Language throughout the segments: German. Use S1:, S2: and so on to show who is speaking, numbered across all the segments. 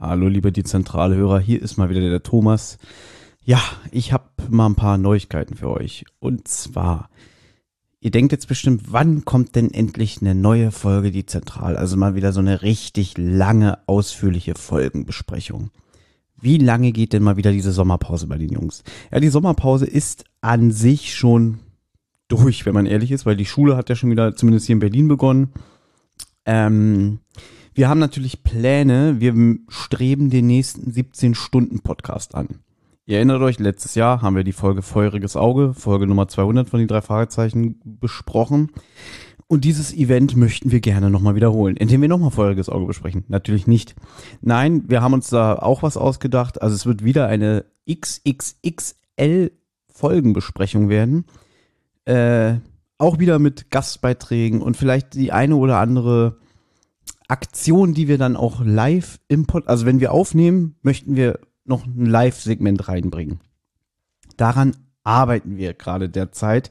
S1: Hallo, liebe Dezentralhörer, hier ist mal wieder der Thomas. Ja, ich habe mal ein paar Neuigkeiten für euch. Und zwar, ihr denkt jetzt bestimmt, wann kommt denn endlich eine neue Folge Dezentral? Also mal wieder so eine richtig lange, ausführliche Folgenbesprechung. Wie lange geht denn mal wieder diese Sommerpause bei den Jungs? Ja, die Sommerpause ist an sich schon durch, wenn man ehrlich ist, weil die Schule hat ja schon wieder, zumindest hier in Berlin, begonnen. Ähm, wir haben natürlich Pläne. Wir streben den nächsten 17-Stunden-Podcast an. Ihr erinnert euch, letztes Jahr haben wir die Folge Feuriges Auge, Folge Nummer 200 von den drei Fragezeichen besprochen. Und dieses Event möchten wir gerne nochmal wiederholen, indem wir nochmal Feuriges Auge besprechen. Natürlich nicht. Nein, wir haben uns da auch was ausgedacht. Also es wird wieder eine XXXL Folgenbesprechung werden. Äh, auch wieder mit Gastbeiträgen und vielleicht die eine oder andere Aktion, die wir dann auch live im Pod, also wenn wir aufnehmen, möchten wir noch ein Live-Segment reinbringen. Daran arbeiten wir gerade derzeit.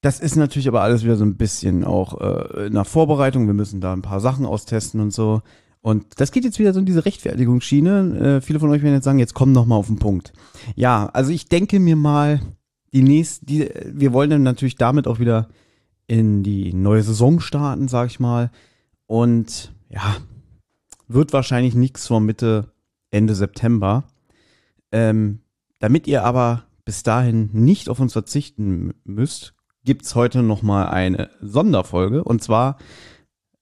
S1: Das ist natürlich aber alles wieder so ein bisschen auch äh, in der Vorbereitung. Wir müssen da ein paar Sachen austesten und so. Und das geht jetzt wieder so in diese Rechtfertigungsschiene. Äh, viele von euch werden jetzt sagen, jetzt komm noch mal auf den Punkt. Ja, also ich denke mir mal, die nächste, die, wir wollen dann natürlich damit auch wieder in die neue Saison starten, sag ich mal. Und ja, wird wahrscheinlich nichts vor Mitte, Ende September. Ähm, damit ihr aber bis dahin nicht auf uns verzichten müsst, gibt's heute nochmal eine Sonderfolge. Und zwar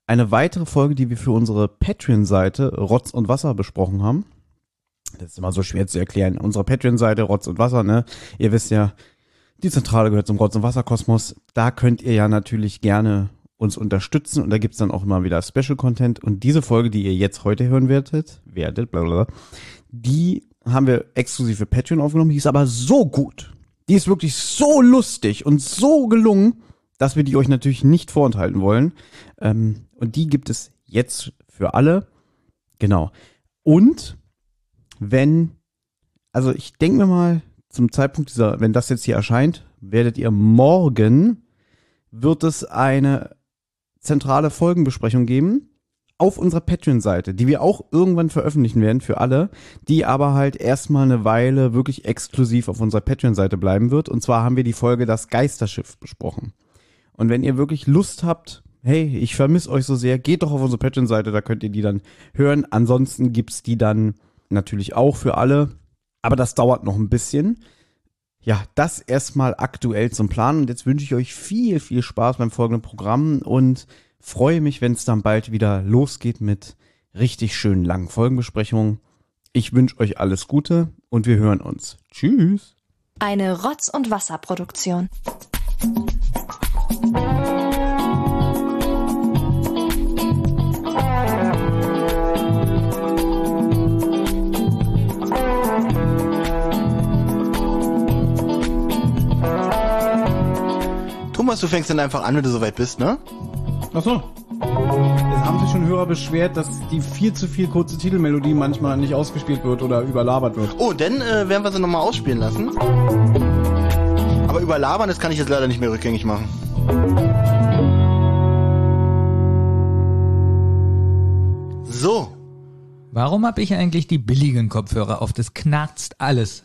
S1: eine weitere Folge, die wir für unsere Patreon-Seite Rotz und Wasser besprochen haben. Das ist immer so schwer zu erklären. Unsere Patreon-Seite Rotz und Wasser, ne? Ihr wisst ja, die Zentrale gehört zum Rotz- und Wasserkosmos. Da könnt ihr ja natürlich gerne uns unterstützen und da gibt's dann auch immer wieder Special Content. Und diese Folge, die ihr jetzt heute hören werdet, werdet, bla bla, bla, die haben wir exklusiv für Patreon aufgenommen. Die ist aber so gut. Die ist wirklich so lustig und so gelungen, dass wir die euch natürlich nicht vorenthalten wollen. Ähm, und die gibt es jetzt für alle. Genau. Und wenn, also ich denke mir mal, zum Zeitpunkt dieser, wenn das jetzt hier erscheint, werdet ihr morgen, wird es eine zentrale Folgenbesprechung geben auf unserer Patreon-Seite, die wir auch irgendwann veröffentlichen werden für alle, die aber halt erstmal eine Weile wirklich exklusiv auf unserer Patreon-Seite bleiben wird. Und zwar haben wir die Folge Das Geisterschiff besprochen. Und wenn ihr wirklich Lust habt, hey, ich vermisse euch so sehr, geht doch auf unsere Patreon-Seite, da könnt ihr die dann hören. Ansonsten gibt's die dann natürlich auch für alle, aber das dauert noch ein bisschen. Ja, das erstmal aktuell zum Plan und jetzt wünsche ich euch viel, viel Spaß beim folgenden Programm und freue mich, wenn es dann bald wieder losgeht mit richtig schönen langen Folgenbesprechungen. Ich wünsche euch alles Gute und wir hören uns. Tschüss.
S2: Eine Rotz- und Wasserproduktion.
S3: Thomas, du fängst dann einfach an, wenn du soweit bist, ne?
S1: Ach so. Es haben sich schon Hörer beschwert, dass die viel zu viel kurze Titelmelodie manchmal nicht ausgespielt wird oder überlabert wird.
S3: Oh, dann äh, werden wir sie nochmal ausspielen lassen. Aber über Labern, das kann ich jetzt leider nicht mehr rückgängig machen. So,
S4: Warum habe ich eigentlich die billigen Kopfhörer auf? Das knarzt alles.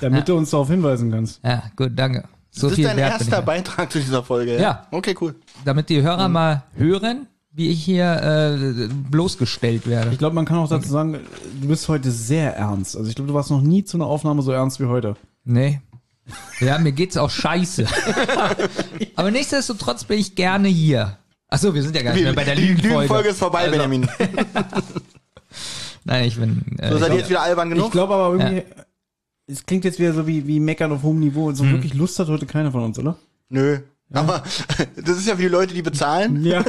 S1: Damit du uns darauf hinweisen kannst.
S4: Ja, gut, danke. So
S3: das
S4: viel
S3: ist dein
S4: wert bin ich
S3: erster
S4: mir.
S3: Beitrag zu dieser Folge.
S4: Ja.
S3: Okay, cool.
S4: Damit die Hörer
S3: Mhm.
S4: mal hören, wie ich hier äh, bloßgestellt werde.
S1: Ich glaube, man kann auch dazu sagen, du bist heute sehr ernst. Also ich glaube, du warst noch nie zu einer Aufnahme so ernst wie heute.
S4: Nee. Ja, mir geht's auch scheiße. Aber nichtsdestotrotz bin ich gerne hier. Achso, wir sind ja gar nicht mehr bei der
S3: Die
S4: Lügenfolge. Also,
S3: Lügenfolge ist vorbei, Benjamin.
S4: Nein, ich bin. Äh,
S3: So,
S4: ich
S3: seid ihr
S4: glaub,
S3: jetzt wieder albern genug?
S1: Ich glaube aber irgendwie, es klingt jetzt wieder so wie, wie Meckern auf hohem Niveau.
S4: Mhm.
S1: So wirklich Lust hat heute keiner von uns, oder?
S3: Nö. Aber das ist ja für die Leute, die bezahlen.
S1: Ja.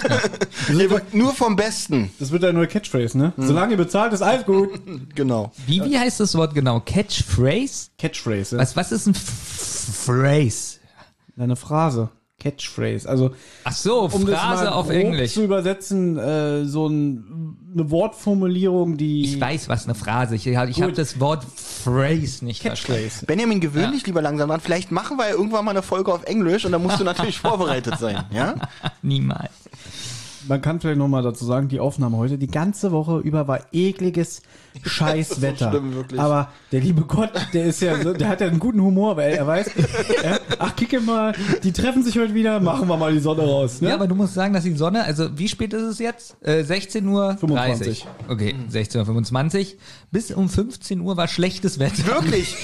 S3: Ihr wollt Nur vom Besten.
S1: Das wird deine neue Catchphrase, ne? Solange ihr bezahlt, ist alles gut.
S3: Genau.
S4: wie, wie heißt das Wort genau? Catchphrase?
S1: Catchphrase, ja.
S4: Was, was ist ein F Phrase?
S1: Deine Phrase. Catchphrase. Also,
S4: Ach so,
S1: um das mal
S4: Phrase auf
S1: grob
S4: Englisch.
S1: zu übersetzen, äh, so ein, eine Wortformulierung, die
S4: Ich weiß, was eine Phrase ist. Ich habe hab
S1: Gut.
S4: das Wort Phrase nicht verstanden.
S1: Catchphrase.
S3: Benjamin, gewöhn dich lieber langsam dran. Vielleicht machen wir ja irgendwann mal eine Folge auf Englisch und dann musst du natürlich vorbereitet sein. Ja?
S4: Niemals.
S1: man kann vielleicht nochmal dazu sagen, die Aufnahme heute, die ganze Woche über war ekliges Scheißwetter.
S3: so schlimm, wirklich.
S1: aber der liebe Gott, der ist ja, so, der hat ja einen guten Humor, weil er weiß, ja, ach, kicke mal, die treffen sich heute wieder, machen wir mal die Sonne raus, ne?
S4: Ja, aber du musst sagen, dass die Sonne, also wie spät ist es jetzt? Äh, 16 Uhr
S1: 25.
S4: 25. Okay, 16.25 Uhr. Bis um 15 Uhr war schlechtes Wetter.
S3: Wirklich.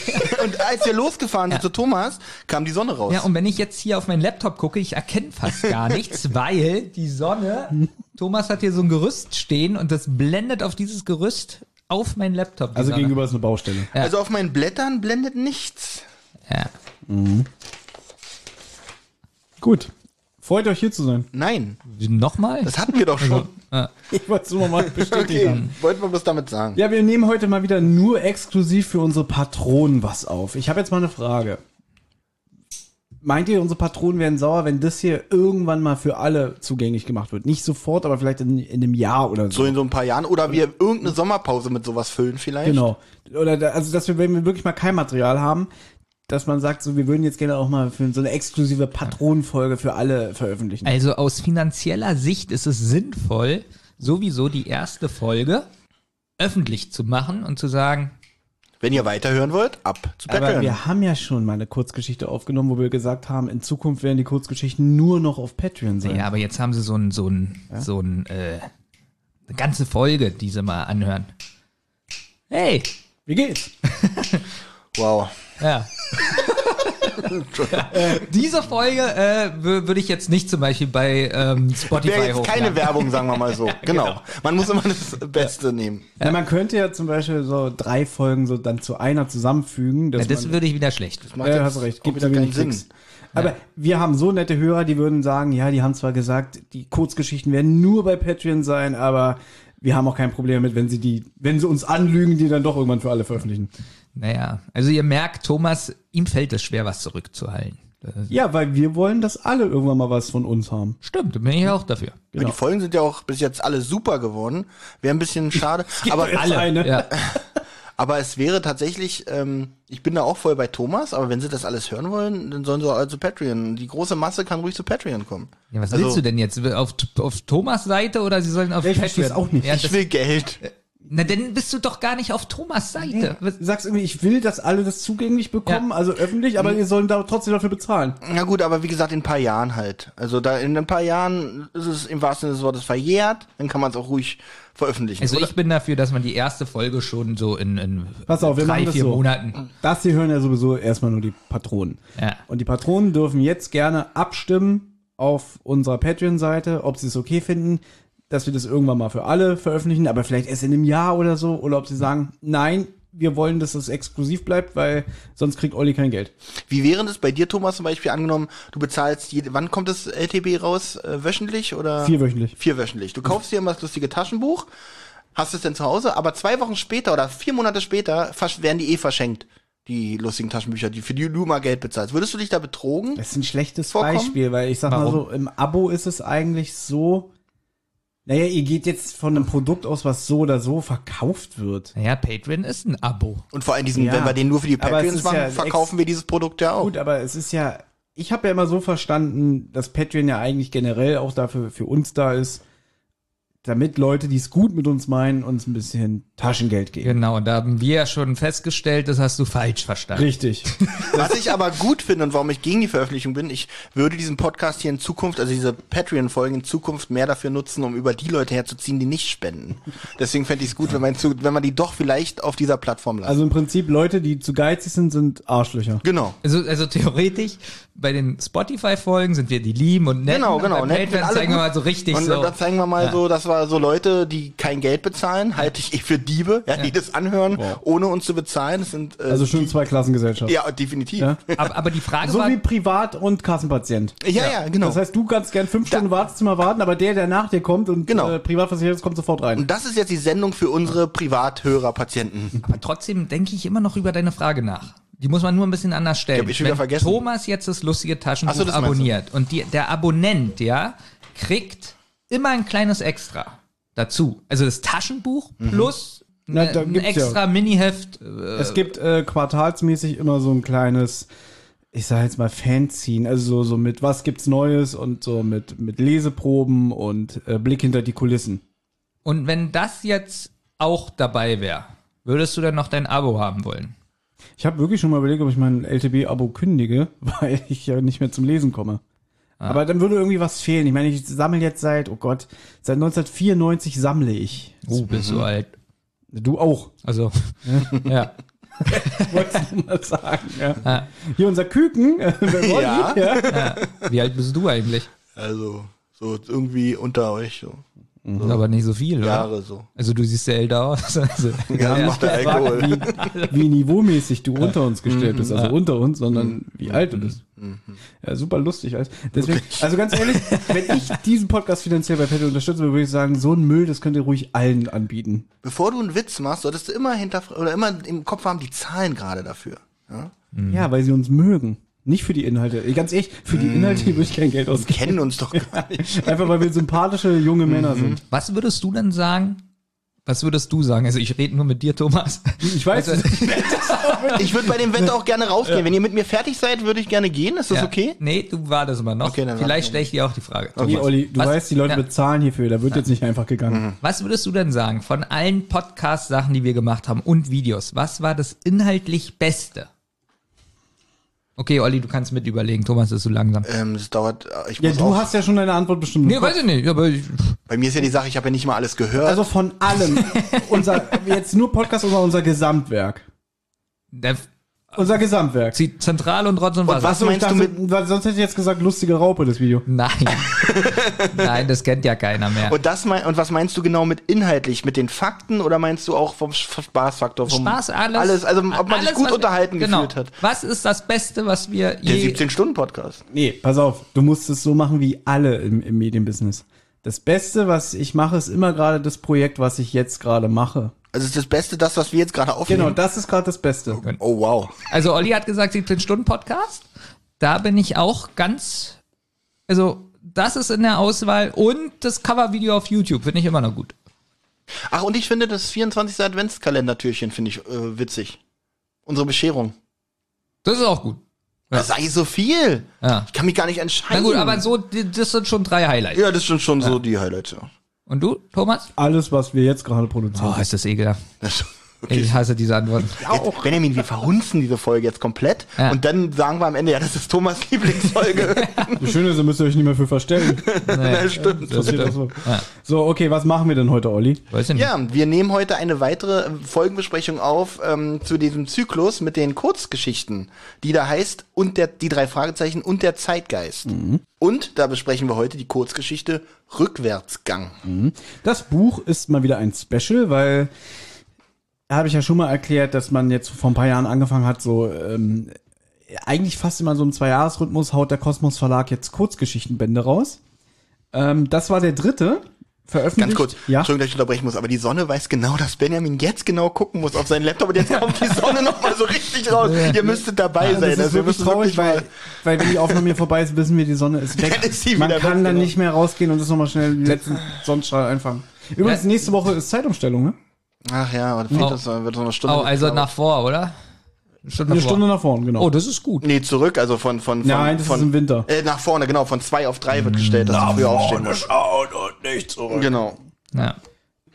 S3: Und als wir losgefahren sind
S4: Ja.
S3: zu Thomas, kam die Sonne raus.
S4: Ja, und wenn ich jetzt hier auf meinen Laptop gucke, ich erkenne fast gar nichts, weil die Sonne, Thomas hat hier so ein Gerüst stehen und das blendet auf dieses Gerüst auf meinen Laptop. die
S1: also
S4: Sonne.
S1: gegenüber ist eine Baustelle.
S4: ja.
S3: Also auf meinen Blättern blendet nichts.
S4: Ja.
S1: Gut. Freut euch hier zu sein.
S3: Nein,
S4: Nochmal? Also, äh,
S3: das hatten wir doch schon.
S1: Ich wollte es nur mal bestätigt haben.
S3: Okay, wollten wir bloß damit sagen.
S1: Ja, wir nehmen heute mal wieder nur exklusiv für unsere Patronen was auf. Ich habe jetzt mal eine Frage. Meint ihr, unsere Patronen werden sauer, wenn das hier irgendwann mal für alle zugänglich gemacht wird? Nicht sofort, aber vielleicht in, in einem Jahr oder so.
S3: So in so ein paar Jahren. Oder wir irgendeine Sommerpause mit sowas füllen vielleicht.
S1: genau. Oder da, also, dass wir, wenn wir wirklich mal kein Material haben, dass man sagt, so, wir würden jetzt gerne auch mal für so eine exklusive Patronenfolge für alle veröffentlichen.
S4: Also aus finanzieller Sicht ist es sinnvoll, sowieso die erste Folge öffentlich zu machen und zu sagen,
S3: Wenn ihr weiterhören wollt, ab zu
S1: Aber
S3: Patreon.
S1: wir haben ja schon mal eine Kurzgeschichte aufgenommen, wo wir gesagt haben, in Zukunft werden die Kurzgeschichten nur noch auf Patreon sein.
S4: ja, aber jetzt haben sie so ein, so ein, so ein, äh, eine ganze Folge, die sie mal anhören. Hey!
S1: Wie geht's?
S3: Wow.
S4: Ja. Diese Folge äh, wür- würde ich jetzt nicht zum Beispiel bei ähm, Spotify
S3: Wäre jetzt
S4: hochladen.
S3: keine Werbung, sagen wir mal so. genau. Man muss immer das Beste nehmen.
S1: Na, man könnte ja zum Beispiel so drei Folgen so dann zu einer zusammenfügen. Dass
S4: Ja, das
S1: man,
S4: würde ich wieder schlecht.
S3: Macht
S1: ja,
S3: jetzt
S1: hast recht,
S3: auch
S1: gibt
S3: wieder
S1: da wenig
S3: keinen Sinn.
S1: Klicks. Aber wir haben so nette Hörer, die würden sagen, ja, die haben zwar gesagt, die Kurzgeschichten werden nur bei Patreon sein, aber wir haben auch kein Problem damit, wenn sie die, wenn sie uns anlügen, die dann doch irgendwann für alle veröffentlichen.
S4: Naja, also ihr merkt, Thomas, ihm fällt es schwer, was zurückzuhalten. Äh, Das
S1: Ja, weil wir wollen, dass alle irgendwann mal was von uns haben.
S4: stimmt, da bin ich auch dafür.
S1: Genau.
S3: Die Folgen sind ja auch bis jetzt alle super geworden. Wäre ein bisschen schade. aber
S1: Jetzt eine.
S4: Ja.
S3: Aber es wäre tatsächlich, ähm, ich bin da auch voll bei Thomas, aber wenn sie das alles hören wollen, dann sollen sie alle zu Patreon. Die große Masse kann ruich zu Patreon kommen.
S4: Ja, was
S3: Also-
S4: willst du denn jetzt? Auf, auf Thomas Seite oder sie sollen auf
S1: Ja, ich versteh's auch nicht.
S4: Ja,
S3: Ich
S4: das,
S3: will Geld.
S4: na, dann bist du doch gar nicht auf Thomas Seite. Was,
S1: Du sagst irgendwie, ich will, dass alle das zugänglich bekommen, also öffentlich, aber ihr sollen da trotzdem dafür bezahlen.
S3: Na gut, aber wie gesagt, in ein paar Jahren halt. Also da in ein paar Jahren ist es im wahrsten Sinne des Wortes verjährt, dann kann man es auch ruhig veröffentlichen.
S4: also
S3: Oder-
S4: ich bin dafür, dass man die erste Folge schon so in, in
S1: Pass auf, wir
S4: drei,
S1: machen das
S4: vier
S1: so.
S4: Monaten.
S1: Das hier hören ja sowieso erstmal nur die Patronen.
S4: Ja.
S1: Und die Patronen dürfen jetzt gerne abstimmen auf unserer Patreon-Seite, ob sie es okay finden, dass wir das irgendwann mal für alle veröffentlichen, aber vielleicht erst in einem Jahr oder so, oder ob sie sagen, nein, wir wollen, dass das exklusiv bleibt, weil sonst kriegt Olli kein Geld.
S3: wie wäre es bei dir, Thomas, zum Beispiel angenommen, du bezahlst, jede, wann kommt das LTB raus? Äh, wöchentlich oder?
S1: Vierwöchentlich.
S3: Vierwöchentlich. Du kaufst dir immer das lustige Taschenbuch, hast es dann zu Hause, aber zwei Wochen später oder vier Monate später versch- werden die eh verschenkt. Die lustigen Taschenbücher, die für die du mal Geld bezahlst. Würdest du dich da betrogen?
S1: Das ist ein schlechtes
S3: Vorkommen?
S1: Beispiel, weil ich sag mal
S4: Warum?
S1: so, im Abo ist es eigentlich so, naja, ihr geht jetzt von einem Produkt aus, was so oder so verkauft wird.
S4: Naja, Patreon ist ein Abo.
S3: Und vor allem diesen,
S1: Ja.
S3: wenn wir den nur für die
S1: Aber es
S3: Patreons
S1: ist ja
S3: machen,
S1: ein
S3: verkaufen wir dieses Produkt ja auch.
S1: Gut, aber es ist ja, ich habe ja immer so verstanden, dass Patreon ja eigentlich generell auch dafür für uns da ist, damit Leute, die es gut mit uns meinen, uns ein bisschen Taschengeld geben.
S4: Genau, da haben wir ja schon festgestellt, das hast du falsch
S3: Genau.
S4: verstanden.
S1: Richtig.
S3: Was ich aber gut finde und warum ich gegen die Veröffentlichung bin, ich würde diesen Podcast hier in Zukunft, also diese Patreon-Folgen in Zukunft mehr dafür nutzen, um über die Leute herzuziehen, die nicht spenden. Deswegen fände ich es gut, wenn man, zu, wenn man die doch vielleicht auf dieser Plattform lässt.
S1: Also im Prinzip Leute, die zu geizig sind, sind Arschlöcher.
S3: genau.
S4: Also, also theoretisch, bei den Spotify-Folgen sind wir die lieben und netten.
S3: Genau, genau.
S4: Und
S3: Nett
S4: bei
S3: sind
S4: Patreon
S3: alle
S4: zeigen wir
S3: gut.
S4: mal so richtig
S3: Und
S4: so.
S3: dann zeigen wir mal
S4: Ja.
S3: so, dass wir so Leute, die kein Geld bezahlen, halte ich eh für Diebe, ja, die das anhören, ohne uns zu bezahlen. Das sind äh,
S1: Also schön Zweiklassengesellschaft.
S3: ja, definitiv.
S1: Ja.
S3: Ja,
S4: Aber, aber die Frage
S1: So
S4: war,
S1: wie Privat- und Kassenpatient.
S3: ja, genau.
S1: Das heißt, du kannst gern fünf Stunden Wartezimmer warten, aber der, der nach dir kommt und
S3: Genau.
S1: äh, privat versichert ist, kommt sofort rein.
S3: und das ist jetzt die Sendung für unsere Privathörer, Patienten.
S4: Aber trotzdem denke ich immer noch über deine Frage nach. Die muss man nur ein bisschen anders stellen.
S3: Die hab ich schon wieder
S4: Wenn
S3: vergessen.
S4: Thomas jetzt das lustige Taschenbuch
S3: Ach so, das meinst du.
S4: abonniert und die, der Abonnent, ja, kriegt immer ein kleines Extra dazu. Also das Taschenbuch
S3: Mhm.
S4: plus
S1: Na,
S4: ne-
S1: da
S4: ein
S1: gibt's ja-
S4: extra Miniheft. äh,
S1: Es gibt äh, quartalsmäßig immer so ein kleines ich sage jetzt mal Fanziehen, also so, so mit was gibt's Neues und so mit, mit Leseproben und äh, Blick hinter die Kulissen.
S4: Und wenn das jetzt auch dabei wäre, würdest du dann noch dein Abo haben wollen?
S1: Ich habe wirklich schon mal überlegt, ob ich mein LTB-Abo kündige, weil ich ja nicht mehr zum Lesen komme. Aber dann würde irgendwie was fehlen. Ich meine, ich sammle jetzt seit, oh Gott, seit 1994 sammle ich.
S4: Oh, bist
S3: Mhm.
S4: du alt.
S1: Du auch,
S4: Also, ja.
S1: wolltest du mal sagen. Ja.
S4: ja.
S1: Hier unser Küken, äh, wer wollt
S3: Ja.
S1: ihn? ja.
S4: Wie alt bist du eigentlich?
S3: Also, so irgendwie unter euch, so Mhm.
S4: Aber nicht so viel, oder?
S3: Jahre so.
S4: Also du siehst ja älter aus. Also,
S3: Ja, macht der Alkohol.
S1: Wie, wie niveaumäßig du unter uns gestellt bist.
S4: Mhm.
S1: Also unter uns, sondern wie alt du bist. Ja, super lustig. alles. Deswegen, also ganz ehrlich, wenn ich diesen Podcast finanziell bei Patreon unterstütze, würde ich sagen, so ein Müll, das könnt ihr ruhig allen anbieten.
S3: Bevor du einen Witz machst, solltest du immer hinterfragen oder immer im Kopf haben, die Zahlen gerade dafür. Ja?
S4: Mhm.
S1: Ja, weil sie uns mögen. Nicht für die Inhalte. Ganz ehrlich, für
S4: Mhm.
S1: die Inhalte würde ich kein Geld
S3: Die
S1: ausgeben.
S3: kennen uns doch gar nicht.
S1: Einfach weil wir sympathische junge
S4: Mhm.
S1: Männer sind.
S4: was würdest du denn sagen? Was würdest du sagen? Also ich rede nur mit dir, Thomas.
S1: Ich weiß,
S4: Also-
S3: Ich würde bei dem Wetter auch gerne rausgehen. Wenn ihr mit mir fertig seid, würde ich gerne gehen. Ist das
S4: Ja.
S3: okay?
S4: Nee, du wartest mal noch.
S3: Okay, dann
S4: Vielleicht
S3: warte.
S4: stelle ich dir auch die Frage.
S1: Hier, Olli, du
S4: Was-
S1: weißt, die Leute
S4: Ja. Mhm.
S1: bezahlen hierfür. Da wird jetzt nicht einfach gegangen.
S4: Was würdest du denn sagen von allen Podcast-Sachen, die wir gemacht haben und Videos? Was war das inhaltlich Beste? Okay, Olli, du kannst mit überlegen. Thomas ist so langsam.
S3: Ähm, das dauert. äh, Ich
S1: Ja,
S3: muss
S1: du
S3: auch,
S1: hast ja schon deine Antwort bestimmt. im
S4: Nee,
S1: Kopf.
S4: weiß ich nicht. Aber ich,
S3: bei mir ist ja die Sache, ich habe ja nicht mal alles gehört.
S1: Also von allem. unser, jetzt nur Podcast oder unser Gesamtwerk.
S4: der
S1: Unser Gesamtwerk.
S4: zieht zentral und Rotz und Wasser.
S3: was-
S1: Achso, ich
S3: meinst du
S1: dachte, weil sonst hätte ich jetzt gesagt, lustige Raupe, das Video.
S4: Nein. Nein, das kennt ja keiner mehr.
S3: und, das mein, und was meinst du genau mit inhaltlich? Mit den Fakten oder meinst du auch vom Sch- Spaßfaktor? Vom
S4: Spaß, alles.
S3: Alles, also ob man
S4: alles,
S3: sich gut
S4: was-
S3: unterhalten
S4: genau.
S3: gefühlt hat.
S4: Was ist das Beste, was wir
S3: Der
S4: je...
S3: 17-Stunden-Podcast.
S1: Nee, pass auf, du musst es so machen wie alle im, im Medienbusiness. Das Beste, was ich mache, ist immer gerade das Projekt, was ich jetzt gerade mache.
S3: Also ist das Beste das, was wir jetzt gerade aufnehmen.
S1: Genau, das ist gerade das Beste.
S3: Oh wow.
S4: Also Olli hat gesagt 17-Stunden-Podcast. Da bin ich auch ganz... Also das ist in der Auswahl und das Covervideo auf YouTube finde ich immer noch gut.
S3: Ach, und ich finde das 24. Adventskalendertürchen, finde ich äh, witzig. Unsere Bescherung.
S4: Das ist auch gut.
S3: Das sei so viel.
S4: Ja.
S3: Ich kann mich gar nicht entscheiden.
S1: Also.
S4: Na gut, aber so, die- das sind schon drei Highlights.
S3: Ja, das sind schon so die Highlights. Ja.
S4: Und du, Thomas?
S1: Alles, was wir jetzt gerade produzieren.
S4: Oh, ist das ekelhaft.
S3: Das,
S4: Ich hasse diese Antworten.
S3: jetzt, Benjamin, wir verhunzen diese Folge jetzt komplett
S4: Ja.
S3: und dann sagen wir am Ende, ja, das ist Thomas Lieblingsfolge.
S1: Das Schöne ist, ihr müsst euch nicht mehr für verstellen.
S3: ja, stimmt.
S4: Das
S1: Passiert auch
S4: stimmt.
S1: so. so, okay, was machen wir denn heute, Olli?
S4: Weiß ich nicht.
S3: Ja, wir nehmen heute eine weitere ähm, Folgenbesprechung auf ähm, zu diesem Zyklus mit den Kurzgeschichten, die da heißt und der die drei Fragezeichen und der Zeitgeist. Und da besprechen wir heute die Kurzgeschichte Rückwärtsgang.
S1: Das Buch ist mal wieder ein Special, weil da habe ich ja schon mal erklärt, dass man jetzt vor ein paar Jahren angefangen hat, so ähm, eigentlich fast immer so im Zwei-Jahres-Rhythmus haut der Kosmos Verlag jetzt Kurzgeschichtenbände raus. Ähm, das war der dritte. Veröffentlicht.
S3: Ganz kurz,
S1: Ja.
S3: Entschuldigung, dass ich unterbrechen muss, aber die Sonne weiß genau, dass Benjamin jetzt genau gucken muss auf seinen Laptop und jetzt kommt die Sonne nochmal so richtig raus. Ihr müsstet dabei
S1: Ja,
S3: sein.
S1: das ist
S3: also wir
S1: wirklich
S3: müssen
S1: traurig,
S3: wirklich
S1: weil,
S3: mal,
S1: weil wenn die Aufnahme hier vorbei ist, wissen wir, die Sonne ist weg.
S3: Dann ist sie
S1: Man
S3: wieder
S1: kann
S3: weg,
S1: dann
S3: genau.
S1: nicht mehr rausgehen und das nochmal schnell den letzten Sonnenstrahl einfangen. Übrigens,
S4: Ja.
S1: nächste Woche ist Zeitumstellung, ne?
S3: Ach ja, aber fehlt
S4: Oh.
S3: das, äh, wird noch eine Stunde.
S4: Oh, also
S3: geklaut.
S4: nach vor, oder? Eine Stunde
S1: Eine
S4: vor.
S1: Stunde nach vorn, genau.
S4: Oh, das ist gut.
S3: Nee, zurück, also von, von, von,
S1: Nein, das
S3: von
S1: ist im Winter.
S3: Äh, nach vorne, genau, von zwei auf drei wird gestellt, dass nach früher aufstehen muss.
S5: schauen und nicht zurück.
S3: Genau.
S4: Ja.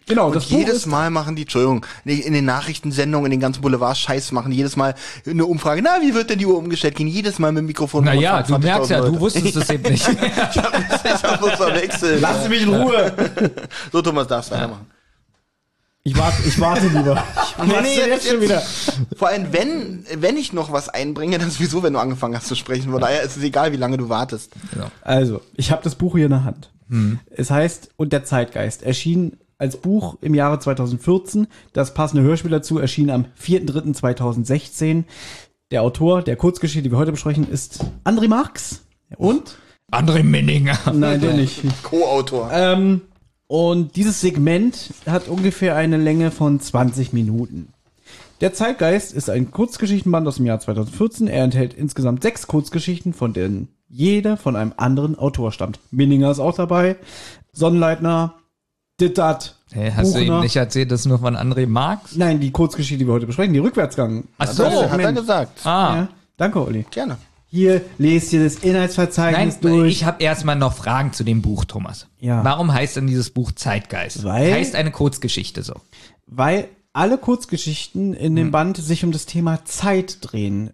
S1: genau, das Buch
S3: Jedes
S1: ist,
S3: Mal machen die, Entschuldigung, nee, in den Nachrichtensendungen, in den ganzen Boulevard-Scheiß machen die jedes Mal eine Umfrage. Na, wie wird denn die Uhr umgestellt? Gehen jedes Mal mit dem Mikrofon.
S4: Naja,
S3: und
S4: du merkst ja,
S3: 20.000
S4: du wusstest es eben nicht.
S3: Leute. Ich hab uns verwechselt. Lass mich in Ruhe. So, Thomas, darfst du weitermachen.
S1: ich warte, ich warte lieber. Ich warte jetzt schon wieder.
S3: Vor allem, wenn, wenn ich noch was einbringe, dann sowieso, wenn du angefangen hast zu sprechen. Von daher ist es egal, wie lange du wartest.
S1: Also, ich habe das Buch hier in der Hand.
S3: Hm.
S1: Es heißt Und der Zeitgeist. Erschien als Buch im Jahre 2014. Das passende Hörspiel dazu erschien am 4.3.2016. Der Autor der Kurzgeschichte, die wir heute besprechen, ist André Marx.
S3: Oh.
S1: Und?
S4: André Minninger.
S1: Nein, der nicht.
S3: Co-Autor.
S1: Ähm, und dieses Segment hat ungefähr eine Länge von 20 Minuten. Der Zeitgeist ist ein Kurzgeschichtenband aus dem Jahr 2014. Er enthält insgesamt sechs Kurzgeschichten, von denen jede von einem anderen Autor stammt. Minninger ist auch dabei, Sonnenleitner, Dittat,
S4: Hey, hast du ihm
S1: Buchner.
S4: nicht erzählt, das ist nur von André Marx?
S1: Nein, die Kurzgeschichte, die wir heute besprechen, die Rückwärtsgang.
S4: Ach so.
S3: Hat er gesagt.
S4: Ah,
S1: Ja, danke, Olli.
S3: Gerne.
S1: Hier, lest dir das Inhaltsverzeichnis
S4: Nein,
S1: durch.
S4: ich habe erstmal noch Fragen zu dem Buch, Thomas.
S1: Ja.
S4: Warum heißt denn dieses Buch Zeitgeist?
S1: Weil-
S4: heißt eine Kurzgeschichte so.
S1: weil alle Kurzgeschichten in dem Band sich um das Thema Zeit drehen.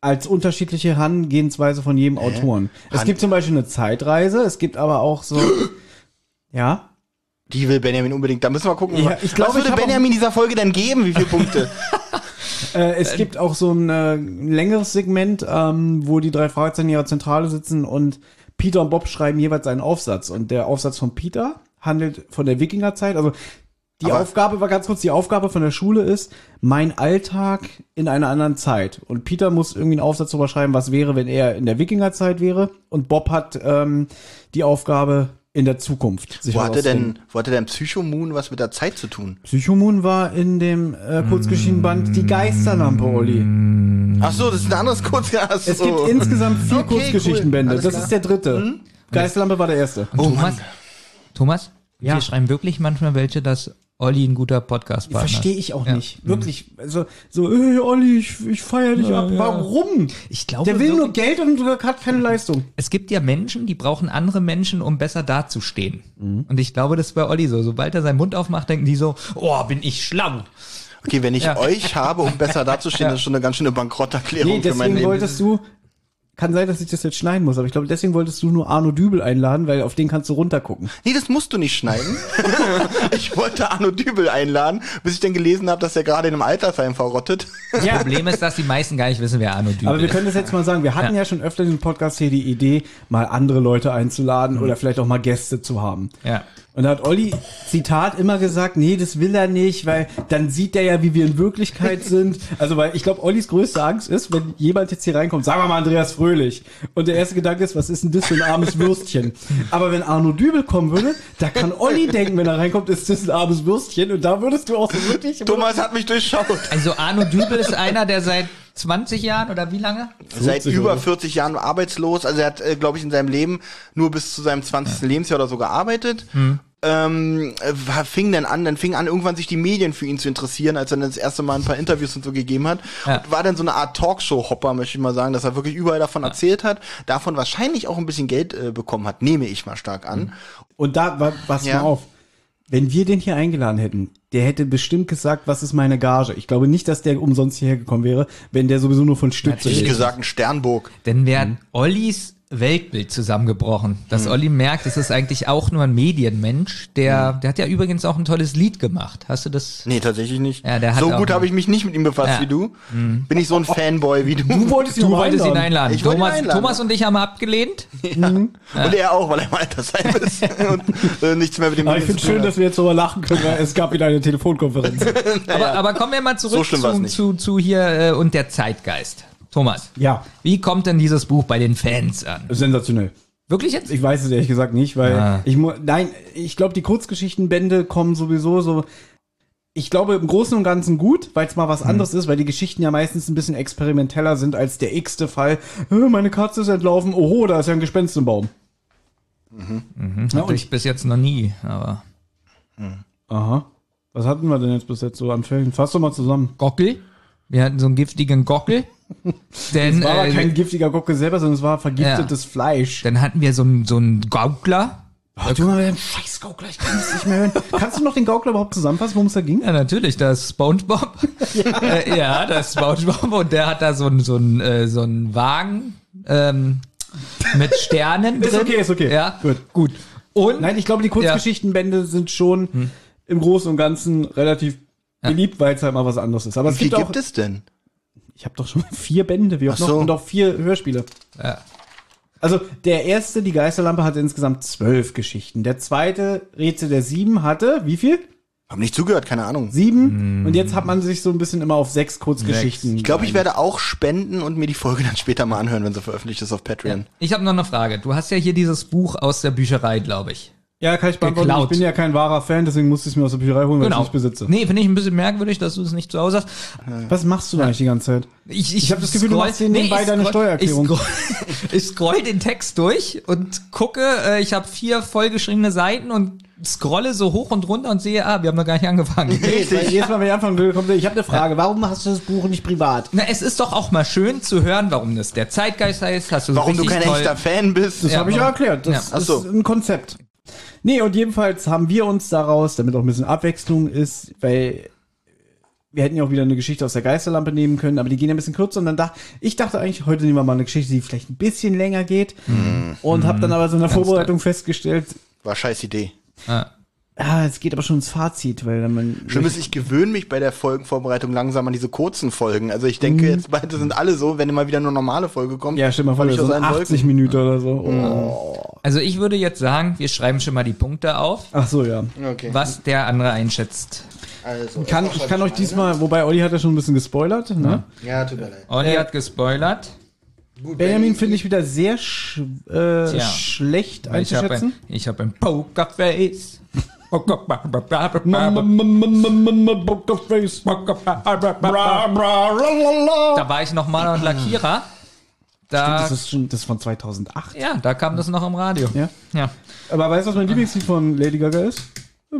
S1: Als unterschiedliche Herangehensweise von jedem Autoren. Es
S3: Han-
S1: gibt zum Beispiel eine Zeitreise, es gibt aber auch so. ja.
S3: Die will Benjamin unbedingt. Da müssen wir gucken.
S1: Ja,
S3: was-
S1: ich glaube,
S3: was würde
S1: ich hab
S3: Benjamin dieser Folge denn geben? Wie viele Punkte?
S1: Äh, es gibt auch so ein äh, längeres Segment, ähm, wo die drei Fragezeichen in ihrer Zentrale sitzen und Peter und Bob schreiben jeweils einen Aufsatz. Und der Aufsatz von Peter handelt von der Wikingerzeit. Also die
S3: Aber-
S1: Aufgabe war ganz kurz, die Aufgabe von der Schule ist, mein Alltag in einer anderen Zeit. Und Peter muss irgendwie einen Aufsatz darüber schreiben, was wäre, wenn er in der Wikingerzeit wäre. Und Bob hat ähm, die Aufgabe in der Zukunft. Sich
S3: wo, hatte
S1: herauszufinden.
S3: denn, wo hatte denn Psychomoon was mit der Zeit zu tun?
S1: Psychomoon war in dem äh, Kurzgeschichtenband Die Geisterlampe, Olli.
S3: Ach so, das ist ein anderes Kurzgas.
S1: Mhm. Es gibt insgesamt vier
S3: Okay,
S1: Kurzgeschichtenbände.
S3: cool. Alles
S1: Das
S3: klar.
S1: ist der dritte. Geisterlampe war der erste.
S4: Und Thomas, Thomas,
S1: Oh Ja.
S4: wir schreiben wirklich manchmal welche, dass Olli ein guter Podcast war.
S1: Verstehe ich auch nicht. Wirklich. Also, so, ey, Olli, ich, ich feier dich ab.
S4: Mhm. ja.
S1: Warum?
S4: Ich glaube,
S1: Der will nur
S4: wirklich-
S1: Geld und hat keine Leistung.
S4: es gibt ja Menschen, die brauchen andere Menschen, um besser dazustehen.
S1: Mhm.
S4: Und ich glaube, das ist bei Olli so. Sobald er seinen Mund aufmacht, denken die so, oh, bin ich schlau.
S3: Okay, wenn ich
S4: Ja.
S3: euch habe, um besser dazustehen,
S4: Ja.
S3: das ist schon eine ganz schöne Bankrotterklärung
S1: Nee,
S3: für mein
S1: deswegen
S3: Leben.
S1: wolltest du. Kann sein, dass ich das jetzt schneiden muss, aber ich glaube, deswegen wolltest du nur Arno Dübel einladen, weil auf den kannst du runtergucken.
S3: Nee, das musst du nicht schneiden. ich wollte Arno Dübel einladen, bis ich dann gelesen habe, dass er gerade in einem Altersheim verrottet.
S4: Das Problem ist, dass die meisten gar nicht wissen, wer Arno Dübel
S1: Aber wir
S4: ist.
S1: können das jetzt mal sagen. Wir hatten ja, schon öfter in dem Podcast hier die Idee, mal andere Leute einzuladen oder vielleicht auch mal Gäste zu haben.
S4: Ja.
S1: Und da hat Olli, Zitat, immer gesagt, nee, das will er nicht, weil dann sieht er ja, wie wir in Wirklichkeit sind. Also, weil ich glaube, Ollis größte Angst ist, wenn jemand jetzt hier reinkommt, sagen wir mal Andreas Fröhlich. Und der erste Gedanke ist, was ist denn das für ein armes Würstchen? Aber wenn Arno Dübel kommen würde, da kann Olli denken, wenn er reinkommt, ist das ein armes Würstchen. Und da würdest du auch so wirklich...
S3: Thomas hat mich durchschaut.
S4: Also Arno Dübel ist einer, der seit 20 Jahren oder wie lange?
S3: Seit
S1: Vierzig,
S3: über
S1: oder?
S3: 40 Jahren arbeitslos. Also er hat, äh, glaube ich, in seinem Leben nur bis zu seinem 20. Lebensjahr oder so gearbeitet.
S4: Hm.
S3: Ähm, äh, war- fing dann an, dann fing an, irgendwann sich die Medien für ihn zu interessieren, als er dann das erste Mal ein paar Interviews und so gegeben hat.
S4: Ja.
S3: Und war dann so eine Art Talkshow-Hopper, möchte ich mal sagen, dass er wirklich überall davon erzählt hat, davon wahrscheinlich auch ein bisschen Geld äh, bekommen hat, nehme ich mal stark an.
S4: Hm.
S1: Und da, wa- pass mal
S3: Ja.
S1: auf. Wenn wir den hier eingeladen hätten, der hätte bestimmt gesagt, was ist meine Gage? Ich glaube nicht, dass der umsonst hierher gekommen wäre, wenn der sowieso nur von Stütze
S4: Natürlich.
S3: Ich
S1: lebt.
S3: gesagt, ein Sternburg.
S4: Denn wäre
S3: Mhm.
S4: Ollis Weltbild zusammengebrochen. Dass Olli merkt, es ist eigentlich auch nur ein Medienmensch. Der,
S3: Mhm.
S4: der hat ja übrigens auch ein tolles Lied gemacht. Hast du das?
S3: Nee, tatsächlich nicht.
S4: Ja, der hat
S3: so
S4: auch-
S3: gut habe ich mich nicht mit ihm befasst
S4: Ja. Hm.
S3: wie du. Bin ich so ein Fanboy wie du.
S1: Du wolltest ihn
S4: Du
S1: aber
S4: wolltest ihn einladen.
S3: Ich wollte ihn
S4: Thomas,
S3: um einladen.
S4: Thomas und ich haben abgelehnt.
S1: Äh.
S3: Und er auch, weil er im Altersheim ist und äh, nichts mehr mit dem
S1: Aber ich finde schön, dass wir jetzt darüber lachen können, weil es gab wieder eine Telefonkonferenz.
S4: Aber, aber kommen wir mal zurück
S3: So schlimm war's
S4: zu,
S3: nicht.
S4: zu, zu hier äh, und der Zeitgeist. Thomas,
S1: ja,
S4: wie kommt denn dieses Buch bei den Fans an?
S1: sensationell.
S4: Wirklich jetzt?
S1: Ich weiß es ehrlich gesagt nicht, weil
S4: Ah.
S1: ich mu- nein, ich glaube, die Kurzgeschichtenbände kommen sowieso so. Ich glaube im Großen und Ganzen gut, weil es mal was anderes ist, weil die Geschichten ja meistens ein bisschen experimenteller sind als der x-te Fall. "Äh, Meine Katze ist entlaufen, oho, da ist ja ein Gespenst im Baum. Mhm. Ja,
S4: Hatte
S1: und,
S4: ich bis jetzt noch nie, aber.
S1: aha. Was hatten wir denn jetzt bis jetzt so an Fällen? Fass doch mal zusammen.
S4: Gockel? Wir hatten so einen giftigen Gockel. Denn,
S1: Es war aber
S4: äh,
S1: kein giftiger Gocke selber, sondern es war vergiftetes Fleisch.
S4: dann hatten wir so einen, so einen Gaukler.
S1: Ach, du mal mit dem scheiß Gaukler, ich kann das nicht mehr hören. Kannst du noch den Gaukler überhaupt zusammenfassen, worum es da ging?
S4: Ja, natürlich, das SpongeBob. ja. Äh, ja, das SpongeBob. Und der hat da so einen so einen, äh, so einen Wagen ähm, mit Sternen drin.
S1: Ist okay, ist okay.
S4: Ja,
S1: Gut.
S4: gut. Und
S1: Nein, ich glaube, die Kurzgeschichtenbände sind schon im Großen und Ganzen relativ beliebt, weil es halt mal was anderes ist. Aber es
S3: Wie
S1: gibt,
S3: gibt,
S1: auch,
S3: es denn?
S1: ich habe doch schon vier Bände, wie auch
S3: Ach
S1: noch,
S3: so.
S1: und auch vier Hörspiele.
S4: Ja.
S1: Also der erste, die Geisterlampe, hatte insgesamt zwölf Geschichten. Der zweite, Rätsel der Sieben, hatte wie viel?
S3: Hab nicht zugehört, keine Ahnung.
S1: Sieben. Und jetzt hat man sich so ein bisschen immer auf sechs Kurzgeschichten.
S3: Ich glaube, ich werde auch spenden und mir die Folge dann später mal anhören, wenn sie veröffentlicht ist auf Patreon.
S4: Ich habe noch eine Frage. Du hast ja hier dieses Buch aus der Bücherei, glaube ich.
S1: Ja, kann ich beantworten.
S4: Geklaut.
S1: Ich bin ja kein wahrer Fan, deswegen musste ich es mir aus der Bücherei holen, weil ich es nicht besitze.
S4: Genau. Nee, finde ich ein bisschen merkwürdig, dass du es nicht zu Hause hast.
S1: Was machst du da eigentlich die ganze Zeit?
S4: Ich,
S1: Ich hab das Gefühl, du machst dir nebenbei
S4: ich
S1: deine
S4: scroll-
S1: Steuererklärung.
S4: Ich scroll, ich scroll den Text durch und gucke, äh, ich habe vier vollgeschriebene Seiten und scrolle so hoch und runter und sehe, ah, wir haben noch gar nicht angefangen.
S1: Weil jedes Mal, wenn ich anfangen will, kommt der, ich habe eine Frage. Warum hast du das Buch nicht privat?
S4: Na, es ist doch auch mal schön zu hören, warum das der Zeitgeist heißt. Hast du so
S3: Warum du
S4: richtig
S3: kein
S4: toll-
S3: echter Fan bist.
S1: Das
S4: Ja,
S1: habe ich ja
S4: warum?
S1: erklärt. Das
S4: Ja.
S3: Ach so.
S1: ist ein Konzept. Nee, und jedenfalls haben wir uns daraus, damit auch ein bisschen Abwechslung ist, weil wir hätten ja auch wieder eine Geschichte aus der Geisterlampe nehmen können, aber die gehen ja ein bisschen kürzer. Und dann dachte ich, dachte eigentlich, heute nehmen wir mal eine Geschichte, die vielleicht ein bisschen länger geht.
S3: Mhm.
S1: Und habe dann aber so in der Vorbereitung festgestellt,
S3: War scheiß Idee.
S4: Ah.
S1: ah, es geht aber schon ins Fazit, weil dann man.
S3: Schlimm ist, ich gewöhne mich bei der Folgenvorbereitung langsam an diese kurzen Folgen. Also ich denke, jetzt beide sind alle so, wenn immer wieder nur normale Folge kommt.
S1: Mhm. ja, stell mal vor,
S3: hab ich
S1: so
S3: aus allen
S1: 80
S3: Folgen.
S1: Minuten oder so. Oh.
S4: Also ich würde jetzt sagen, wir schreiben schon mal die Punkte auf,
S1: Ach so, ja.
S3: Okay.
S4: was der andere einschätzt.
S3: Also,
S1: Kann, ich kann euch diesmal, wobei Olli hat ja schon ein bisschen gespoilert, ne?
S3: Ja, tut mir leid.
S4: Olli
S1: Äh,
S4: hat gespoilert.
S1: Benjamin finde ich wieder sehr sch äh,
S4: Tja.
S1: schlecht
S4: Ich habe ein,
S1: einzuschätzen. Oh
S4: ich hab ein Pokerface.
S1: M-
S4: Da
S1: m- m- m- m- m- Pokerface.
S4: war ich noch Maler und Lackierer. Da,
S1: Das ist schon das ist von 2008.
S4: ja, da kam das noch im Radio.
S1: Ja.
S4: ja.
S1: Aber weißt du,
S4: Ah.
S1: was mein Lieblingslied von Lady Gaga ist?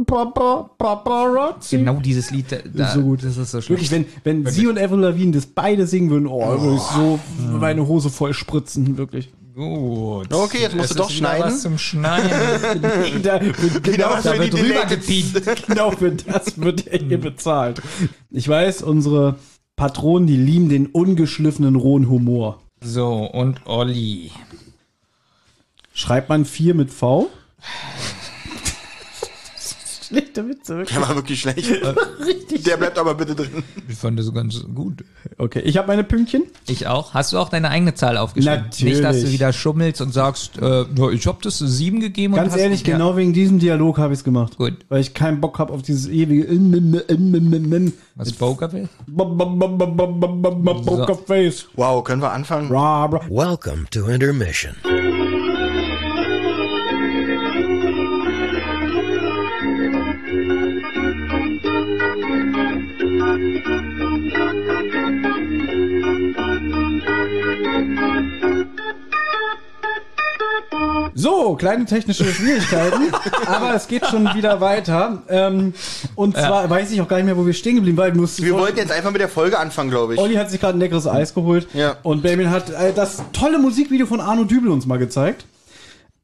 S1: Papa, Paparazzi.
S4: Genau dieses Lied. da- Da,
S1: Ist so gut.
S4: Das ist so schön.
S1: Wirklich, wenn, wenn sie und Avril Lavigne das beide singen würden, oh, würde ich so meine Hose voll spritzen, wirklich.
S4: Gut.
S3: Okay, jetzt musst
S4: Es
S3: du doch
S4: ist wieder
S3: schneiden.
S4: Was zum Schneiden.
S1: Da, genau,
S3: was
S1: da
S3: für
S1: wird
S3: die
S1: drüber
S3: Delay-
S4: Übergepiept.
S1: genau für das wird er hier bezahlt. Ich weiß, unsere Patronen, die lieben den ungeschliffenen rohen Humor.
S4: So, und Olli.
S1: Schreibt man 4 mit V? Schlechte Witze. wirklich.
S3: Der war wirklich schlecht. Der bleibt aber bitte drin.
S4: Ich fand das ganz gut.
S1: Okay, ich habe meine Pünktchen.
S4: Ich auch. Hast du auch deine eigene Zahl aufgeschrieben?
S1: Natürlich.
S4: Nicht, dass du wieder schummelst und sagst, äh, nur ich hab das sieben gegeben. und
S1: Ganz
S4: hast
S1: ehrlich,
S4: ja.
S1: genau wegen diesem Dialog habe ich es gemacht.
S4: Gut.
S1: Weil ich keinen Bock habe auf dieses ewige in, in, in, in, in, in.
S4: Was Poker will?
S1: Bum, bum, bum, bum, bum, bum, bum, bum, Pokerface.
S3: Wow, können wir anfangen?
S1: Bra, bra.
S5: Welcome to intermission.
S1: So, kleine technische Schwierigkeiten, aber es geht schon wieder weiter. Ähm, und zwar weiß ich auch gar nicht mehr, wo wir stehen geblieben waren. Wir mussten
S3: Wir
S1: vor-
S3: wollten jetzt einfach mit der Folge anfangen, glaube ich.
S1: Olli hat sich gerade ein leckeres Eis geholt.
S3: Ja.
S1: Und Benjamin hat äh, das tolle Musikvideo von Arno Dübel uns mal gezeigt.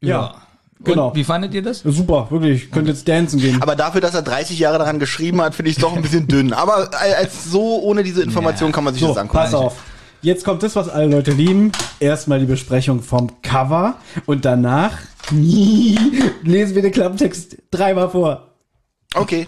S1: Ja. Genau.
S4: Und wie fandet ihr das?
S1: Super, wirklich. Ich könnte jetzt dancen gehen.
S3: Aber dafür, dass er 30 Jahre daran geschrieben hat, finde ich es doch ein bisschen dünn. Aber äh, als so ohne diese Information kann man sich
S1: so,
S3: das angucken.
S1: pass auf. Jetzt kommt das, was alle Leute lieben. Erstmal die Besprechung vom Cover und danach lesen wir den Klapptext dreimal vor.
S3: Okay.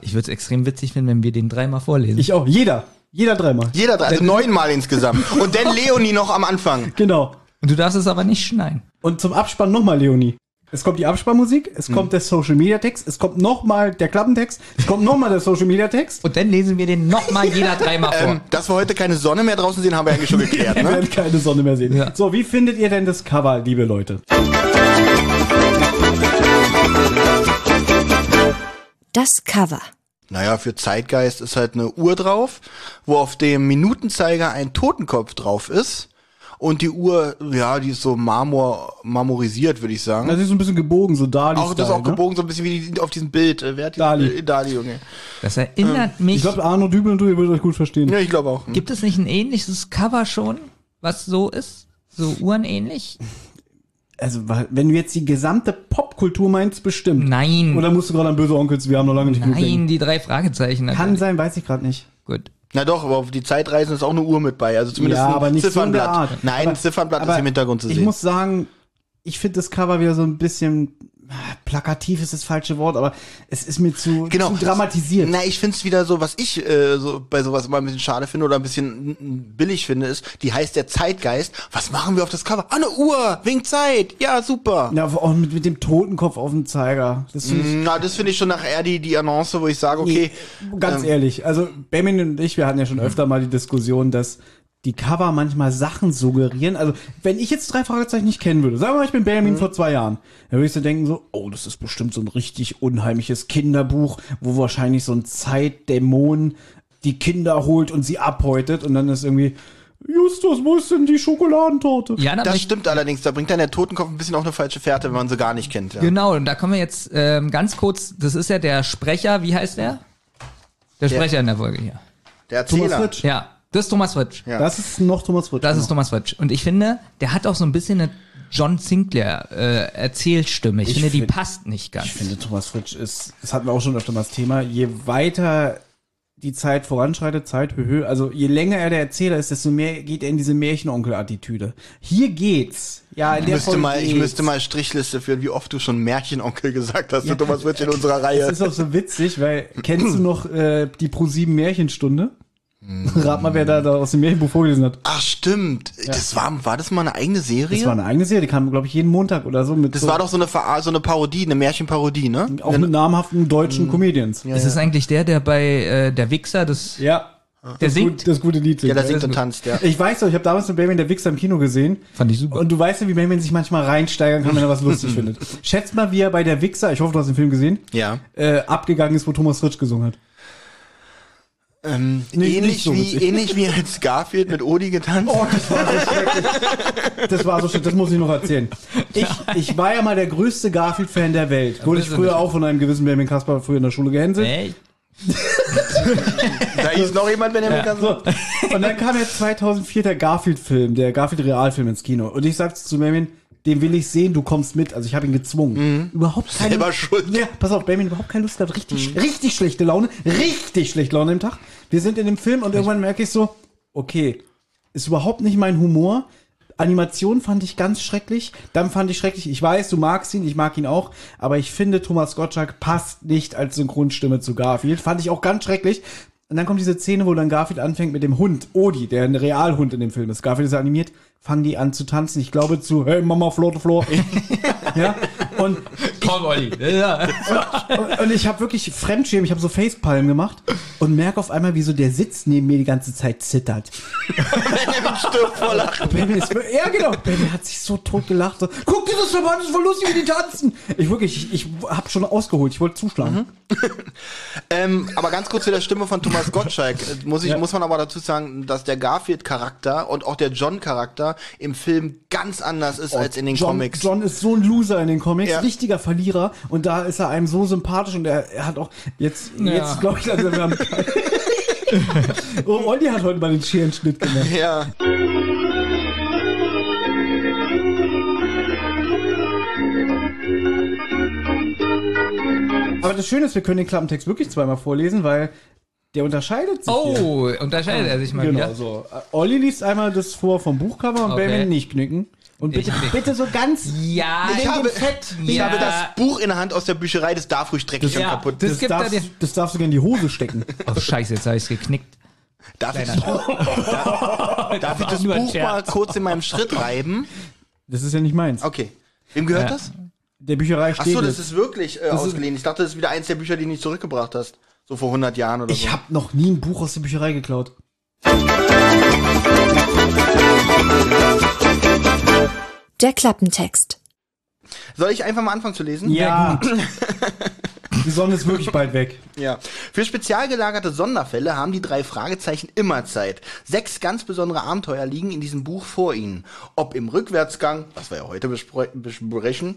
S4: Ich würde es extrem witzig finden, wenn wir den dreimal vorlesen.
S1: Ich auch. Jeder. Jeder dreimal.
S3: Jeder drei, also neunmal insgesamt. Und dann Leonie noch am Anfang.
S1: Genau.
S4: und du darfst es aber nicht schneiden.
S1: Und zum Abspann nochmal, Leonie. Es kommt die Abspannmusik, es kommt der Social Media Text, es kommt nochmal der Klappentext, es kommt nochmal der Social Media Text.
S4: Und dann lesen wir den nochmal jeder dreimal vor.
S3: Ähm, dass wir heute keine Sonne mehr draußen sehen, haben wir eigentlich schon geklärt,
S1: Wir
S3: ne?
S1: werden keine Sonne mehr sehen.
S4: Ja.
S1: So, wie findet ihr denn das Cover, liebe Leute?
S2: Das Cover.
S3: Naja, für Zeitgeist ist halt eine Uhr drauf, wo auf dem Minutenzeiger ein Totenkopf drauf ist. Und die Uhr, ja, die ist so marmor, marmorisiert, würde ich sagen.
S1: Das ist so ein bisschen gebogen, so ne? Dali.
S3: auch, das ist auch gebogen, so ein bisschen wie die, auf diesem Bild. Äh, Wer hat die-
S1: Dali.
S3: Äh, Dali, Junge.
S4: Das erinnert
S1: ähm, Ich
S4: mich.
S1: glaube, Arno Dübel und du, ihr würdet euch gut verstehen.
S3: Ja, ich glaube auch.
S4: gibt es nicht ein ähnliches Cover schon, was so ist? So uhrenähnlich?
S1: Also, wa- wenn du jetzt die gesamte Popkultur meinst, bestimmt.
S4: Nein.
S1: Oder musst du gerade an böse Onkels, wir haben noch lange nicht genug denken.
S4: Nein, die drei Fragezeichen.
S1: Kann
S4: natürlich.
S1: sein, weiß ich gerade nicht.
S4: Gut.
S3: Na doch, aber auf die Zeitreisen ist auch eine Uhr mit bei. Also zumindest
S1: ja,
S3: ein
S1: aber nicht
S3: Ziffernblatt.
S1: So in der Art.
S3: Nein,
S1: aber,
S3: ein Ziffernblatt
S1: aber
S3: ist im Hintergrund zu
S1: ich
S3: sehen.
S1: Ich muss sagen, ich finde das Cover wieder so ein bisschen ah, plakativ ist das falsche Wort, aber es ist mir zu,
S3: Genau.
S1: zu dramatisiert.
S3: Na, ich find's wieder so, was ich äh, so bei sowas immer ein bisschen schade finde oder ein bisschen n- billig finde, ist, die heißt der Zeitgeist. Was machen wir auf das Cover? Ah, eine Uhr, wegen Zeit. Ja, super.
S1: Na, auch mit, mit dem Totenkopf auf dem Zeiger. Das finde ich
S3: Na, das finde ich schon nach Erdi die Annonce, wo ich sage, okay,
S4: ähm,
S1: ganz ehrlich. Also Benjamin und ich, wir hatten ja schon öfter mal die Diskussion, dass die Cover manchmal Sachen suggerieren. Also, wenn ich jetzt drei Fragezeichen nicht kennen würde, sagen wir mal, ich bin
S4: Mhm.
S1: Benjamin vor zwei Jahren, dann würde ich so denken so, oh, das ist bestimmt so ein richtig unheimliches Kinderbuch, wo wahrscheinlich so ein Zeitdämon die Kinder holt und sie abhäutet und dann ist irgendwie, Justus, wo ist denn die Schokoladentorte?
S4: Ja,
S3: Das stimmt allerdings, da bringt dann der Totenkopf ein bisschen auf eine falsche Fährte, wenn man sie gar nicht kennt. Ja.
S4: Genau, und da kommen wir jetzt ähm, ganz kurz, das ist ja der Sprecher, wie heißt der? Der Sprecher in der Folge hier.
S3: Der
S1: Thomas
S3: Erzähler.
S1: Fritsch.
S4: Ja, das ist Thomas Fritsch.
S3: Ja.
S1: Das ist noch Thomas Fritsch.
S4: Das ist
S1: genau.
S4: Thomas Fritsch. Und ich finde, der hat auch so ein bisschen eine John Sinclair äh, Erzählstimme. Ich,
S1: Ich
S4: finde, die
S1: find-
S4: passt nicht ganz.
S1: Ich finde, Thomas Fritsch ist, das hatten wir auch schon öfter mal das Thema, je weiter die Zeit voranschreitet, Zeit, höhö, also je länger er der Erzähler ist, desto mehr geht er in diese Märchenonkel-Attitüde. Hier geht's. Ja, in
S3: Ich
S1: der
S3: müsste,
S1: Folge
S3: mal, ich
S1: geht's.
S3: müsste mal Strichliste führen, wie oft du schon Märchenonkel gesagt hast, ja. Thomas Fritsch in unserer Reihe.
S1: Das ist auch so witzig, weil kennst du noch äh, die Pro 7 Märchenstunde?
S3: Mm.
S1: Rat mal, wer da, da aus dem Märchenbuch vorgelesen hat.
S3: Ach stimmt, das war, war das mal eine eigene Serie?
S1: Das war eine eigene Serie, die kam, glaube ich, jeden Montag oder so mit
S3: Das
S1: so,
S3: war doch so eine, Ver so eine Parodie, eine Märchenparodie, ne?
S1: auch mit namhaften
S3: Mm.
S1: deutschen Comedians. Ja.
S4: Ist es eigentlich der, der bei äh, der Wichser, das, der
S1: Das,
S4: singt?
S1: gut, das gute Lied.
S3: Ja, der singt und tanzt, ja.
S1: Ich weiß doch, ich habe damals mit Benjamin der Wichser im Kino gesehen.
S4: Fand ich super.
S1: Und du weißt ja, wie Benjamin sich manchmal reinsteigern kann, wenn er was lustig findet. Schätzt mal, wie er bei der Wichser, ich hoffe, du hast den Film gesehen,
S3: Ja.
S1: äh, abgegangen ist, wo Thomas Fritsch gesungen hat.
S3: Ähm,
S1: Nicht-
S3: ähnlich,
S1: nicht so
S3: wie,
S1: witzig. Oh.
S3: ähnlich wie als Garfield mit Odi getanzt.
S1: das war so schrecklich. Das war so schrecklich, das muss ich noch erzählen. Ich, ich war ja mal der größte Garfield-Fan der Welt. Wurde ich
S4: bist du nicht.
S1: früher auch von einem gewissen Benjamin Kasper früher in der Schule gehänselt.
S4: Ey,
S3: Da ist noch jemand, wenn er mit ganz
S1: So. Und dann kam ja 2004 der Garfield-Film, der Garfield-Realfilm ins Kino. Und ich sagte zu Benjamin, den will ich sehen, du kommst mit. Also ich habe ihn gezwungen. Überhaupt keine
S3: Selber schuld. Mhm.
S1: Ja, pass auf, Benjamin überhaupt keine Lust gehabt. Richtig, richtig schlechte Laune. Richtig schlechte Laune im Tag. Wir sind in dem Film und irgendwann merke ich so, okay, ist überhaupt nicht mein Humor. Animation fand ich ganz schrecklich. Dann fand ich schrecklich, ich weiß, du magst ihn, ich mag ihn auch, aber ich finde, Thomas Gottschalk passt nicht als Synchronstimme zu Garfield. Fand ich auch ganz schrecklich. Und dann kommt diese Szene, wo dann Garfield anfängt mit dem Hund, Odi, der ein Realhund in dem Film ist. Garfield ist ja animiert, fangen die an zu tanzen. Ich glaube zu, hey Mama, Flotte, Flor. ja. Und
S4: komm, Olli. Ja.
S1: und, und ich habe wirklich Fremdschirm, ich habe so Facepalm gemacht und merke auf einmal, wie so der Sitz neben mir die ganze Zeit zittert.
S3: Benjamin stirbt vor Lachen.
S1: Baby ist, ja, genau. Baby hat sich so tot gelacht. So, Guck dir das doch mal an, das ist voll lustig, wie die tanzen. Ich wirklich, ich, ich habe schon ausgeholt, ich wollte zuschlagen.
S3: Mhm. Ähm, aber ganz kurz zu der Stimme von Thomas Gottschalk. Äh, Muss, ich, muss man aber dazu sagen, dass der Garfield-Charakter und auch der John-Charakter im Film ganz anders ist als in den
S1: Oh, John,
S3: Comics.
S1: John ist so ein Loser in den Comics,
S3: Ja.
S1: richtiger Verlierer und da ist er einem so sympathisch und er, er hat auch jetzt, jetzt glaube ich, also wir haben. oh, Olli hat heute mal den scheren Schnitt gemacht.
S3: Ja.
S1: Aber das Schöne ist, wir können den Klappentext wirklich zweimal vorlesen, weil der unterscheidet sich. hier.
S4: Oh, unterscheidet er sich mal
S1: genau
S4: wieder.
S1: so. Äh, Olli liest einmal das vor vom Buchcover und
S4: Okay.
S1: Benjamin nicht knicken. Und bitte,
S4: knick.
S1: bitte so ganz.
S4: Ja,
S3: Ich habe,
S1: Fett.
S3: ich
S4: Ja.
S3: habe das Buch in der Hand aus der Bücherei, das darf ruhig dreckig und
S4: Äh. Ja.
S3: kaputt.
S4: Das
S1: Das,
S4: gibt da
S1: darfst,
S4: den-
S1: das darfst du gerne in die Hose stecken.
S4: Oh, scheiße, jetzt habe ich es geknickt.
S3: Darf ich, darf ich das
S4: nur ein
S3: Buch
S4: Scherz.
S3: mal kurz in meinem Schritt reiben?
S1: Das ist ja nicht meins.
S3: Okay. Wem gehört das?
S1: Der Bücherei
S3: Ach so,
S1: steht.
S3: das ist wirklich äh, ausgeliehen. Ich dachte, das ist wieder eins der Bücher, die du nicht zurückgebracht hast. So vor 100 Jahren oder so.
S1: ich habe noch nie ein Buch aus der Bücherei geklaut.
S2: Der Klappentext.
S3: Soll ich einfach mal anfangen zu lesen?
S1: Ja. die Sonne ist wirklich bald weg.
S3: Ja. Für spezial gelagerte Sonderfälle haben die drei Fragezeichen immer Zeit. Sechs ganz besondere Abenteuer liegen in diesem Buch vor ihnen. Ob im Rückwärtsgang, was wir ja heute bespre- besprechen,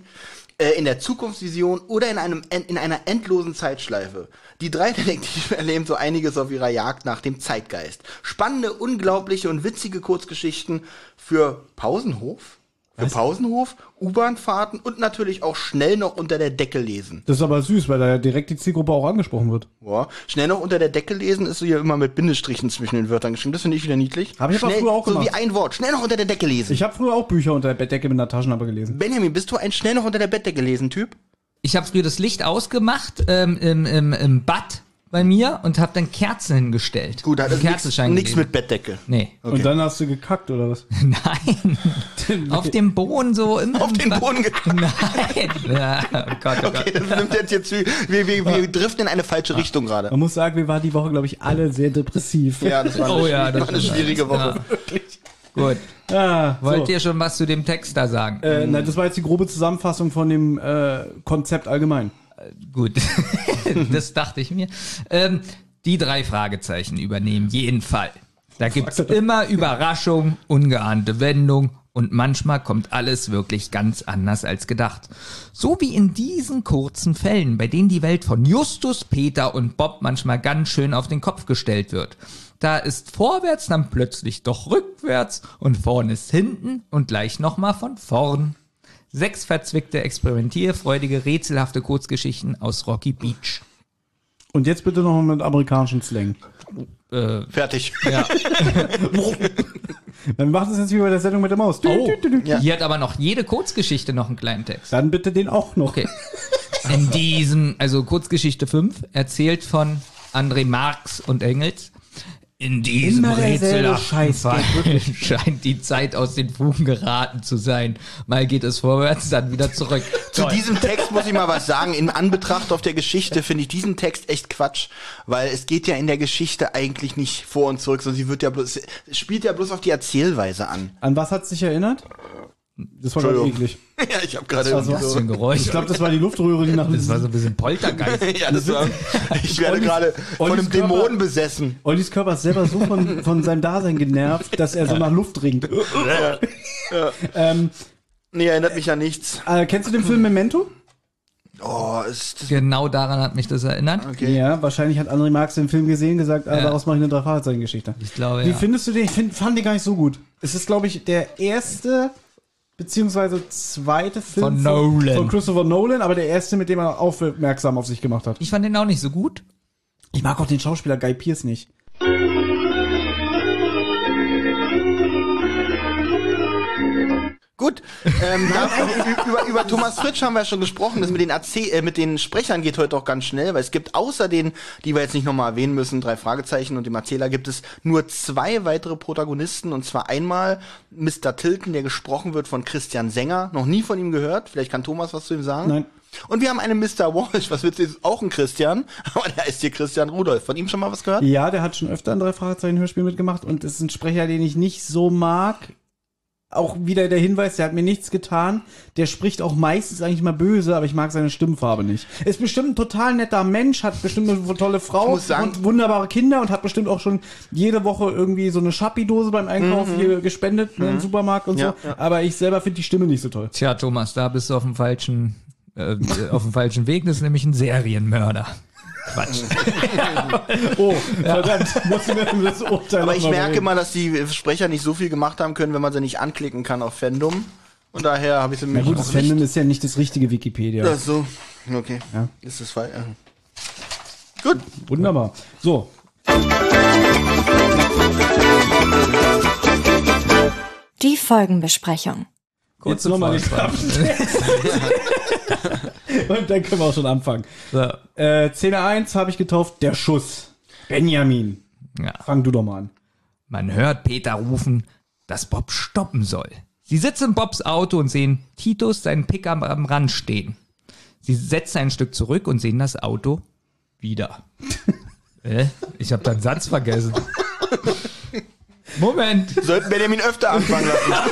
S3: äh, in der Zukunftsvision oder in, einem, en- in einer endlosen Zeitschleife. Die drei Detektive erleben so einiges auf ihrer Jagd nach dem Zeitgeist. Spannende, unglaubliche und witzige Kurzgeschichten für Pausenhof? Für Pausenhof, U-Bahnfahrten und natürlich auch schnell noch unter der Decke lesen.
S1: Das ist aber süß, weil da direkt die Zielgruppe auch angesprochen wird.
S3: Ja. Schnell noch unter der Decke lesen ist so hier immer mit Bindestrichen zwischen den Wörtern geschrieben. Das finde ich wieder niedlich.
S1: Hab ich aber
S3: Schnell,
S1: früher auch
S3: So wie
S1: gemacht.
S3: ein Wort. Schnell noch unter der Decke lesen.
S1: Ich habe früher auch Bücher unter der Bettdecke mit einer Taschenlampe gelesen.
S3: Benjamin, bist du ein schnell noch unter der Bettdecke lesen Typ?
S4: Ich habe früher das Licht ausgemacht ähm, im, im, im Bad. bei mir und habe dann Kerzen hingestellt.
S3: Gut, hat
S4: Einen
S3: also nichts,
S4: Kerzenschein
S3: nichts
S4: gegeben.
S3: mit Bettdecke.
S4: Nee.
S3: Okay.
S1: Und dann hast du gekackt, oder was?
S4: Nein. Auf dem Boden so immer.
S3: Auf den Boden ge-
S4: Nein. Ja, oh Gott, oh
S3: Okay,
S4: Gott.
S3: das nimmt jetzt, jetzt wir, wir, wir, wir driften in eine falsche Richtung gerade.
S1: Man muss sagen, wir waren die Woche, glaube ich, alle sehr depressiv.
S3: Ja, das war eine,
S4: Oh ja, das
S3: war eine
S4: stimmt.
S3: schwierige Woche.
S4: Gut.
S1: Ah,
S4: Wollt
S1: so.
S4: ihr schon was zu dem Text da sagen?
S1: Äh, na, das war jetzt die grobe Zusammenfassung von dem äh, Konzept allgemein.
S4: Gut, das dachte ich mir. Ähm, die drei Fragezeichen übernehmen jeden Fall. Da gibt's immer Überraschung, ungeahnte Wendung und manchmal kommt alles wirklich ganz anders als gedacht. So wie in diesen kurzen Fällen, bei denen die Welt von Justus, Peter und Bob manchmal ganz schön auf den Kopf gestellt wird. Da ist vorwärts dann plötzlich doch rückwärts und vorn ist hinten und gleich nochmal von vorn. Sechs verzwickte, experimentierfreudige, rätselhafte Kurzgeschichten aus Rocky Beach.
S1: Und jetzt bitte noch mit amerikanischen Slang.
S4: Äh,
S3: Fertig.
S1: Dann macht es jetzt wie bei der Sendung mit der Maus.
S4: Oh.
S3: Ja.
S4: Hier hat aber noch jede Kurzgeschichte noch einen kleinen Text.
S1: Dann bitte den auch noch.
S4: Okay. In diesem, also Kurzgeschichte 5, erzählt von André Marx und Engels. In diesem
S1: Immer derselbe
S4: rätselhaften
S1: Scheiß,
S4: Fall scheint die Zeit aus den Fugen geraten zu sein. Mal geht es vorwärts, dann wieder zurück.
S3: Zu diesem Text muss ich mal was sagen. In Anbetracht auf der Geschichte finde ich diesen Text echt Quatsch, weil es geht ja in der Geschichte eigentlich nicht vor und zurück, sondern sie wird ja bloß, es spielt ja bloß auf die Erzählweise an.
S1: An was hat es dich erinnert? Das war gerade
S3: Entschuldigung.
S1: eklig.
S3: Ja, ich habe gerade
S1: Das war
S3: irgendwie
S4: Was
S3: so.
S4: für ein Geräusch.
S1: Ich glaube, das war die Luftröhre, die nach
S4: das war so ein bisschen Poltergeist.
S3: Ja, das war, ich werde gerade von einem
S1: Ollis Körper-
S3: Dämonen besessen.
S1: Ollis Körper ist selber so von, von seinem Dasein genervt, dass er so nach Luft ringt. ähm,
S3: Nee, erinnert mich an nichts.
S1: äh, kennst du den Film Memento?
S3: Oh, ist das,
S4: Genau daran hat mich das erinnert.
S3: okay.
S1: Ja, wahrscheinlich hat André Marx den Film gesehen, gesagt, ah, daraus mache ich eine Drei-Fahrzeichen-Geschichte.
S4: Ich glaube,
S1: Wie
S4: ja.
S1: findest du den? Ich find, fand den gar nicht so gut. Es ist, glaube ich, der erste beziehungsweise zweite Film
S4: Von Nolan.
S1: von Christopher Nolan, aber der erste, mit dem er aufmerksam auf sich gemacht hat.
S4: Ich fand den auch nicht so gut.
S1: Ich mag auch den Schauspieler Guy Pierce nicht.
S3: Gut, ähm, da, über, über Thomas Fritsch haben wir ja schon gesprochen. Das mit den, Erzäh äh, mit den Sprechern geht heute auch ganz schnell, weil es gibt außer denen, die wir jetzt nicht nochmal erwähnen müssen, drei Fragezeichen und dem Erzähler, gibt es nur zwei weitere Protagonisten. Und zwar einmal Mr. Tilton, der gesprochen wird von Christian Sänger. Noch nie von ihm gehört. Vielleicht kann Thomas was zu ihm sagen.
S1: Nein.
S3: Und wir haben einen Mr. Walsh, was witzig ist, auch ein Christian, aber der ist hier Christian Rudolph. Von ihm schon mal was gehört?
S1: Ja, der hat schon öfter an drei Fragezeichen Hörspiel mitgemacht und ist ein Sprecher, den ich nicht so mag. Auch wieder der Hinweis, der hat mir nichts getan. Der spricht auch meistens eigentlich mal böse, aber ich mag seine Stimmfarbe nicht. Ist bestimmt ein total netter Mensch, hat bestimmt eine tolle Frau
S3: muss sagen-
S1: und wunderbare Kinder und hat bestimmt auch schon jede Woche irgendwie so eine Schappi-Dose beim Einkauf hier gespendet ne, im Supermarkt und
S3: Mhm. Ja,
S1: so. Aber ich selber finde die Stimme nicht so toll.
S4: Tja, Thomas, da bist du auf dem falschen, äh, auf dem falschen Weg. Das ist nämlich ein Serienmörder. Quatsch.
S1: Oh, verdammt, muss ich mir das Urteil
S3: Aber
S1: noch
S3: ich
S1: mal
S3: merke
S1: überlegen.
S3: mal, dass die Sprecher nicht so viel gemacht haben können, wenn man sie nicht anklicken kann auf Fandom. Und daher habe ich sie mir
S1: Na gut, das Fandom ist ja nicht das richtige Wikipedia.
S3: Ach so, okay. Ist das falsch? Gut.
S1: Wunderbar. So,
S2: Die Folgenbesprechung.
S1: Jetzt noch mal die Und dann können wir auch schon anfangen.
S4: So,
S1: Äh, Szene 1 habe ich getauft, der Schuss. Benjamin.
S4: ja.
S1: Fang du doch mal an.
S4: Man hört Peter rufen, dass Bob stoppen soll. Sie sitzen in Bobs Auto und sehen Titus seinen Pickup am Rand stehen. Sie setzen ein Stück zurück und sehen das Auto wieder. äh, ich habe deinen Satz vergessen. Moment,
S3: Sollten Benjamin öfter anfangen lassen.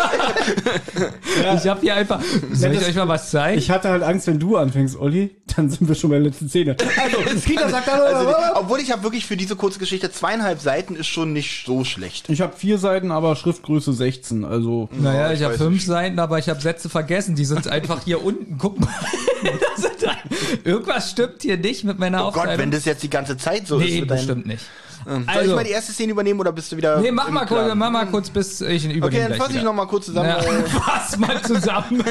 S4: ich habe hier einfach. Soll ich euch mal was zeigen?
S1: Ich hatte halt Angst, wenn du anfängst, Olli, dann sind wir schon bei der letzten Szene. Also, Kita sagt hallo.
S3: Also, die- obwohl ich habe wirklich für diese kurze Geschichte zweieinhalb Seiten ist schon nicht so schlecht.
S1: ich habe vier Seiten, aber Schriftgröße 16. Also,
S4: Naja, ich
S3: ich
S4: habe
S3: weiß
S4: fünf
S3: nicht.
S4: Seiten, aber ich habe Sätze vergessen. Die sind einfach hier unten. Guck mal. Das sind ein- Irgendwas stimmt hier nicht mit meiner
S3: Oh Gott,
S4: Aufteilung.
S3: wenn das jetzt die ganze Zeit so
S4: nee,
S3: ist. mit deinen-
S4: bestimmt nicht.
S3: Soll ich
S4: Also,
S3: mal die erste Szene übernehmen oder bist du wieder.
S4: nee, mach
S3: im
S4: mal kurz,
S3: Klaren?
S4: mach mal kurz, bis ich ihn
S3: Okay,
S4: übernehme.
S3: dann fasse ich
S4: noch
S3: nochmal kurz zusammen. Äh,
S4: Fass mal zusammen.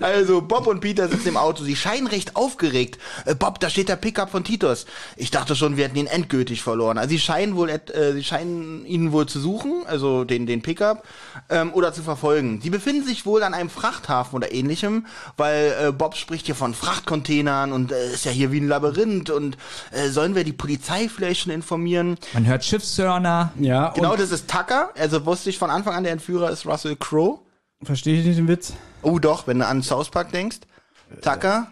S3: Also, Bob und Peter sitzen im Auto. Sie scheinen recht aufgeregt. Äh, Bob, da steht der Pickup von Titus. Ich dachte schon, wir hätten ihn endgültig verloren. Also, sie scheinen wohl, et- äh, sie scheinen ihn wohl zu suchen, also den, den Pickup, ähm, oder zu verfolgen. Sie befinden sich wohl an einem Frachthafen oder ähnlichem, weil äh, Bob spricht hier von Frachtcontainern und äh, ist ja hier wie ein Labyrinth und äh, sollen wir die Polizei vielleicht schon informieren?
S4: Man hört Schiffshörner.
S1: Ja,
S3: Genau,
S1: und
S3: das ist Tucker. Also wusste ich von Anfang an, der Entführer ist Russell Crowe.
S1: verstehe ich nicht den Witz.
S3: Oh doch, wenn du an South Park denkst. Tucker.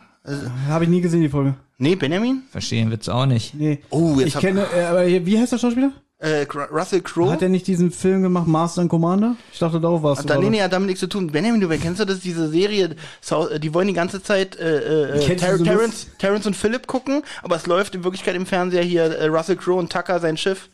S1: Habe ich nie gesehen, die Folge.
S3: Nee, Benjamin?
S4: Verstehen wird's auch nicht.
S1: Nee.
S3: Oh, jetzt
S1: ich
S3: hab-
S1: kenne, äh, aber hier, wie heißt der Schauspieler?
S3: Äh, Gr- Russell Crowe?
S1: Hat er nicht diesen Film gemacht, Master and Commander? Ich dachte, darauf warst du.
S3: Dann, nee,
S1: gerade.
S3: nee, hat damit nichts zu tun. Benjamin, du kennst du das, diese Serie, Sau- äh, die wollen die ganze Zeit äh, äh, äh,
S1: Kennst du
S3: Ter
S1: so
S3: Terrence, Terrence und Philip gucken, aber es läuft in Wirklichkeit im Fernseher hier äh, Russell Crowe und Tucker, sein Schiff.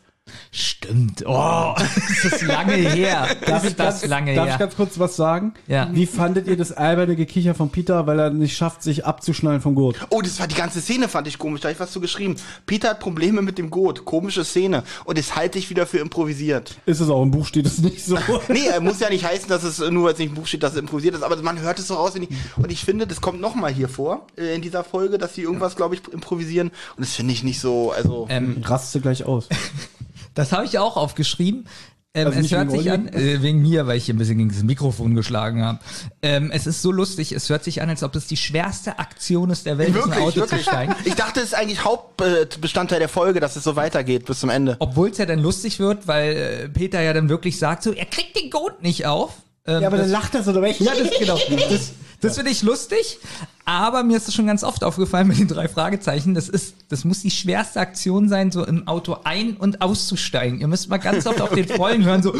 S4: Stimmt. Oh, das ist lange her. Das ist das
S1: ganz,
S4: lange
S1: darf
S4: her.
S1: ich ganz kurz was sagen?
S4: Ja.
S1: Wie fandet ihr das alberne Gekicher von Peter, weil er nicht schafft, sich abzuschnallen vom Gurt?
S3: Oh, das war die ganze Szene, fand ich komisch. Da hab ich was zu geschrieben. Peter hat Probleme mit dem Gurt. Komische Szene. Und das halte ich wieder für improvisiert.
S1: Ist es auch im Buch, steht es nicht so.
S3: Nee, äh, muss ja nicht heißen, dass es äh, nur weil es nicht im Buch steht, dass es improvisiert ist, aber man hört es so raus. wenn die- Und ich finde, das kommt nochmal hier vor äh, in dieser Folge, dass sie irgendwas, glaube ich, improvisieren. Und das finde ich nicht so, also.
S1: Ich Raste gleich aus.
S4: Das habe ich auch aufgeschrieben. Ähm,
S1: Also
S4: es
S1: nicht
S4: hört
S1: wegen
S4: sich an, äh, wegen mir, weil ich hier ein bisschen gegen das Mikrofon geschlagen habe. Ähm, es ist so lustig, es hört sich an, als ob das die schwerste Aktion ist der Welt, ins
S3: Wirklich,
S4: Auto
S3: wirklich.
S4: zu steigen.
S3: Ich dachte, es ist eigentlich Hauptbestandteil der Folge, dass es so weitergeht bis zum Ende.
S4: Obwohl es ja dann lustig wird, weil äh, Peter ja dann wirklich sagt, so, er kriegt den Goat nicht auf. Ähm,
S1: Ja, aber dann
S4: das-
S1: lacht er so dabei.
S4: Ja, das genau. Das, das finde ich lustig, aber mir ist das schon ganz oft aufgefallen mit den drei Fragezeichen. Das ist, das muss die schwerste Aktion sein, so im Auto ein- und auszusteigen. Ihr müsst mal ganz oft auf den Vollen hören, so,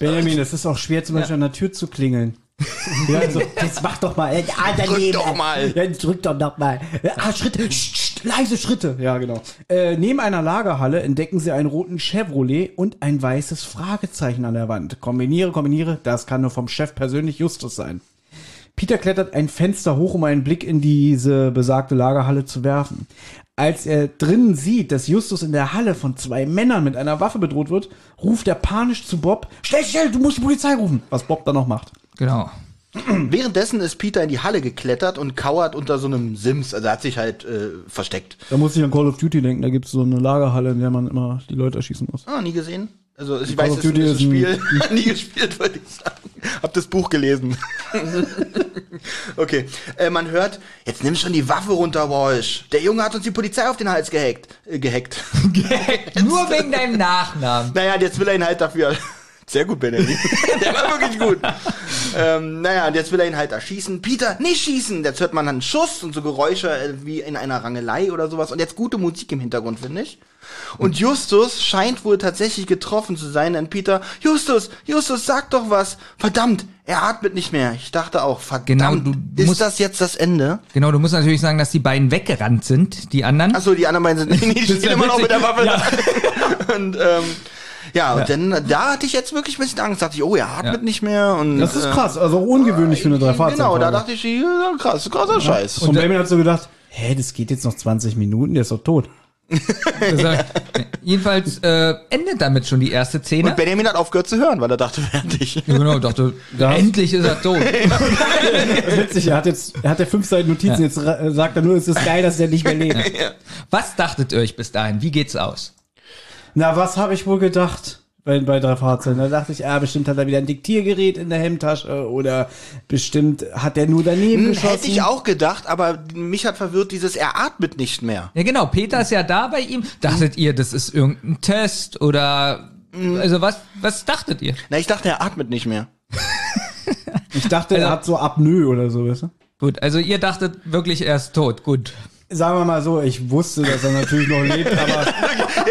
S1: Benjamin, es ist auch schwer, zum Beispiel an der Tür zu klingeln. Ja, also, jetzt mach doch mal. Ja,
S3: Drück doch mal.
S1: Ja, drück doch noch mal. Ah, Schritte. Sch, sch, leise Schritte. Ja, genau. Äh, neben einer Lagerhalle entdecken sie einen roten Chevrolet und ein weißes Fragezeichen an der Wand. Kombiniere, kombiniere. Das kann nur vom Chef persönlich Justus sein. Peter klettert ein Fenster hoch, um einen Blick in diese besagte Lagerhalle zu werfen. Als er drinnen sieht, dass Justus in der Halle von zwei Männern mit einer Waffe bedroht wird, ruft er panisch zu Bob, schnell, schnell, du musst die Polizei rufen. Was Bob dann noch macht.
S4: genau.
S3: Währenddessen ist Peter in die Halle geklettert und kauert unter so einem Sims. Also er hat sich halt äh, versteckt.
S1: Da muss ich an Call of Duty denken, da gibt's so eine Lagerhalle, in der man immer die Leute erschießen muss.
S3: Ah, nie gesehen. Also ich
S1: Call
S3: weiß,
S1: of
S3: es ist
S1: Duty
S3: ein
S1: ist ein-
S3: Spiel. nie gespielt, würde ich sagen. Hab das Buch gelesen. okay. Äh, man hört, jetzt nimm schon die Waffe runter, Walsh. Der Junge hat uns die Polizei auf den Hals gehackt. Äh, gehackt.
S4: Nur wegen deinem Nachnamen.
S3: Naja, jetzt will er ihn halt dafür. Sehr gut, Benjamin. Der war wirklich gut. Ähm, naja, und jetzt will er ihn halt erschießen. Peter, nicht schießen! Jetzt hört man einen Schuss und so Geräusche äh, wie in einer Rangelei oder sowas. Und jetzt gute Musik im Hintergrund, finde ich. Und Justus scheint wohl tatsächlich getroffen zu sein, denn Peter, Justus, Justus, sag doch was! Verdammt, er atmet nicht mehr. Ich dachte auch, verdammt,
S4: Genau, du
S3: ist
S4: musst-
S3: das jetzt das Ende?
S4: Genau, du musst natürlich sagen, dass die beiden weggerannt sind, die anderen.
S3: Achso, die anderen beiden sind nee, die
S4: Das
S3: stehen
S4: wär
S3: immer noch mit
S4: witzig.
S3: der Waffe. und ähm, ja, und dann da hatte ich jetzt wirklich ein bisschen Angst. Dachte ich, oh, er atmet
S4: Ja.
S3: nicht mehr. Und,
S1: Das ist
S3: äh,
S1: krass, also auch ungewöhnlich für eine Dreifahrzeit.
S3: Genau, da dachte ich, ja, krass, krasser Scheiß.
S1: Und Benjamin hat so gedacht, hä, das geht jetzt noch 20 Minuten, der ist doch tot.
S4: Also, jedenfalls äh, endet damit schon die erste Szene.
S3: Und Benjamin hat aufgehört zu hören, weil er dachte, fertig.
S4: Ja, genau, dachte,
S1: Das-
S4: endlich ist er tot.
S1: Das ist witzig, er hat jetzt, er hat ja fünf Seiten Notizen, jetzt ra- äh, sagt er nur, es ist geil, dass der nicht mehr lebt.
S4: Was dachtet ihr euch bis dahin? Wie geht's aus?
S1: Na, was habe ich wohl gedacht bei, bei drei Fahrzeugen? Da dachte ich, ah, bestimmt hat er wieder ein Diktiergerät in der Hemdtasche oder bestimmt hat er nur daneben
S3: Hm,
S1: geschossen.
S3: Hätte ich auch gedacht, aber mich hat verwirrt dieses, er atmet nicht mehr.
S4: Ja, genau, Peter ist ja da bei ihm. Dachtet ihr, das ist irgendein Test oder. Also, was, was dachtet ihr?
S3: Na, ich dachte, er atmet nicht mehr.
S1: Ich dachte,
S4: Also-
S1: er hat so Apnoe oder so, weißt du?
S4: Gut, also ihr dachtet wirklich, er ist tot. Gut.
S1: Sagen wir mal so, ich wusste, dass er natürlich noch lebt, aber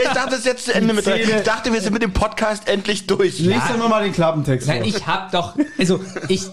S3: Ich dachte, es ist jetzt zu Ende mit
S1: Szene-
S3: Ich dachte, wir sind mit dem Podcast endlich durch.
S1: lest doch nur mal den Klappentext
S4: Nein,
S1: vor.
S4: ich hab doch. Also, ich.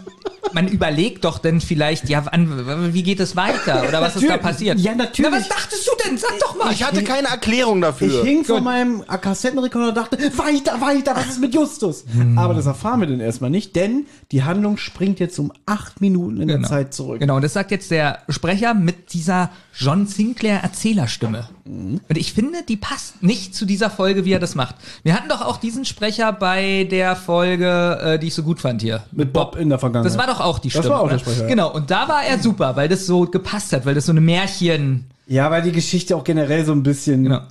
S4: man überlegt doch dann vielleicht, ja, an, wie geht es weiter oder was ist da
S1: Natürlich.
S4: passiert?
S1: Ja, natürlich.
S4: Na, was dachtest du denn? Sag doch mal.
S3: Ich hatte keine Erklärung
S1: Ich
S3: dafür.
S1: hing vor meinem Kassettenrekorder und dachte, weiter, weiter, was ist mit Justus?
S4: Hm.
S1: Aber das erfahren wir dann erstmal nicht, denn die Handlung springt jetzt um acht Minuten in der Zeit zurück.
S4: Genau, und das sagt jetzt der Sprecher mit dieser John Sinclair Erzählerstimme.
S1: Mhm.
S4: Und ich finde, die passt nicht zu dieser Folge, wie er das macht. Wir hatten doch auch diesen Sprecher bei der Folge, äh, die ich so gut fand hier.
S1: Mit Bob in der Vergangenheit.
S4: Das war doch auch die Stimme.
S1: Das war auch
S4: oder?
S1: der Sprecher, ja.
S4: Genau, und da war er super, weil das so gepasst hat, weil das so eine Märchen.
S1: Ja, weil die Geschichte auch generell so ein bisschen
S4: Genau.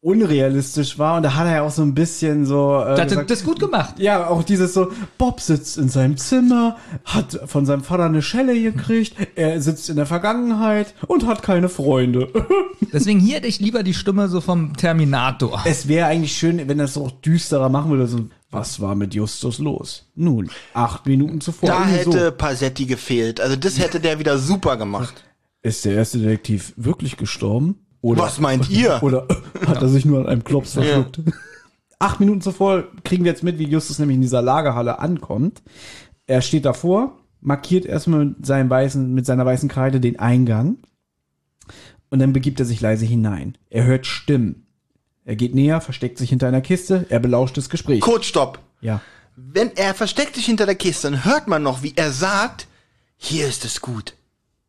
S1: unrealistisch war und da hat er ja auch so ein bisschen so. Äh,
S4: Da hat er
S1: gesagt-
S4: das gut gemacht.
S1: ja, auch dieses so, Bob sitzt in seinem Zimmer, hat von seinem Vater eine Schelle gekriegt, er sitzt in der Vergangenheit und hat keine Freunde.
S4: Deswegen hier hätte ich lieber die Stimme so vom Terminator.
S1: Es wäre eigentlich schön, wenn das auch düsterer machen würde. So, was war mit Justus los? Nun, acht Minuten zuvor.
S3: Da
S1: irgendwie
S3: hätte Pasetti gefehlt. Also das hätte der wieder super gemacht.
S1: So. Ist der erste Detektiv wirklich gestorben? Oder,
S3: Was meint ihr?
S1: Oder hat er sich nur an einem Klops verschluckt? Acht Minuten zuvor kriegen wir jetzt mit, wie Justus nämlich in dieser Lagerhalle ankommt. Er steht davor, markiert erstmal mit, seinem weißen, mit seiner weißen Kreide den Eingang und dann begibt er sich leise hinein. Er hört Stimmen. Er geht näher, versteckt sich hinter einer Kiste, er belauscht das Gespräch.
S3: Kurz Stopp.
S1: ja.
S3: Wenn er versteckt sich hinter der Kiste, dann hört man noch, wie er sagt, hier ist es gut.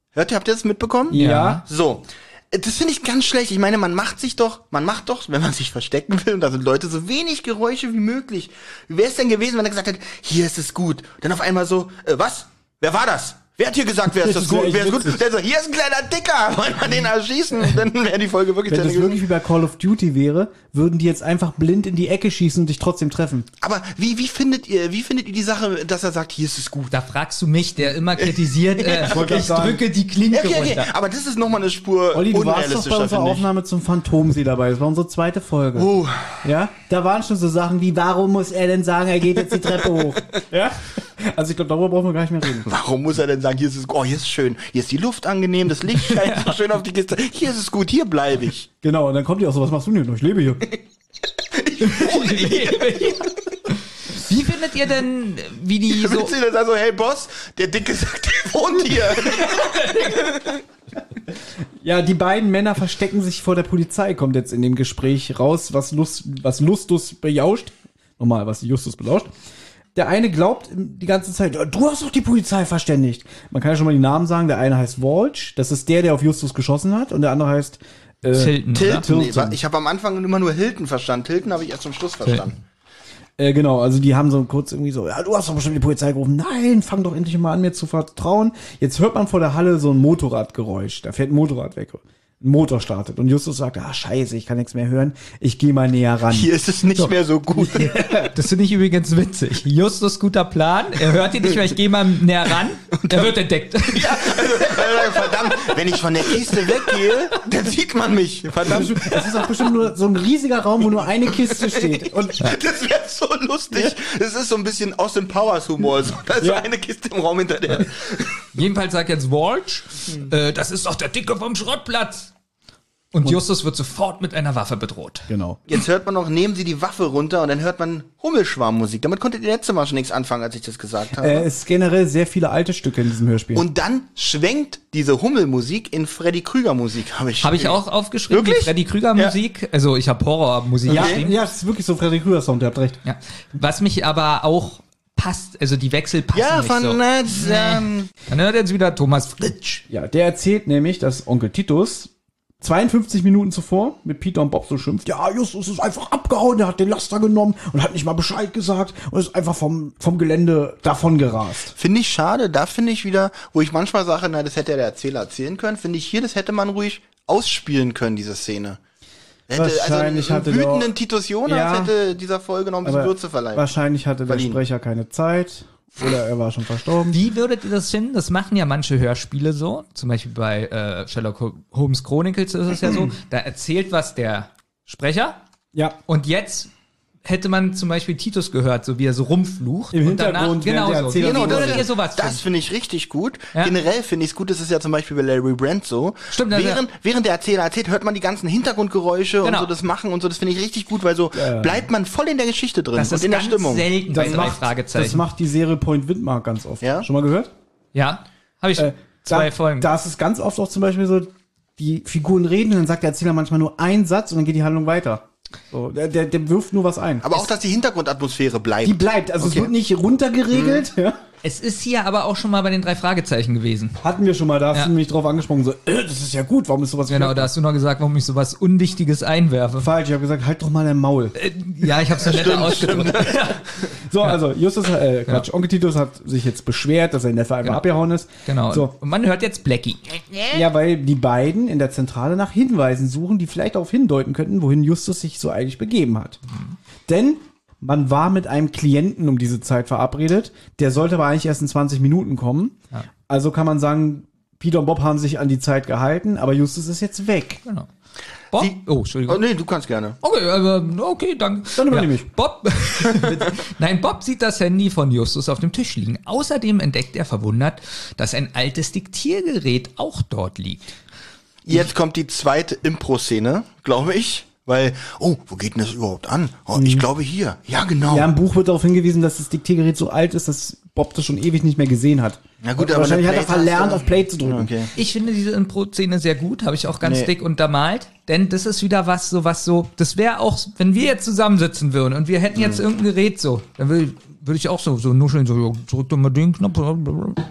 S3: Hört ihr, habt ihr das mitbekommen?
S1: Ja.
S3: So. Das finde ich ganz schlecht. Ich meine, man macht sich doch, man macht doch, wenn man sich verstecken will, und da sind Leute so wenig Geräusche wie möglich. Wie wäre es denn gewesen, wenn er gesagt hätte, hier ist es gut? Dann auf einmal so, äh, was? Wer war das? Wer hat hier gesagt, wer ist
S1: Das
S3: das
S1: wär
S3: gut?
S1: echt
S3: Wer ist gut?
S1: witzig.
S3: Der so, hier ist ein kleiner Dicker, wollen wir den erschießen? Dann wäre die Folge wirklich
S1: Wenn
S3: zu
S1: das
S3: Ende gewesen.
S1: wirklich wie bei Call of Duty wäre, würden die jetzt einfach blind in die Ecke schießen und dich trotzdem treffen.
S3: Aber wie, wie findet ihr, wie findet ihr die Sache, dass er sagt, hier ist es gut?
S4: Da fragst du mich, der immer kritisiert, äh,
S1: wollte
S4: ich
S1: gerade sagen.
S4: drücke die Klinke
S3: Okay, okay,
S4: runter.
S3: aber das ist nochmal eine Spur
S1: Olli, du warst doch bei
S3: unrealistischer,
S1: unserer
S3: finde ich.
S1: Aufnahme zum Phantomsee dabei. Das war unsere zweite Folge.
S3: Oh.
S1: Ja, da waren schon so Sachen wie, warum muss er denn sagen, er geht jetzt die Treppe hoch? ja? Also ich glaube, darüber brauchen wir gar nicht mehr reden.
S3: Warum muss er denn sagen, hier ist es, oh, hier ist schön, hier ist die Luft angenehm, das Licht scheint so schön auf die Kiste, hier ist es gut, hier bleibe ich.
S1: Genau, und dann kommt die auch so, was machst du denn? hier noch? Ich lebe hier.
S4: Wie findet ihr denn, wie die so
S3: Willst du denn sagen, so, hey Boss, der Dicke sagt, der wohnt hier.
S1: Ja, die beiden Männer verstecken sich vor der Polizei, kommt jetzt in dem Gespräch raus, was, Lust, was Lustus bejauscht. Nochmal, was Justus belauscht. Der eine glaubt die ganze Zeit, du hast doch die Polizei verständigt. Man kann ja schon mal die Namen sagen. Der eine heißt Walsh, das ist der, der auf Justus geschossen hat. Und der andere heißt äh,
S4: Tilton? oder?
S3: Hilton, nee,
S1: Hilton.
S3: wa- ich habe am Anfang immer nur Hilton verstanden, Hilton habe ich erst zum Schluss verstanden.
S1: Äh, genau, also die haben so kurz irgendwie so, ja, du hast doch bestimmt die Polizei gerufen. Nein, fang doch endlich mal an, mir zu vertrauen. Jetzt hört man vor der Halle so ein Motorradgeräusch. Da fährt ein Motorrad weg. Ein Motor startet. Und Justus sagt, ah, scheiße, ich kann nichts mehr hören. Ich gehe mal näher ran.
S3: Hier ist es nicht mehr so gut.
S4: Das finde ich übrigens witzig. Justus guter Plan. Er hört ihn nicht, weil ich gehe mal näher ran. Er wird entdeckt.
S3: Verdammt, wenn ich von der Kiste weggehe, dann sieht man mich. Verdammt.
S1: Das ist auch bestimmt nur so ein riesiger Raum, wo nur eine Kiste steht. Und
S3: Das wäre so lustig. Das ist so ein bisschen Austin Powers Humor. So, da ist so eine Kiste im Raum hinter der.
S4: Jedenfalls sagt jetzt Walsh, äh, das ist doch der Dicke vom Schrottplatz. Und Justus wird sofort mit einer Waffe bedroht.
S1: genau.
S3: Jetzt hört man noch, nehmen Sie die Waffe runter und dann hört man Hummelschwarmmusik. Damit konntet ihr letzte Mal schon nichts anfangen, als ich das gesagt habe.
S1: Äh, es ist generell sehr viele alte Stücke in diesem Hörspiel.
S3: Und dann schwenkt diese Hummelmusik in Freddy Krüger Musik, habe ich.
S4: Habe ich auch aufgeschrieben, die
S3: Wirklich?
S4: Freddy Krüger Musik. Also ich habe Horrormusik
S1: ja,
S4: geschrieben.
S1: ja, es ist wirklich so Freddy Krüger Sound, ihr habt recht.
S4: Ja. Was mich aber auch passt, also die Wechsel passen
S3: Ja,
S4: nicht so.
S3: von ne- Netz, ähm,
S4: Dann hört jetzt wieder Thomas Fritsch.
S1: Ja, der erzählt nämlich, dass Onkel Titus 52 Minuten zuvor mit Peter und Bob so schimpft, ja, Justus ist einfach abgehauen, der hat den Laster genommen und hat nicht mal Bescheid gesagt und ist einfach vom, vom Gelände davon gerast.
S3: Finde ich schade. Da finde ich wieder, wo ich manchmal sage, na, das hätte ja der Erzähler erzählen können, finde ich hier, das hätte man ruhig ausspielen können, diese Szene. Hätte,
S1: Wahrscheinlich
S3: also,
S1: hatte
S3: einen
S1: der-
S3: wütenden Titus Jonas
S1: Ja.
S3: hätte dieser Folge noch ein bisschen Würze verleihen.
S1: wahrscheinlich hatte der
S3: Verliehen.
S1: Sprecher keine Zeit oder er war schon verstorben.
S4: Wie würdet ihr das finden? Das machen ja manche Hörspiele so. Zum Beispiel bei äh, Sherlock Ho- Holmes Chronicles ist es ja so. Da erzählt was der Sprecher
S1: Ja,
S4: und jetzt hätte man zum Beispiel Titus gehört, so wie er so rumflucht.
S1: Im Hintergrund, während
S4: genau
S1: der
S4: so.
S1: Erzähler
S4: Genau,
S1: so
S4: würdet
S1: redet.
S4: ihr sowas
S3: Das
S4: finden?
S3: finde ich richtig gut.
S4: Ja.
S3: Generell finde ich es gut, das ist ja zum Beispiel bei Larry Brand so.
S4: Stimmt, also-
S3: während, während der Erzähler erzählt, hört man die ganzen Hintergrundgeräusche und
S4: Genau.
S3: so das Machen und so. Das finde ich richtig gut, weil so bleibt man voll in der Geschichte drin
S4: Das
S3: und
S4: ist
S3: in der
S4: ganz
S3: Stimmung.
S4: selten bei drei Fragezeichen.
S1: das macht die Serie Point Windmark ganz oft.
S3: Ja?
S1: Schon mal gehört?
S4: ja, habe ich
S1: Äh,
S4: zwei
S1: da,
S4: Folgen.
S1: Da ist es ganz oft auch zum Beispiel so, die Figuren reden und dann sagt der Erzähler manchmal nur einen Satz und dann geht die Handlung weiter. So, der, der, der wirft nur was ein.
S3: Aber auch, dass die Hintergrundatmosphäre bleibt.
S1: die bleibt, also es wird nicht
S4: Mhm.
S1: runtergeregelt. Ja.
S4: es ist hier aber auch schon mal bei den drei Fragezeichen gewesen.
S1: Hatten wir schon mal, da hast
S4: Ja.
S1: du mich drauf angesprochen, so, äh, das ist ja gut, warum ist sowas
S4: Genau, da hast du noch gesagt, warum ich sowas Unwichtiges einwerfe.
S1: falsch? Ich habe gesagt, halt doch mal dein Maul.
S4: Äh, Ja, ich habe es netter ausgedrückt.
S1: So, also Justus, äh, Quatsch, Onkel Titus hat sich jetzt beschwert, dass sein Neffe einfach
S4: Genau.
S1: abgehauen ist.
S4: Genau.
S1: So,
S4: Und man hört jetzt Blackie.
S1: ja, weil die beiden in der Zentrale nach Hinweisen suchen, die vielleicht darauf hindeuten könnten, wohin Justus sich so eigentlich begeben hat.
S3: Mhm.
S1: Denn man war mit einem Klienten um diese Zeit verabredet, der sollte aber eigentlich erst in 20 Minuten kommen. Also kann man sagen, Peter und Bob haben sich an die Zeit gehalten, aber Justus ist jetzt weg.
S4: Genau. Bob?
S3: Die-
S4: oh,
S3: Oh,
S4: Entschuldigung.
S3: nee, du kannst gerne.
S4: Okay, aber, okay, danke.
S1: Dann übernehme ich.
S4: Bob. Nein, Bob sieht das Handy von Justus auf dem Tisch liegen. Außerdem entdeckt er verwundert, dass ein altes Diktiergerät auch dort liegt.
S3: Jetzt kommt die zweite Impro-Szene, glaube ich. Weil, oh, wo geht denn das überhaupt an? Oh, ich glaube hier. Ja, genau.
S1: Ja, im Buch wird darauf hingewiesen, dass das Diktiergerät so alt ist, dass Bob das schon ewig nicht mehr gesehen hat.
S3: Na gut,
S1: Und
S3: aber
S1: wahrscheinlich hat
S3: eine
S1: er verlernt,
S3: Play-Taste-
S1: auf Play zu drücken.
S3: Okay.
S4: Ich finde diese Impro-Szene sehr gut, habe ich auch ganz
S3: Nee.
S4: dick untermalt, denn das ist wieder was, so was so, das wäre auch, wenn wir jetzt zusammensitzen würden und wir hätten
S1: Mhm.
S4: jetzt irgendein Gerät so, dann würde ich, würd ich auch so, so nuscheln, so, ja, drück doch mal den Knopf.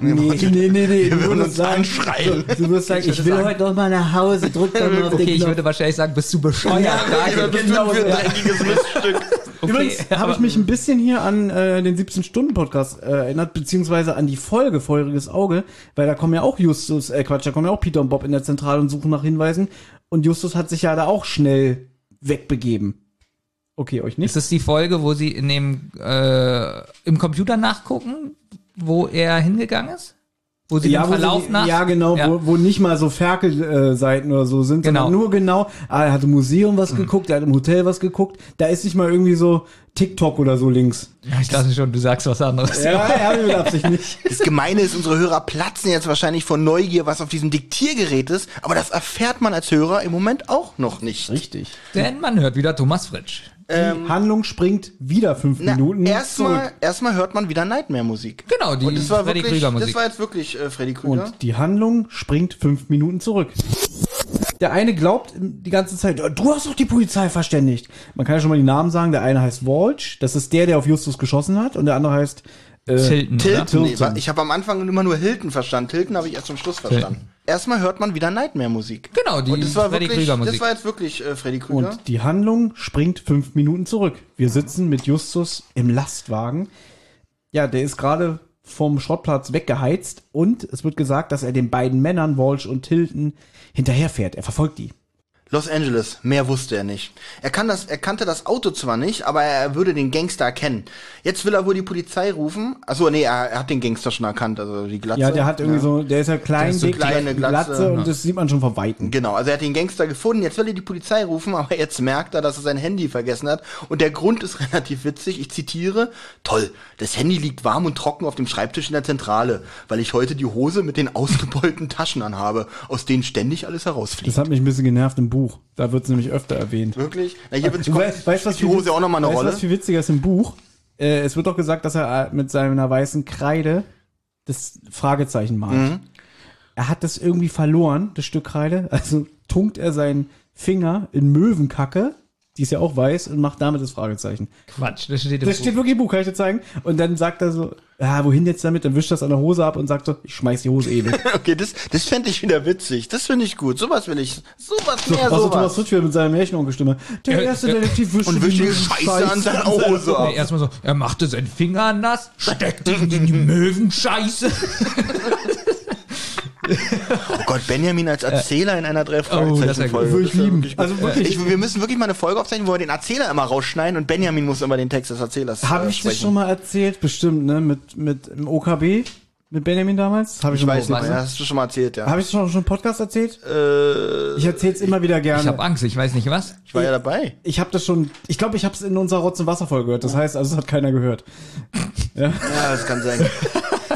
S1: Nee, nee, nee, nee. Wir
S3: würden uns anschreien.
S1: Du wirst sagen, ich will
S4: sagen-
S1: heute noch mal nach Hause, drück doch mal auf
S4: Okay,
S1: den
S4: ich
S1: Knopf.
S4: würde wahrscheinlich sagen, bist du bescheuert? Danke.
S1: Genau so.
S3: dreckiges Miststück.
S4: Okay,
S1: Übrigens habe ich mich ein bisschen hier an äh, den 17-Stunden-Podcast äh, erinnert, beziehungsweise an die Folge Feuriges Auge, weil da kommen ja auch Justus, äh Quatsch, da kommen ja auch Peter und Bob in der Zentrale und suchen nach Hinweisen. Und Justus hat sich ja da auch schnell wegbegeben. Okay, euch nicht.
S4: Ist das die Folge, wo sie in dem, äh, im Computer nachgucken, wo er hingegangen ist? Wo sie den
S1: wo sie
S4: Verlauf
S1: die-
S4: nach?
S1: ja, genau, Wo, wo nicht mal so Ferkelseiten äh, oder so sind,
S4: Genau. Mhm.
S1: sondern nur genau, ah, er hat im Museum was geguckt, er hat im Hotel was geguckt, da ist nicht mal irgendwie so TikTok oder so links.
S4: Ich dachte schon, du sagst was anderes.
S1: Ja, er will absichtlich nicht.
S3: Das Gemeine ist, unsere Hörer platzen jetzt wahrscheinlich vor Neugier, was auf diesem Diktiergerät ist, aber das erfährt man als Hörer im Moment auch noch nicht.
S1: Richtig.
S4: Denn man hört wieder Thomas Fritsch.
S1: Die Handlung springt wieder fünf
S3: Ähm, Na,
S1: Minuten
S3: erstmal
S1: zurück.
S3: erstmal hört man wieder Nightmare-Musik.
S4: Genau, die
S3: Und das war
S4: Freddy
S3: wirklich, das
S4: Krüger-Musik.
S3: war jetzt wirklich äh, Freddy Krüger.
S1: Und die Handlung springt fünf Minuten zurück. Der eine glaubt die ganze Zeit, "Oh, du hast doch die Polizei verständigt. Man kann ja schon mal die Namen sagen. Der eine heißt Walsh, das ist der, der auf Justus geschossen hat. Und der andere heißt äh,
S4: Tilton, oder?
S3: Hilton, nee,
S1: Hilton.
S3: wa- ich habe am Anfang immer nur Hilton verstanden. Hilton habe ich erst zum Schluss verstanden. Erstmal hört man wieder Nightmare-Musik.
S4: Genau, die
S3: Und das war
S4: Freddy
S3: wirklich,
S4: Krüger-Musik.
S3: das war jetzt wirklich äh, Freddy Krüger.
S1: Und die Handlung springt fünf Minuten zurück. Wir sitzen mit Justus im Lastwagen. Ja, der ist gerade vom Schrottplatz weggeheizt und es wird gesagt, dass er den beiden Männern, Walsh und Tilton, hinterherfährt. Er verfolgt die.
S3: Los Angeles, mehr wusste er nicht. Er, kann das, er kannte das Auto zwar nicht, aber er würde den Gangster erkennen. Jetzt will er wohl die Polizei rufen. Achso, nee, er, er hat den Gangster schon erkannt, also die Glatze.
S1: Ja, der hat irgendwie so, der ist ja klein,
S4: ist so
S1: dick,
S3: kleine Glatze, ne?
S1: und
S3: ja.
S1: das sieht man schon von Weitem.
S3: Genau, also er hat den Gangster gefunden, jetzt will er die Polizei rufen, aber jetzt merkt er, dass er sein Handy vergessen hat. Und der Grund ist relativ witzig, ich zitiere, toll, das Handy liegt warm und trocken auf dem Schreibtisch in der Zentrale, weil ich heute die Hose mit den ausgebeulten Taschen anhabe, aus denen ständig alles herausfliegt.
S1: Das hat mich ein bisschen genervt im Buch. Da wird es nämlich öfter erwähnt.
S3: Wirklich? Na, hier wird
S1: Du Äh, weißt, weißt, was
S3: die Hose auch nochmal eine
S1: weißt,
S3: Rolle.
S1: was viel witziger ist im Buch? Äh, es wird doch gesagt, dass er äh, mit seiner weißen Kreide das Fragezeichen malt.
S3: Mhm.
S1: Er hat das irgendwie verloren, das Stück Kreide. Also tunkt er seinen Finger in Möwenkacke, die ist ja auch weiß, und macht damit das Fragezeichen.
S4: Quatsch, das steht im
S1: Das
S4: Buch.
S1: steht wirklich im Buch, kann ich dir zeigen. Und dann sagt er so, ah, wohin jetzt damit? Dann wischt er es an der Hose ab und sagt so, ich schmeiß die Hose eben.
S3: Okay, das, das fände ich wieder witzig. Das finde ich gut. Sowas will ich. Sowas mehr
S1: Also Thomas
S3: sowas.
S1: Rutschwitz mit seiner Märchenonkelstimme. Der erste Detektiv wischte
S3: Und wische die Scheiße an seiner Hose
S4: Nee,
S3: ab.
S4: erstmal so, er machte seinen Finger nass, steckte ihn in die Möwenscheiße.
S3: Oh Gott, Benjamin als Erzähler in einer drei
S1: Oh,
S3: fragezeichen folge
S1: Würde ich lieben.
S3: Also
S1: Also wirklich.
S3: ich, wir müssen wirklich mal eine Folge aufzeichnen, wo wir den Erzähler immer rausschneiden und Benjamin muss immer den Text des Erzählers
S1: Habe
S3: äh,
S1: ich das
S3: sprechen.
S1: schon mal erzählt? Bestimmt, ne? Mit, mit dem OKB? mit Benjamin damals? Habe ich,
S3: Ich
S1: schon
S3: weiß
S1: mal-
S3: nicht, mehr, hast du schon mal erzählt, Oh, ja.
S1: Habe ich schon schon im Podcast erzählt?
S3: äh,
S1: Ich erzähle es immer wieder gerne.
S4: Ich habe Angst, ich weiß nicht was.
S3: ich war ja dabei.
S1: Ich eh- habe das schon, ich glaube, ich habe es in unserer Rotz- und Wasserfolge gehört. Das heißt, also es hat keiner gehört.
S3: Ja, das kann sein.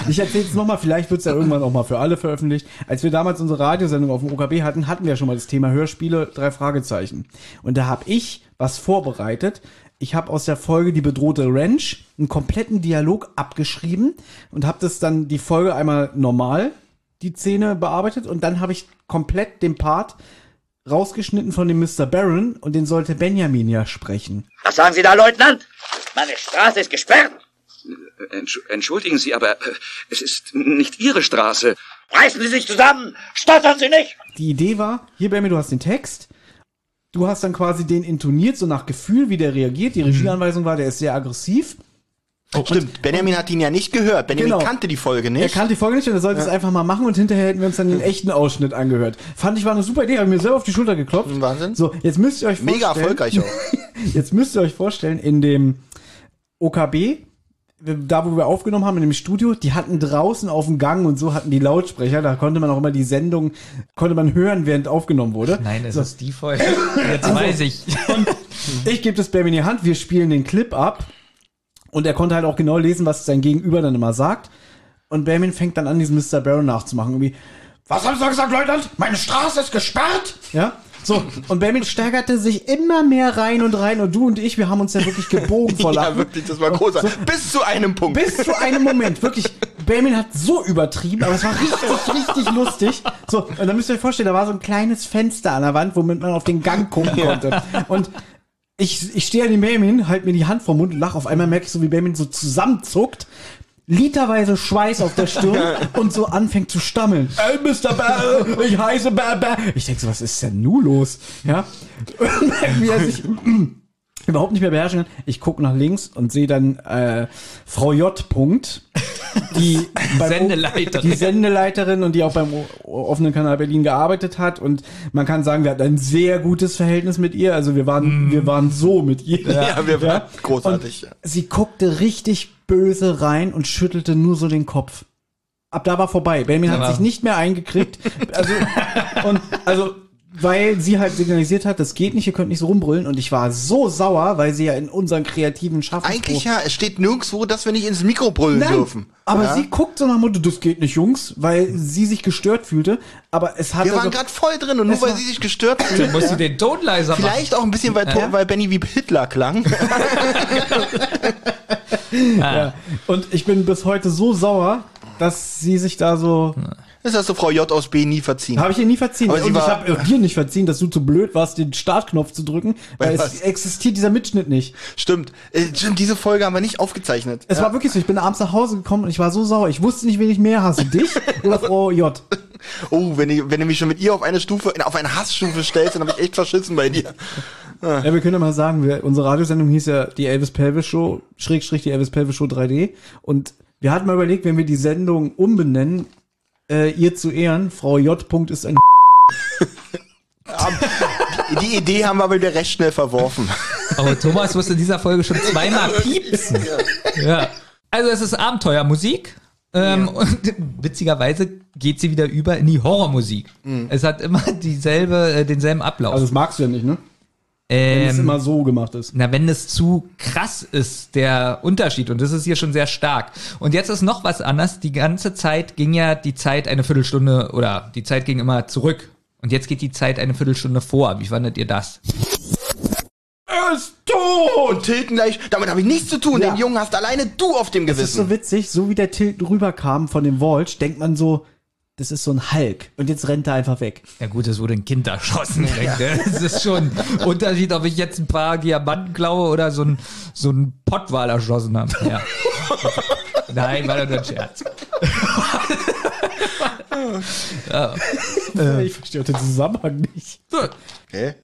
S1: Ich erzähle es nochmal, vielleicht wird es ja irgendwann auch mal für alle veröffentlicht. Als wir damals unsere Radiosendung auf dem OKB hatten, hatten wir ja schon mal das Thema Hörspiele, drei Fragezeichen. Und da habe ich was vorbereitet. Ich habe aus der Folge Die bedrohte Ranch einen kompletten Dialog abgeschrieben und habe das dann die Folge einmal normal, die Szene bearbeitet und dann habe ich komplett den Part rausgeschnitten von dem Mr. Baron und den sollte Benjamin ja sprechen.
S6: Was sagen Sie da, Leutnant? Meine Straße ist gesperrt.
S7: Entsch entschuldigen Sie, aber äh, es ist nicht Ihre Straße.
S6: Reißen Sie sich zusammen. Stottern Sie nicht.
S1: die Idee war, hier Benjamin, du hast den Text, du hast dann quasi den intoniert, so nach Gefühl, wie der reagiert.
S3: Mhm.
S1: Die Regieanweisung war, der ist sehr aggressiv.
S3: Stimmt, Benjamin hat ihn ja nicht gehört. Benjamin
S1: Genau.
S3: kannte die Folge nicht.
S1: Er kannte die Folge nicht und er sollte es einfach mal machen und hinterher hätten wir uns dann den echten Ausschnitt angehört. Fand ich war eine super Idee, habe mir selber auf die Schulter geklopft.
S3: Wahnsinn.
S1: So, jetzt müsst ihr euch vorstellen.
S3: Mega erfolgreich auch.
S1: Jetzt müsst ihr euch vorstellen, in dem OKB, da wo wir aufgenommen haben, in dem Studio, die hatten draußen auf dem Gang und so hatten die Lautsprecher, da konnte man auch immer die Sendung, konnte man hören, während aufgenommen wurde.
S4: Nein, es ist die Folge. Jetzt
S3: Also,
S4: weiß ich.
S3: Mhm.
S1: Ich gebe das Bärmin in die Hand, wir spielen den Clip ab. Und er konnte halt auch genau lesen, was sein Gegenüber dann immer sagt. Und Bärmin fängt dann an, diesen Mr. Barrow nachzumachen. Irgendwie, was haben Sie da gesagt, Leutnant? Meine Straße ist gesperrt! Ja, so. Und Bärmin steigerte sich immer mehr rein und rein. Und du und ich, wir haben uns ja wirklich gebogen vor Lachen.
S3: Ja, wirklich, das war großartig. Bis zu einem Punkt.
S1: Bis zu einem Moment, wirklich. Benjamin hat so übertrieben, aber es war richtig, richtig lustig. So, und dann müsst ihr euch vorstellen, da war so ein kleines Fenster an der Wand, womit man auf den Gang gucken konnte. Und ich, ich stehe an dem Benjamin, halt mir die Hand vom Mund und lach. Auf einmal merke ich so, wie Benjamin so zusammenzuckt, literweise Schweiß auf der Stirn und so anfängt zu stammeln. Ey, Mr. Bär, ich heiße Bär, Bär. Ich denke so, was ist denn nun los? Ja. wie er sich überhaupt nicht mehr beherrschen kann. Ich gucke nach links und sehe dann äh, Frau J. Punkt, die beim
S4: Sendeleiterin.
S1: die Sendeleiterin und die auch beim O- offenen Kanal Berlin gearbeitet hat und man kann sagen, wir hatten ein sehr gutes Verhältnis mit ihr. Also wir waren wir waren so mit ihr.
S3: Ja, wir waren großartig.
S1: Und sie guckte richtig böse rein und schüttelte nur so den Kopf. Ab da war vorbei. Benjamin hat
S4: war-
S1: sich nicht mehr eingekriegt. Also, und, also, weil sie halt signalisiert hat, das geht nicht, ihr könnt nicht so rumbrüllen. Und ich war so sauer, weil sie ja in unseren kreativen Schaffen.
S3: Eigentlich ja, es steht nirgendwo, dass wir nicht ins Mikro brüllen
S1: Nein,
S3: dürfen.
S1: aber
S3: ja?
S1: sie guckt so nach dem Motto, das geht nicht, Jungs, weil sie sich gestört fühlte. Aber es hat also
S3: Wir waren gerade voll drin und nur
S1: Es
S3: weil
S1: war- Genau.
S3: sie sich gestört
S4: Dann
S3: fühlen.
S4: musst du den Ton leiser machen.
S3: Vielleicht auch ein bisschen, weil, Tor- weil Benny wie Hitler klang.
S1: Und ich bin bis heute so sauer, dass sie sich da so.
S3: Das hast du Frau J aus B nie verziehen.
S1: Habe ich ihr nie verziehen.
S3: Aber sie
S1: und ich
S3: war-
S1: habe dir nicht verziehen, dass du zu blöd warst, den Startknopf zu drücken,
S3: Weil
S1: weil
S3: was?
S1: es existiert dieser Mitschnitt nicht.
S3: Stimmt. Äh, stimmt, diese Folge haben wir nicht aufgezeichnet.
S1: Es war wirklich so, ich bin abends nach Hause gekommen und ich war so sauer. Ich wusste nicht, wen ich mehr hasse. Dich oder Frau J.
S3: Oh, wenn, ich, wenn du mich schon mit ihr auf eine Stufe, auf eine Hassstufe stellst, dann habe ich echt verschissen bei dir.
S1: Ja, wir können ja mal sagen, wir, unsere Radiosendung hieß ja die Elvis Pelvis Show, Schrägstrich die Elvis Pelvis Show 3D. Und wir hatten mal überlegt, wenn wir die Sendung umbenennen, äh, ihr zu Ehren, Frau J. Punkt ist ein
S3: Die Idee haben wir aber wieder recht schnell verworfen.
S4: Aber Thomas muss in dieser Folge schon zweimal piepsen. Ja. Also es ist Abenteuermusik. Ähm, Und witzigerweise geht sie wieder über in die Horrormusik.
S3: Mhm.
S4: Es hat immer dieselbe, äh, denselben Ablauf.
S1: Also das magst du ja nicht, ne? Wenn es
S4: ähm,
S1: immer so gemacht ist.
S4: na, wenn es zu krass ist, der Unterschied. Und das ist hier schon sehr stark. Und jetzt ist noch was anders. Die ganze Zeit ging ja die Zeit eine Viertelstunde oder die Zeit ging immer zurück. Und jetzt geht die Zeit eine Viertelstunde vor. Wie fandet ihr das?
S3: Er ist tot! Und Tilten gleich, damit habe ich nichts zu tun.
S1: Ja.
S3: Den Jungen hast alleine du auf dem
S1: Das ist so
S3: Gewissen.
S1: witzig, so wie der Tilt rüberkam von dem Walsh, denkt man so, das ist so ein Hulk. Und jetzt rennt er einfach weg.
S4: Ja gut, es wurde ein Kind erschossen. direkt, ne? Es ist schon ein Unterschied, ob ich jetzt ein paar Diamanten klaue oder so ein so ein Pottwal erschossen habe. Ja. Nein, war doch nur ein Scherz.
S1: Äh, Ich verstehe auch den Zusammenhang nicht.
S3: Okay,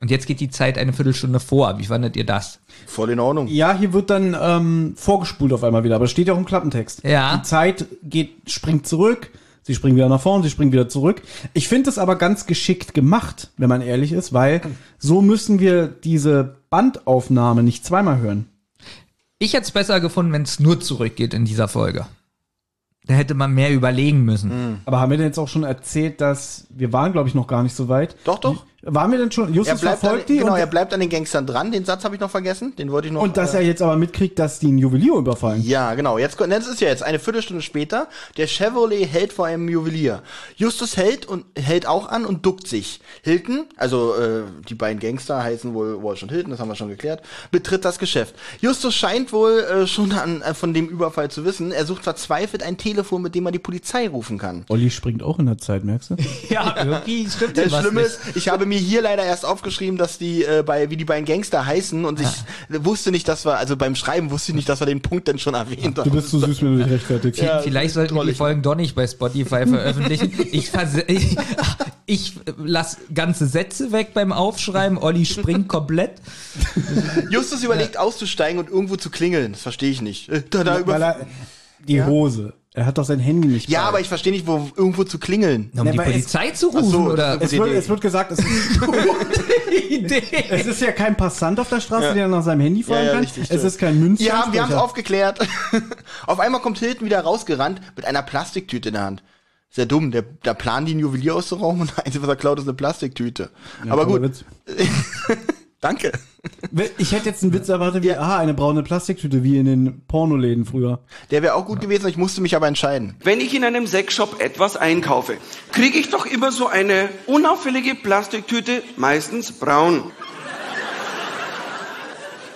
S4: Und jetzt geht die Zeit eine Viertelstunde vor. Wie fandet ihr das?
S3: voll in Ordnung.
S1: Ja, hier wird dann ähm, vorgespult auf einmal wieder, aber es steht ja auch im Klappentext.
S4: Ja.
S1: Die Zeit geht, springt zurück, sie springt wieder nach vorn, sie springt wieder zurück. Ich finde es aber ganz geschickt gemacht, wenn man ehrlich ist, weil so müssen wir diese Bandaufnahme nicht zweimal hören.
S4: Ich hätte es besser gefunden, wenn es nur zurückgeht in dieser Folge. Da hätte man mehr überlegen
S3: Mhm.
S4: müssen.
S1: Aber haben wir denn jetzt auch schon erzählt, dass wir waren, glaube ich, noch gar nicht so weit?
S3: Doch, doch.
S1: Waren wir denn schon?
S3: Er
S1: Justus
S3: bleibt, an,
S1: verfolgt die
S3: genau,
S1: und,
S3: er bleibt an den Gangstern dran. Den Satz habe ich noch vergessen. Den wollte ich noch. äh,
S1: und dass er jetzt aber mitkriegt, dass die ein Juwelier überfallen.
S3: Ja, genau. Jetzt, kommt- das ist ja jetzt eine Viertelstunde später. Der Chevrolet hält vor einem Juwelier. Justus hält und hält auch an und duckt sich. Hilton, also äh, die beiden Gangster heißen wohl Walsh und Hilton, das haben wir schon geklärt, betritt das Geschäft. Justus scheint wohl äh, schon an, äh, von dem Überfall zu wissen. Er sucht verzweifelt ein Telefon, mit dem er die Polizei rufen kann.
S1: Olli springt auch in der Zeit, merkst du?
S4: Ja, irgendwie stimmt hier
S3: Das
S4: was
S3: Schlimme
S4: nicht.
S3: ist, ich habe mir hier leider erst aufgeschrieben, dass die äh, bei wie die beiden Gangster heißen und ich
S4: Ah.
S3: wusste nicht, dass wir also beim Schreiben wusste ich nicht, dass wir den Punkt denn schon erwähnt haben.
S1: Du bist zu süß, wenn du dich rechtfertigst.
S3: Ja.
S4: Vielleicht sollten wir die
S3: drollig.
S4: Folgen doch nicht bei Spotify veröffentlichen. Ich, vers- ich, ich lasse ganze Sätze weg beim Aufschreiben. Olli springt komplett.
S3: Justus überlegt auszusteigen und irgendwo zu klingeln. Das verstehe ich nicht. Äh, Da, da
S1: Weil
S3: über
S1: er, die Hose. Er hat doch sein Handy nicht.
S3: ja,
S1: bei.
S3: aber ich verstehe nicht, wo irgendwo zu klingeln.
S4: Um
S1: Na,
S4: die
S1: aber es-
S4: Polizei zu rufen
S3: so,
S4: oder
S1: es wird, es wird gesagt, es ist,
S4: Idee.
S1: es ist ja kein Passant auf der Straße, der nach seinem Handy fahren
S3: Ja, ja,
S1: kann.
S3: richtig,
S1: es
S3: stimmt.
S1: ist kein Münzschaft.
S3: Ja, wir haben es aufgeklärt. Auf einmal kommt Hilton wieder rausgerannt mit einer Plastiktüte in der Hand. Sehr dumm, der, da planen die einen Juwelier auszurauben und das Einzige, was er klaut, ist eine Plastiktüte. aber gut, danke.
S1: Ich hätte jetzt einen Witz erwartet, wie, ah, eine braune Plastiktüte, wie in den Pornoläden früher.
S3: Der wäre auch gut gewesen, ich musste mich aber entscheiden.
S8: Wenn ich in einem Sexshop etwas einkaufe, kriege ich doch immer so eine unauffällige Plastiktüte, meistens braun.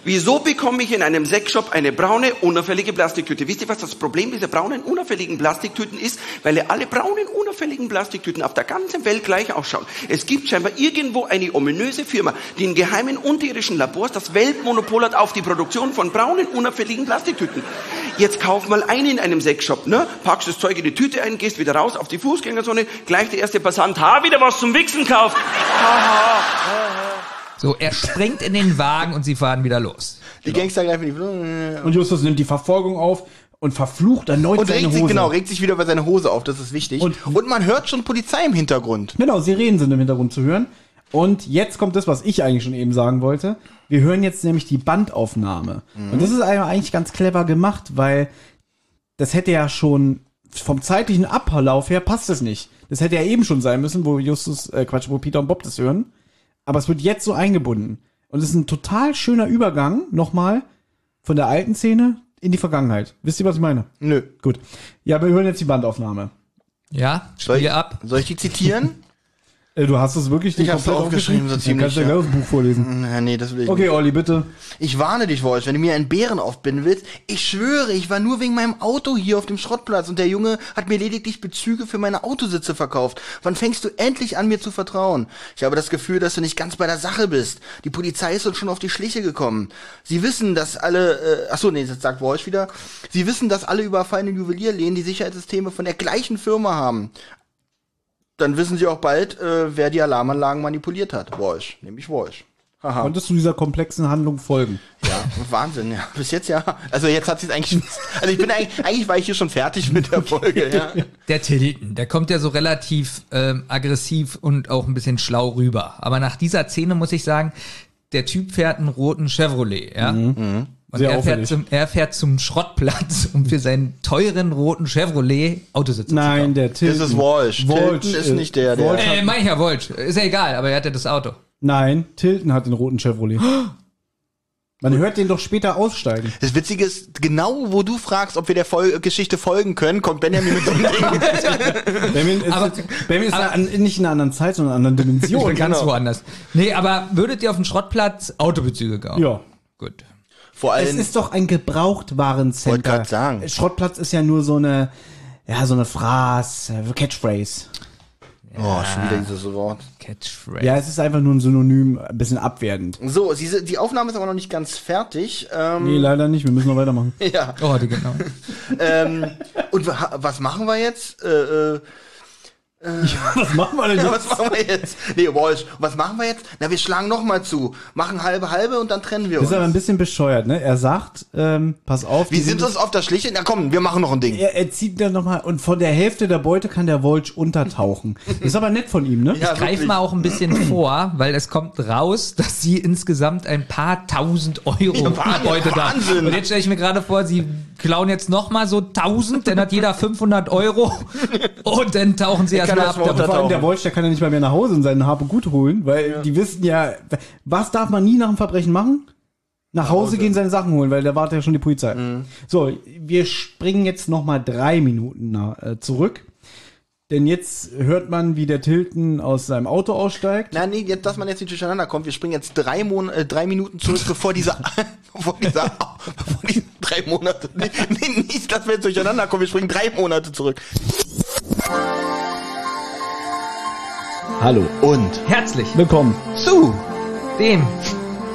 S8: Wieso bekomme ich in einem Sexshop eine braune, unauffällige Plastiktüte? Wisst ihr, was das Problem dieser braunen, unauffälligen Plastiktüten ist? Weil alle braunen, unauffälligen Plastiktüten auf der ganzen Welt gleich ausschauen. Es gibt scheinbar irgendwo eine ominöse Firma, die in geheimen unterirdischen Labors das Weltmonopol hat auf die Produktion von braunen, unauffälligen Plastiktüten. Jetzt kauf mal eine in einem Sexshop, ne? Packst das Zeug in die Tüte ein, gehst wieder raus auf die Fußgängerzone, gleich der erste Passant, ha, wieder was zum Wichsen kauft.
S4: So, er springt in den Wagen und sie fahren wieder los.
S3: Die Gangster greifen die
S1: Genau. Und Justus nimmt die Verfolgung auf und verflucht erneut
S3: und
S1: seine
S3: regt
S1: Hose.
S3: sich, genau, regt sich wieder über seine Hose auf, das ist wichtig.
S1: Und-
S3: und man hört schon Polizei im Hintergrund.
S1: Genau, Sirenen sind im Hintergrund zu hören. Und jetzt kommt das, was ich eigentlich schon eben sagen wollte. Wir hören jetzt nämlich die Bandaufnahme. Und das ist eigentlich ganz clever gemacht, weil das hätte ja schon vom zeitlichen Ablauf her passt es nicht. Das hätte ja eben schon sein müssen, wo Justus, äh Quatsch, wo Peter und Bob das hören. Aber es wird jetzt so eingebunden. Und es ist ein total schöner Übergang, nochmal, von der alten Szene in die Vergangenheit. Wisst ihr, was ich meine?
S3: Nö.
S1: Gut. Ja, wir hören jetzt die Bandaufnahme.
S4: Ja,
S3: Soll ich,
S4: Spiel ab.
S3: soll ich die zitieren?
S1: Äh, Du hast es wirklich
S3: Ich hab's aufgeschrieben,
S1: Dann
S3: so
S1: kannst du
S3: ziemlich,
S1: ja
S3: ja. Mhm.
S1: gleich das Buch vorlesen.
S3: Na, nee, das will ich
S1: Okay, Olli, bitte.
S3: Ich warne dich, Wolf, wenn du mir einen Bären aufbinden willst. Ich schwöre, ich war nur wegen meinem Auto hier auf dem Schrottplatz und der Junge hat mir lediglich Bezüge für meine Autositze verkauft. Wann fängst du endlich an, mir zu vertrauen? Ich habe das Gefühl, dass du nicht ganz bei der Sache bist. Die Polizei ist uns schon auf die Schliche gekommen. Sie wissen, dass alle, äh, achso, nee, das sagt Wolf wieder. Sie wissen, dass alle überfallenen Juwelierläden die Sicherheitssysteme von der gleichen Firma haben. Dann wissen sie auch bald, äh, wer die Alarmanlagen manipuliert hat. Wolf, nämlich Wolf. Haha.
S1: Konntest du dieser komplexen Handlung folgen?
S3: Ja, Wahnsinn, ja. Bis jetzt ja. Also jetzt hat sie es eigentlich. Also ich bin eigentlich, eigentlich war ich hier schon fertig mit der Folge, ja.
S4: Der Tilton, der kommt ja so relativ ähm, aggressiv und auch ein bisschen schlau rüber. Aber nach dieser Szene muss ich sagen, der Typ fährt einen roten Chevrolet, ja. Und
S1: Sehr
S4: er fährt,
S1: auffällig.
S4: zum, er fährt zum Schrottplatz, um für seinen teuren roten Chevrolet Autositze
S1: Nein, der
S3: Das
S1: Tilton.
S3: ist Walsh.
S1: Walsh,
S3: Tilton ist
S1: äh,
S3: nicht der, der.
S4: zu kaufen. Äh, mein Herr Wolsch, ist ja egal, aber er hat ja das Auto.
S1: Nein, Tilton hat den roten Chevrolet. Man hört den doch später aussteigen.
S3: Das Witzige ist, genau wo du fragst, ob wir der Fol Geschichte folgen können, kommt Benjamin mit so einem Ding.
S1: Benjamin ist,
S4: Aber-
S1: Benjamin ist
S4: aber-
S1: an, nicht in einer anderen Zeit, sondern in einer anderen
S4: Ich
S1: Dimension.
S4: bin ganz
S3: Genau.
S4: woanders. Nee, aber würdet ihr auf den Schrottplatz Autobezüge kaufen?
S1: ja.
S4: Gut.
S3: Vor
S1: Es
S3: allem.
S1: ist doch ein Gebrauchtwarencenter.
S3: Wollte grad sagen.
S1: Schrottplatz ist ja nur so eine, ja, so eine Phrase, äh, Catchphrase.
S3: Oh, schon wieder dieses Wort.
S4: Catchphrase.
S1: Ja, es ist einfach nur ein Synonym, ein bisschen abwertend.
S3: So, sie, sind- die Aufnahme ist aber noch nicht ganz fertig. Ähm,
S1: Nee, leider nicht, wir müssen noch weitermachen.
S3: ja.
S4: Oh, die genau.
S3: ähm, und wa was machen wir jetzt? Äh, äh,
S1: Was machen wir denn
S9: Ja,
S1: jetzt?
S9: was machen wir jetzt? Nee, Walsh, was machen wir jetzt? Na, wir schlagen nochmal zu. Machen halbe, halbe und dann trennen wir
S1: Das
S9: uns.
S1: ist aber ein bisschen bescheuert, ne? Er sagt, ähm, pass auf.
S9: Wir
S1: die
S9: sind uns auf der Schliche. Na komm, wir machen noch ein Ding.
S1: Er, er zieht dann nochmal und von der Hälfte der Beute kann der Wolch untertauchen. Das ist aber nett von ihm, ne?
S9: Ja,
S4: Greif
S9: wirklich.
S4: mal auch ein bisschen vor, weil es kommt raus, dass sie insgesamt ein paar tausend Euro
S9: Ja, Wahnsinn,
S4: Beute da.
S9: Wahnsinn.
S4: Und jetzt stelle ich mir gerade vor, sie klauen jetzt nochmal so tausend, dann hat jeder 500 Euro und dann tauchen sie
S9: kann
S4: erstmal ab.
S9: das mal
S1: Vor allem
S9: untertauchen.
S1: der Wolch, der kann ja nicht mal mehr nach Hause und seinen Habe gut holen, weil die wissen ja, was darf man nie nach dem Verbrechen machen? Nach Hause gehen, seine Sachen holen, weil da wartet ja schon die Polizei.
S9: Mhm.
S1: So, wir springen jetzt nochmal drei Minuten nach, äh, zurück. Denn jetzt hört man, wie der Tilton aus seinem Auto aussteigt.
S9: Na, nee, jetzt, dass man jetzt nicht durcheinander kommt. Wir springen jetzt drei, Mon äh, drei Minuten zurück, bevor dieser, bevor dieser, bevor diese drei Monate, nee, nee, nicht, dass wir jetzt durcheinander kommen. Wir springen drei Monate zurück.
S1: Hallo.
S9: Und
S4: Herzlich
S1: Willkommen.
S9: zu
S4: dem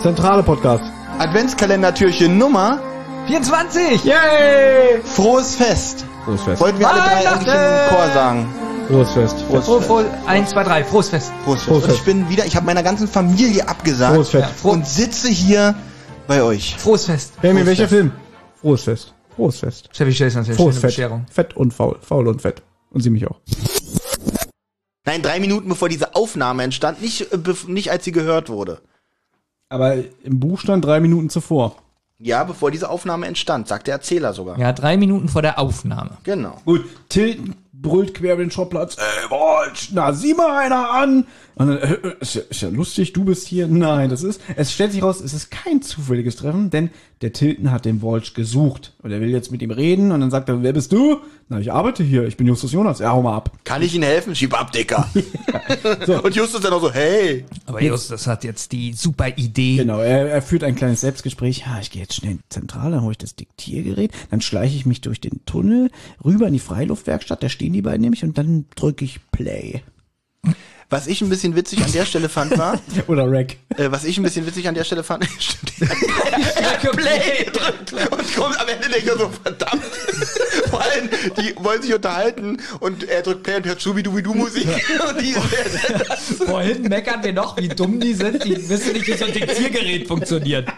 S1: Zentrale Podcast.
S9: Adventskalendertürchen Nummer
S4: 24.
S1: Yay!
S9: Frohes Fest.
S1: Frohes Fest.
S9: Wollten wir alle drei eigentlich im Chor sagen.
S1: Frohes Fest.
S9: Frohes
S4: Froh,
S9: Fest.
S4: froh, 1, 2, 3, frohes Fest.
S9: Frohes Fest.
S1: Frohes
S9: Und ich
S1: Fest.
S9: bin wieder, ich habe meiner ganzen Familie abgesagt
S1: Frohes Fest.
S4: Ja, froh,
S9: und sitze hier bei euch.
S4: frohes Fest.
S1: Benjamin,
S9: Frohes
S1: welcher
S9: Fest.
S1: Film? Frohes Fest. Frohes Fest.
S4: Chevy Chase natürlich,
S1: Frohes
S4: schöne
S1: Fett.
S4: Bescherung.
S1: Fett und faul. Faul und fett. Und sie mich auch.
S9: Nein, drei Minuten bevor diese Aufnahme entstand, nicht, äh, bef- nicht als sie gehört wurde.
S1: Aber im Buch stand drei Minuten zuvor.
S9: Ja, bevor diese Aufnahme entstand, sagt der Erzähler sogar.
S4: Ja, drei Minuten vor der Aufnahme.
S9: Genau.
S1: Gut, Tilton brüllt quer über den Schrottplatz. Ey, Walsh, na, sieh mal einer an. Und dann, äh, äh, ist, ja, ist ja lustig, du bist hier. Nein, das ist, es stellt sich raus, es ist kein zufälliges Treffen, denn der Tilton hat den Walsh gesucht. Und er will jetzt mit ihm reden und dann sagt er, wer bist du? Na, ich arbeite hier, ich bin Justus Jonas. Ja, hau mal ab.
S9: Kann ich Ihnen helfen? Schieb ab, Dicker. Und Justus dann auch so, hey.
S4: Aber Justus hat jetzt die super Idee.
S1: Genau, er, er führt ein kleines Selbstgespräch. Ja, ich gehe jetzt schnell in die Zentrale, dann hole ich das Diktiergerät, dann schleiche ich mich durch den Tunnel rüber in die Freiluftwerkstatt, da stehen die beiden nämlich und dann drücke ich Play.
S9: Was ich ein bisschen witzig an der Stelle fand, war,
S1: Oder Rack.
S9: äh, was ich ein bisschen witzig an der Stelle fand, stimmt,
S4: Play.
S9: und kommt am Ende denkt er so, verdammt. Vor allem, die wollen sich unterhalten und er drückt Play und hört Schubidubidu-Musik. Und die,
S4: Vorhin meckern wir noch, wie dumm die sind. Die wissen nicht, wie so ein Diktiergerät funktioniert.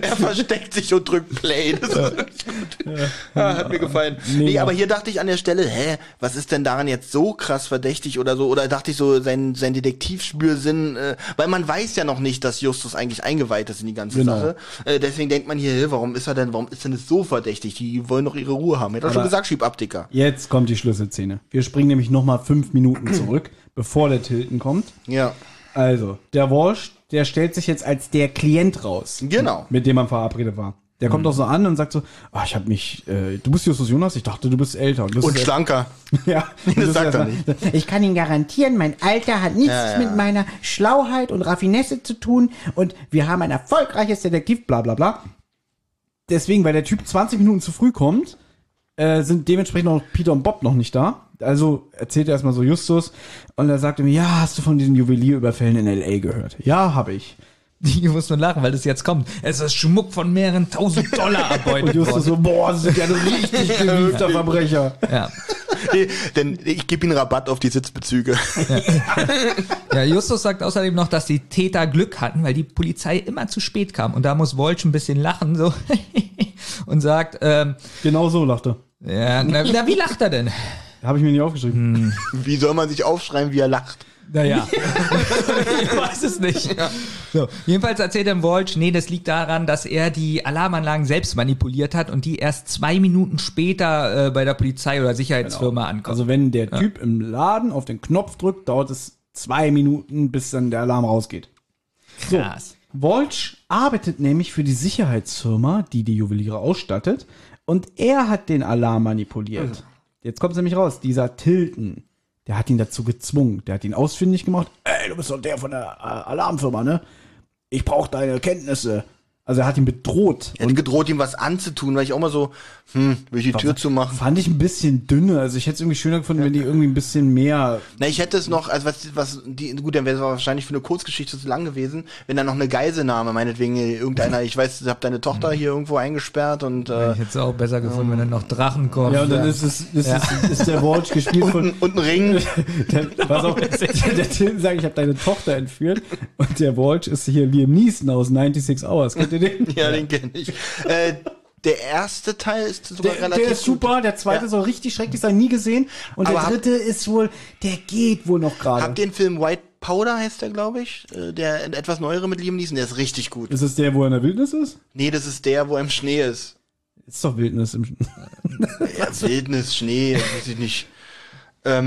S9: er versteckt sich und drückt Play. Das ist wirklich gut. Ah, hat mir gefallen. Nee, aber hier dachte ich an der Stelle, hä, was ist denn daran jetzt so krass verdächtig oder so? Oder dachte ich so, sein, sein Detektivspürsinn, äh, weil man weiß ja noch nicht, dass Justus eigentlich eingeweiht ist in die ganze
S1: Genau.
S9: Sache. Äh, deswegen denkt man hier, hä, warum ist er denn, warum ist denn das so verdächtig? Die wollen doch ihre Ruhe haben. Hätte er schon gesagt, schieb ab, Dicker.
S1: Jetzt kommt die Schlüsselszene. Wir springen nämlich nochmal fünf Minuten zurück, bevor der Tilton kommt.
S9: Ja.
S1: Also, der Walsh, der stellt sich jetzt als der Klient raus.
S9: Genau. Mhm.
S1: Mit dem man verabredet war. Der kommt auch so an und sagt so, ah, ich habe mich, äh, du bist Justus Jonas, ich dachte, du bist älter. bist
S9: Und
S1: älter.
S9: schlanker.
S1: Ja,
S9: Das sagt er
S1: nicht. Ich kann Ihnen garantieren, mein Alter hat nichts mit meiner Schlauheit und Raffinesse zu tun und wir haben ein erfolgreiches Detektiv, bla bla bla. Deswegen, weil der Typ 20 Minuten zu früh kommt, äh, sind dementsprechend auch Peter und Bob noch nicht da. Also erzählt er erstmal so Justus und er sagt ihm, ja, hast du von diesen Juwelierüberfällen in L.A. gehört? Ja, habe ich.
S4: Die muss nur lachen, weil das jetzt kommt. Es ist Schmuck von mehreren tausend Dollar
S1: Und
S4: erbeutet
S1: Justus
S4: worden.
S1: so, boah, das ist ja ein richtig gewiefter Verbrecher.
S4: Ja.
S9: Nee, denn ich gebe ihm Rabatt auf die Sitzbezüge.
S4: ja, Justus sagt außerdem noch, dass die Täter Glück hatten, weil die Polizei immer zu spät kam. Und da muss Wolch ein bisschen lachen so und sagt, ähm,
S1: Genau so lacht er.
S4: ja, na, na, wie lacht er denn?
S1: Habe ich mir nicht aufgeschrieben.
S9: Wie soll man sich aufschreiben, wie er lacht?
S4: Naja. ich weiß es nicht. So. Jedenfalls erzählt dann Walsh, nee, das liegt daran, dass er die Alarmanlagen selbst manipuliert hat und die erst zwei Minuten später äh, bei der Polizei oder Sicherheitsfirma ankommen.
S1: Also wenn der Typ im Laden auf den Knopf drückt, dauert es zwei Minuten, bis dann der Alarm rausgeht. Also,
S4: Krass.
S1: Wolsch arbeitet nämlich für die Sicherheitsfirma, die die Juweliere ausstattet, und er hat den Alarm manipuliert. Jetzt kommt es nämlich raus, dieser Tilton, der hat ihn dazu gezwungen, der hat ihn ausfindig gemacht. Ey, du bist doch der von der äh, Alarmfirma, ne? Ich brauche deine Kenntnisse. Also er hat ihn bedroht.
S3: Er hat gedroht, ihm was anzutun, weil ich auch mal so, hm, will ich die Tür zumachen?
S1: Fand ich ein bisschen dünne. Also ich hätte es irgendwie schöner gefunden, wenn die irgendwie ein bisschen mehr.
S3: Na, ich hätte es noch, also was, was, die, gut, dann wäre es wahrscheinlich für eine Kurzgeschichte zu lang gewesen, wenn da noch eine Geiselnahme, meinetwegen irgendeiner, ich weiß, ich habe deine Tochter hier irgendwo eingesperrt und, äh,
S4: Ich hätte es auch besser gefunden, wenn dann noch Drachen kommen.
S1: Ja, und dann ist es, ist, es, ist der Walsh gespielt von.
S3: und, und ein Ring.
S1: Der, pass auf, der Tim sagt, ich habe deine Tochter entführt und der Walsh ist hier Liam Neeson aus 96 Hours. Kennt ihr den?
S3: Ja, den kenne ich. Äh, der erste Teil ist sogar
S1: Der,
S3: relativ
S1: der ist super,
S3: gut.
S1: der zweite
S3: Ja.
S1: soll richtig schrecklich sein, nie gesehen. Und
S3: Aber
S1: der
S3: hab-
S1: dritte ist wohl, der geht wohl noch gerade.
S3: Habt ihr den Film White Powder heißt der, glaube ich? Äh, Der etwas neuere mit Liam Neeson, der ist richtig gut.
S1: Ist es der, wo er in der Wildnis ist?
S3: Nee, das ist der, wo er im Schnee ist.
S1: Ist doch Wildnis. Im
S3: Ja, Wildnis, Schnee, weiß ich nicht.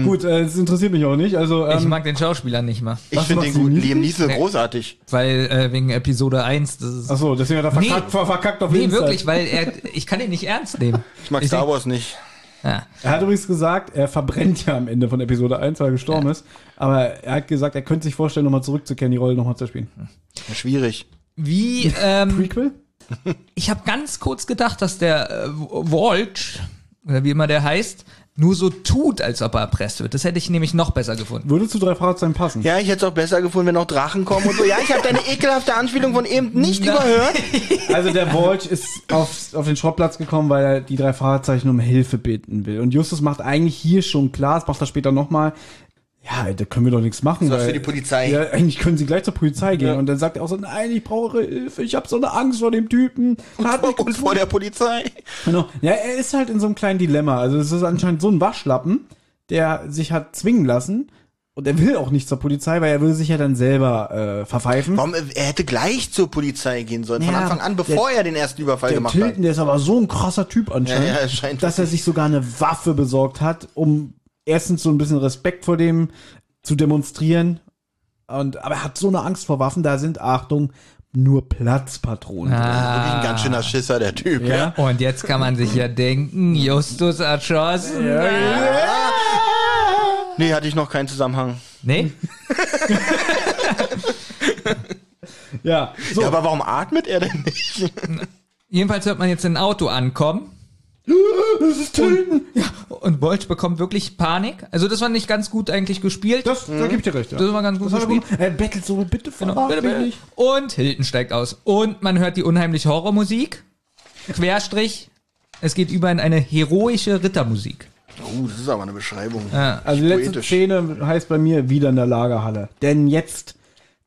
S1: Gut, äh, das interessiert mich auch nicht. Also, ähm,
S4: ich mag den Schauspieler nicht mal.
S3: Ich
S1: Was
S3: finde
S1: macht
S3: den
S1: sie
S3: gut.
S1: niedlich?
S3: Liam Neeson ist großartig.
S4: Weil äh, wegen Episode 1, das ist.
S1: ach so, deswegen hat er verkackt,
S4: Nee.
S1: ver verkackt auf
S4: nee,
S1: Insta.
S4: wirklich, weil er. Ich kann ihn nicht ernst nehmen.
S3: Ich mag
S4: Ich
S3: Star
S4: denk-
S3: Wars nicht.
S4: Ja.
S1: Er hat übrigens gesagt, er verbrennt ja am Ende von Episode 1, weil er gestorben ist. Aber er hat gesagt, er könnte sich vorstellen, nochmal zurückzukehren, die Rolle nochmal zu spielen.
S3: Schwierig.
S4: Wie. Ähm,
S1: Prequel?
S4: ich habe ganz kurz gedacht, dass der äh, Walsh, oder wie immer der heißt, nur so tut, als ob er erpresst wird. Das hätte ich nämlich noch besser gefunden.
S1: Würde zu drei Fahrzeugen passen.
S3: Ja, ich hätte es auch besser gefunden, wenn auch Drachen kommen und so. Ja, ich habe deine ekelhafte Anspielung von eben nicht überhört.
S1: Also der Walsh ist auf, auf den Schrottplatz gekommen, weil er die drei Fahrzeichen um Hilfe bitten will. Und Justus macht eigentlich hier schon klar, das macht er später nochmal. Ja, da können wir doch nichts machen.
S3: Das war
S1: weil-
S3: für die Polizei.
S1: Ja, eigentlich können sie gleich zur Polizei gehen. Und dann sagt er auch so, nein, ich brauche eure Hilfe, ich habe so eine Angst vor dem Typen. Hat mich
S3: Und vor der Polizei.
S1: Genau. Ja, er ist halt in so einem kleinen Dilemma. Also es ist anscheinend so ein Waschlappen, der sich hat zwingen lassen. Und er will auch nicht zur Polizei, weil er würde sich ja dann selber äh, verpfeifen.
S3: Warum, äh, er hätte gleich zur Polizei gehen sollen, von
S1: Ja,
S3: Anfang an, bevor
S1: der-
S3: er den ersten Überfall
S1: Der
S3: gemacht hat.
S1: Tilton, der ist aber so ein krasser Typ anscheinend,
S3: Ja, ja, er scheint
S1: dass er sich sogar eine Waffe besorgt hat, um erstens so ein bisschen Respekt vor dem zu demonstrieren. Und, aber er hat so eine Angst vor Waffen, da sind, Achtung, nur Platzpatronen.
S3: Wirklich ein ganz schöner Schisser, der Typ. Ja.
S4: Und jetzt kann man sich ja denken, Justus erschossen.
S3: Nee, hatte ich noch keinen Zusammenhang.
S4: Nee?
S1: Ja, so.
S3: Ja, aber warum atmet er denn nicht?
S4: Jedenfalls hört man jetzt ein Auto ankommen.
S1: Tilton,
S4: Und Bolch bekommt wirklich Panik. Also das war nicht ganz gut eigentlich gespielt.
S1: das, da gebe ich dir recht. Ja.
S4: Mhm. Das war ganz gut
S1: Das hat er
S4: gespielt.
S1: gemacht. Er bettelt so, bitte
S4: Genau.
S1: verrat mich nicht.
S4: Und Hilton steigt aus. Und man hört die unheimliche Horrormusik. Querstrich. Es geht über in eine heroische Rittermusik.
S3: Oh, das ist aber eine Beschreibung.
S1: Also die letzte
S3: Poetisch.
S1: Szene heißt bei mir wieder in der Lagerhalle. Denn jetzt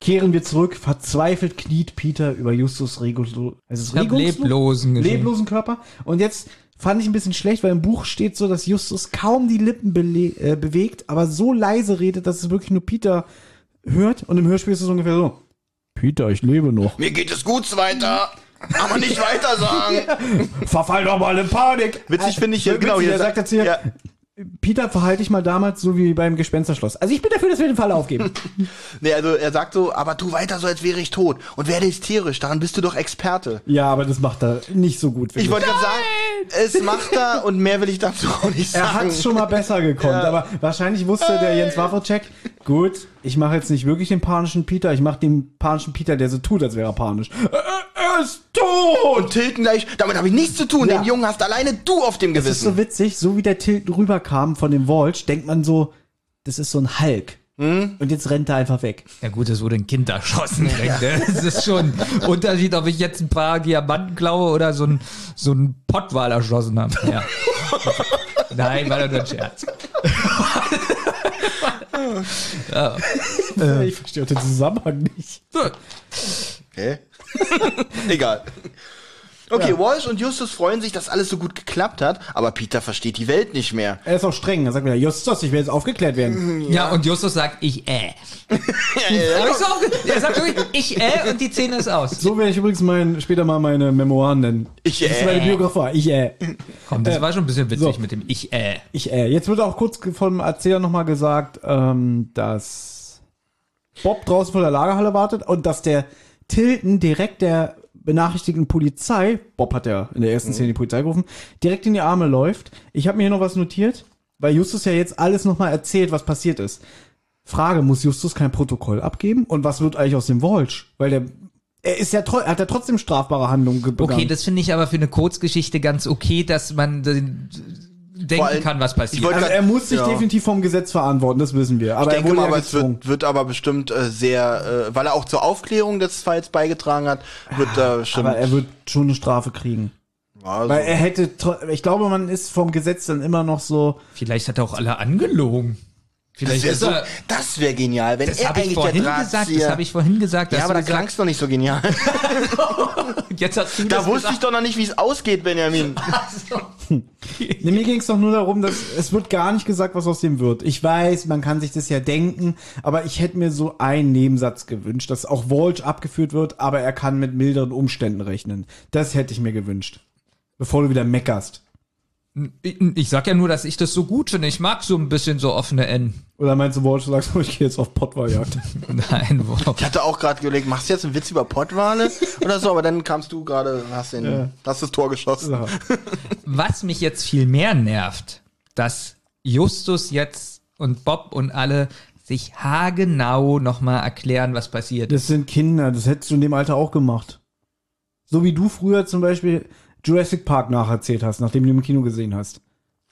S1: kehren wir zurück. Verzweifelt kniet Peter über Justus Regulo, also es
S4: Ich hab Leblosen geschrieben.
S1: leblosen Körper. Und jetzt fand ich ein bisschen schlecht, weil im Buch steht so, dass Justus kaum die Lippen bele- äh, bewegt, aber so leise redet, dass es wirklich nur Peter hört. Und im Hörspiel ist es ungefähr so. Peter, ich lebe noch.
S3: Mir geht es gut weiter. Aber nicht weiter sagen.
S1: Verfall doch mal in Panik.
S3: Witzig finde ich hier,
S1: Äh, Witzig,
S3: genau. Hier
S1: er sagt jetzt hier,
S3: Ja,
S1: Peter, verhalte dich mal damals so wie beim Gespensterschloss. Also ich bin dafür, dass wir den Fall aufgeben.
S3: nee, also er sagt so, aber tu weiter so, als wäre ich tot. Und werde hysterisch, daran bist du doch Experte.
S1: ja, aber das macht er nicht so gut. finde
S3: Ich wollte gerade sagen, es macht er und mehr will ich dazu auch nicht
S1: Er
S3: sagen.
S1: hat es schon mal besser gekonnt, aber wahrscheinlich wusste der Jens Wawrczyk, gut, ich mache jetzt nicht wirklich den panischen Peter, ich mache den panischen Peter, der so tut, als wäre er panisch. Äh, Er ist tot!
S3: und Tilten gleich, damit habe ich nichts zu tun.
S1: Ja.
S3: Den Jungen hast alleine du auf dem
S1: Das ist so
S3: Gewissen.
S1: witzig, so wie der Tilton rüberkam von dem Walsh, denkt man so, das ist so ein Hulk. Und jetzt rennt er einfach weg.
S4: Ja gut, es wurde ein Kind erschossen. direkt, ne? Das ist schon ein Unterschied, ob ich jetzt ein paar Diamanten klaue oder so ein, so ein Pottwal erschossen habe. Ja. Nein, war doch nur ein Scherz.
S1: Äh, Ich verstehe auch den Zusammenhang nicht.
S3: Hä? Egal. Okay, Walsh und Justus freuen sich, dass alles so gut geklappt hat, aber Peter versteht die Welt nicht mehr.
S1: Er ist auch streng, er sagt wieder, Justus, ich will jetzt aufgeklärt werden.
S4: Ja. und Justus sagt, ich äh. Aber ich so auch, ge- er sagt wirklich, ich äh und die Szene ist aus.
S1: So werde ich übrigens mein, später mal meine Memoiren nennen.
S3: Ich,
S1: Das ist
S3: äh.
S1: meine Biografie. Ich, äh.
S4: Komm, das war schon ein bisschen witzig
S1: so.
S4: mit dem ich äh.
S1: Ich, äh, jetzt wird auch kurz ge- vom Erzähler nochmal gesagt, ähm, dass Bob draußen vor der Lagerhalle wartet und dass der Tilton direkt der benachrichtigten Polizei, Bob hat ja in der
S3: Mhm.
S1: ersten Szene die Polizei gerufen, direkt in die Arme läuft. Ich habe mir hier noch was notiert, weil Justus ja jetzt alles nochmal erzählt, was passiert ist. Frage, muss Justus kein Protokoll abgeben? Und was wird eigentlich aus dem Walsh? Weil der Er ist ja tro- hat er trotzdem strafbare Handlungen ge- begangen.
S4: Okay, das finde ich aber für eine Kurzgeschichte ganz okay, dass man äh, denken
S3: allem-
S4: kann, was
S3: Ich
S4: passiert.
S3: wollte
S1: also
S3: grad-
S1: er muss sich
S3: ja.
S1: definitiv vom Gesetz verantworten, das wissen wir. Aber
S3: Ich denke
S1: er
S3: mal,
S1: wurde
S3: aber
S1: ja
S3: es
S1: gezwungen.
S3: wird, wird aber bestimmt äh, sehr, äh, weil er auch zur Aufklärung des Falls beigetragen hat, wird
S4: Ah,
S3: da bestimmt.
S1: Aber er wird schon eine Strafe kriegen.
S3: also,
S1: Weil er hätte, tro- ich glaube, man ist vom Gesetz dann immer noch so,
S4: Vielleicht hat er auch alle angelogen.
S3: das
S4: Vielleicht
S3: wäre
S4: ist
S3: so,
S4: er.
S3: das wär genial, wenn
S4: Das
S3: er
S4: habe
S3: Äh, eigentlich
S4: ich vorhin
S3: der Draht
S4: gesagt, das habe ich vorhin gesagt.
S3: Ja,
S4: dass
S3: aber
S4: du
S3: da
S4: gesagt,
S3: klang's noch nicht so genial.
S4: jetzt hast du
S3: Da
S4: das
S3: wusste ich
S4: gesagt.
S3: doch noch nicht, wie es ausgeht, Benjamin.
S1: Nee, ne, mir ging es doch nur darum, dass es wird gar nicht gesagt, was aus dem wird. Ich weiß, man kann sich das ja denken, aber ich hätte mir so einen Nebensatz gewünscht, dass auch Walsh abgeführt wird, aber er kann mit milderen Umständen rechnen. Das hätte ich mir gewünscht. Bevor du wieder meckerst.
S4: Ich, ich sag ja nur, dass ich das so gut finde. Ich mag so ein bisschen so offene Enden.
S1: Oder meinst du, Walsh sagt, so, ich gehe jetzt auf Pottweihjagd?
S4: Nein, wow.
S3: Ich hatte auch gerade überlegt, machst du jetzt einen Witz über Pottwale oder so, aber dann kamst du gerade, hast den, hast das Tor geschossen.
S4: Was mich jetzt viel mehr nervt, dass Justus jetzt und Bob und alle sich haargenau nochmal erklären, was passiert ist.
S1: Das sind Kinder, das hättest du in dem Alter auch gemacht. So wie du früher zum Beispiel Jurassic Park nacherzählt hast, nachdem du im Kino gesehen hast.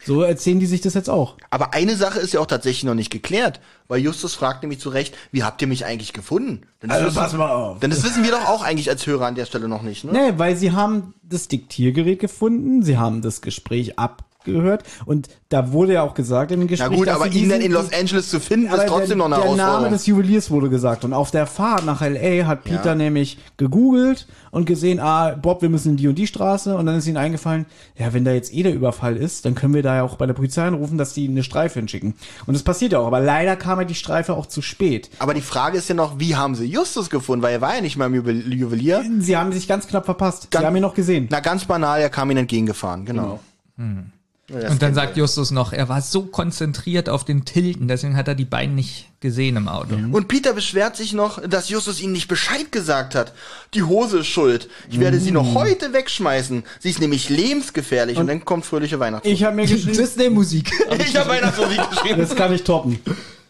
S1: So erzählen die sich das jetzt auch.
S3: Aber eine Sache ist ja auch tatsächlich noch nicht geklärt, weil Justus fragt nämlich zu Recht, wie habt ihr mich eigentlich gefunden? Denn das, wissen,
S1: Also mal auf.
S3: Also denn das wissen wir doch auch eigentlich als Hörer an der Stelle noch nicht, ne?
S1: Nee, weil sie haben das Diktiergerät gefunden, sie haben das Gespräch abgehört und da wurde ja auch gesagt im
S3: Na
S1: Gespräch,
S3: gut,
S1: dass
S3: aber
S1: sie
S3: ihn dann
S1: diesen-
S3: in Los Angeles zu finden,
S1: aber
S3: ist
S1: der,
S3: trotzdem noch eine
S1: Der Name
S3: Herausforderung.
S1: des Juweliers wurde gesagt und auf der Fahrt nach L.A. hat Peter nämlich gegoogelt und gesehen, ah, Bob, wir müssen in die und die Straße und dann ist ihnen eingefallen, ja, wenn da jetzt eh der Überfall ist, dann können wir da ja auch bei der Polizei anrufen, dass die eine Streife hinschicken. Und das passiert ja auch, aber leider kam ja die Streife auch zu spät.
S3: Aber die Frage ist ja noch, wie haben sie Justus gefunden? Weil er war ja nicht mal im Juwel- Juwelier.
S1: Sie haben sich ganz knapp verpasst.
S3: Ganz-
S1: sie haben ihn noch gesehen.
S3: Na, ganz banal, er kam ihnen entgegengefahren, genau.
S4: Und dann sagt Justus noch, er war so konzentriert auf den Tilten, deswegen hat er die beiden nicht gesehen im Auto.
S3: Und Peter beschwert sich noch, dass Justus ihnen nicht Bescheid gesagt hat. Die Hose ist schuld. Ich werde sie noch heute wegschmeißen. Sie ist nämlich lebensgefährlich. Mm. Und, dann kommt fröhliche Weihnachten.
S1: Ich habe mir geschrieben,
S4: Disney-Musik.
S3: Ich habe Weihnachtsmusik geschrieben.
S1: Das kann ich toppen.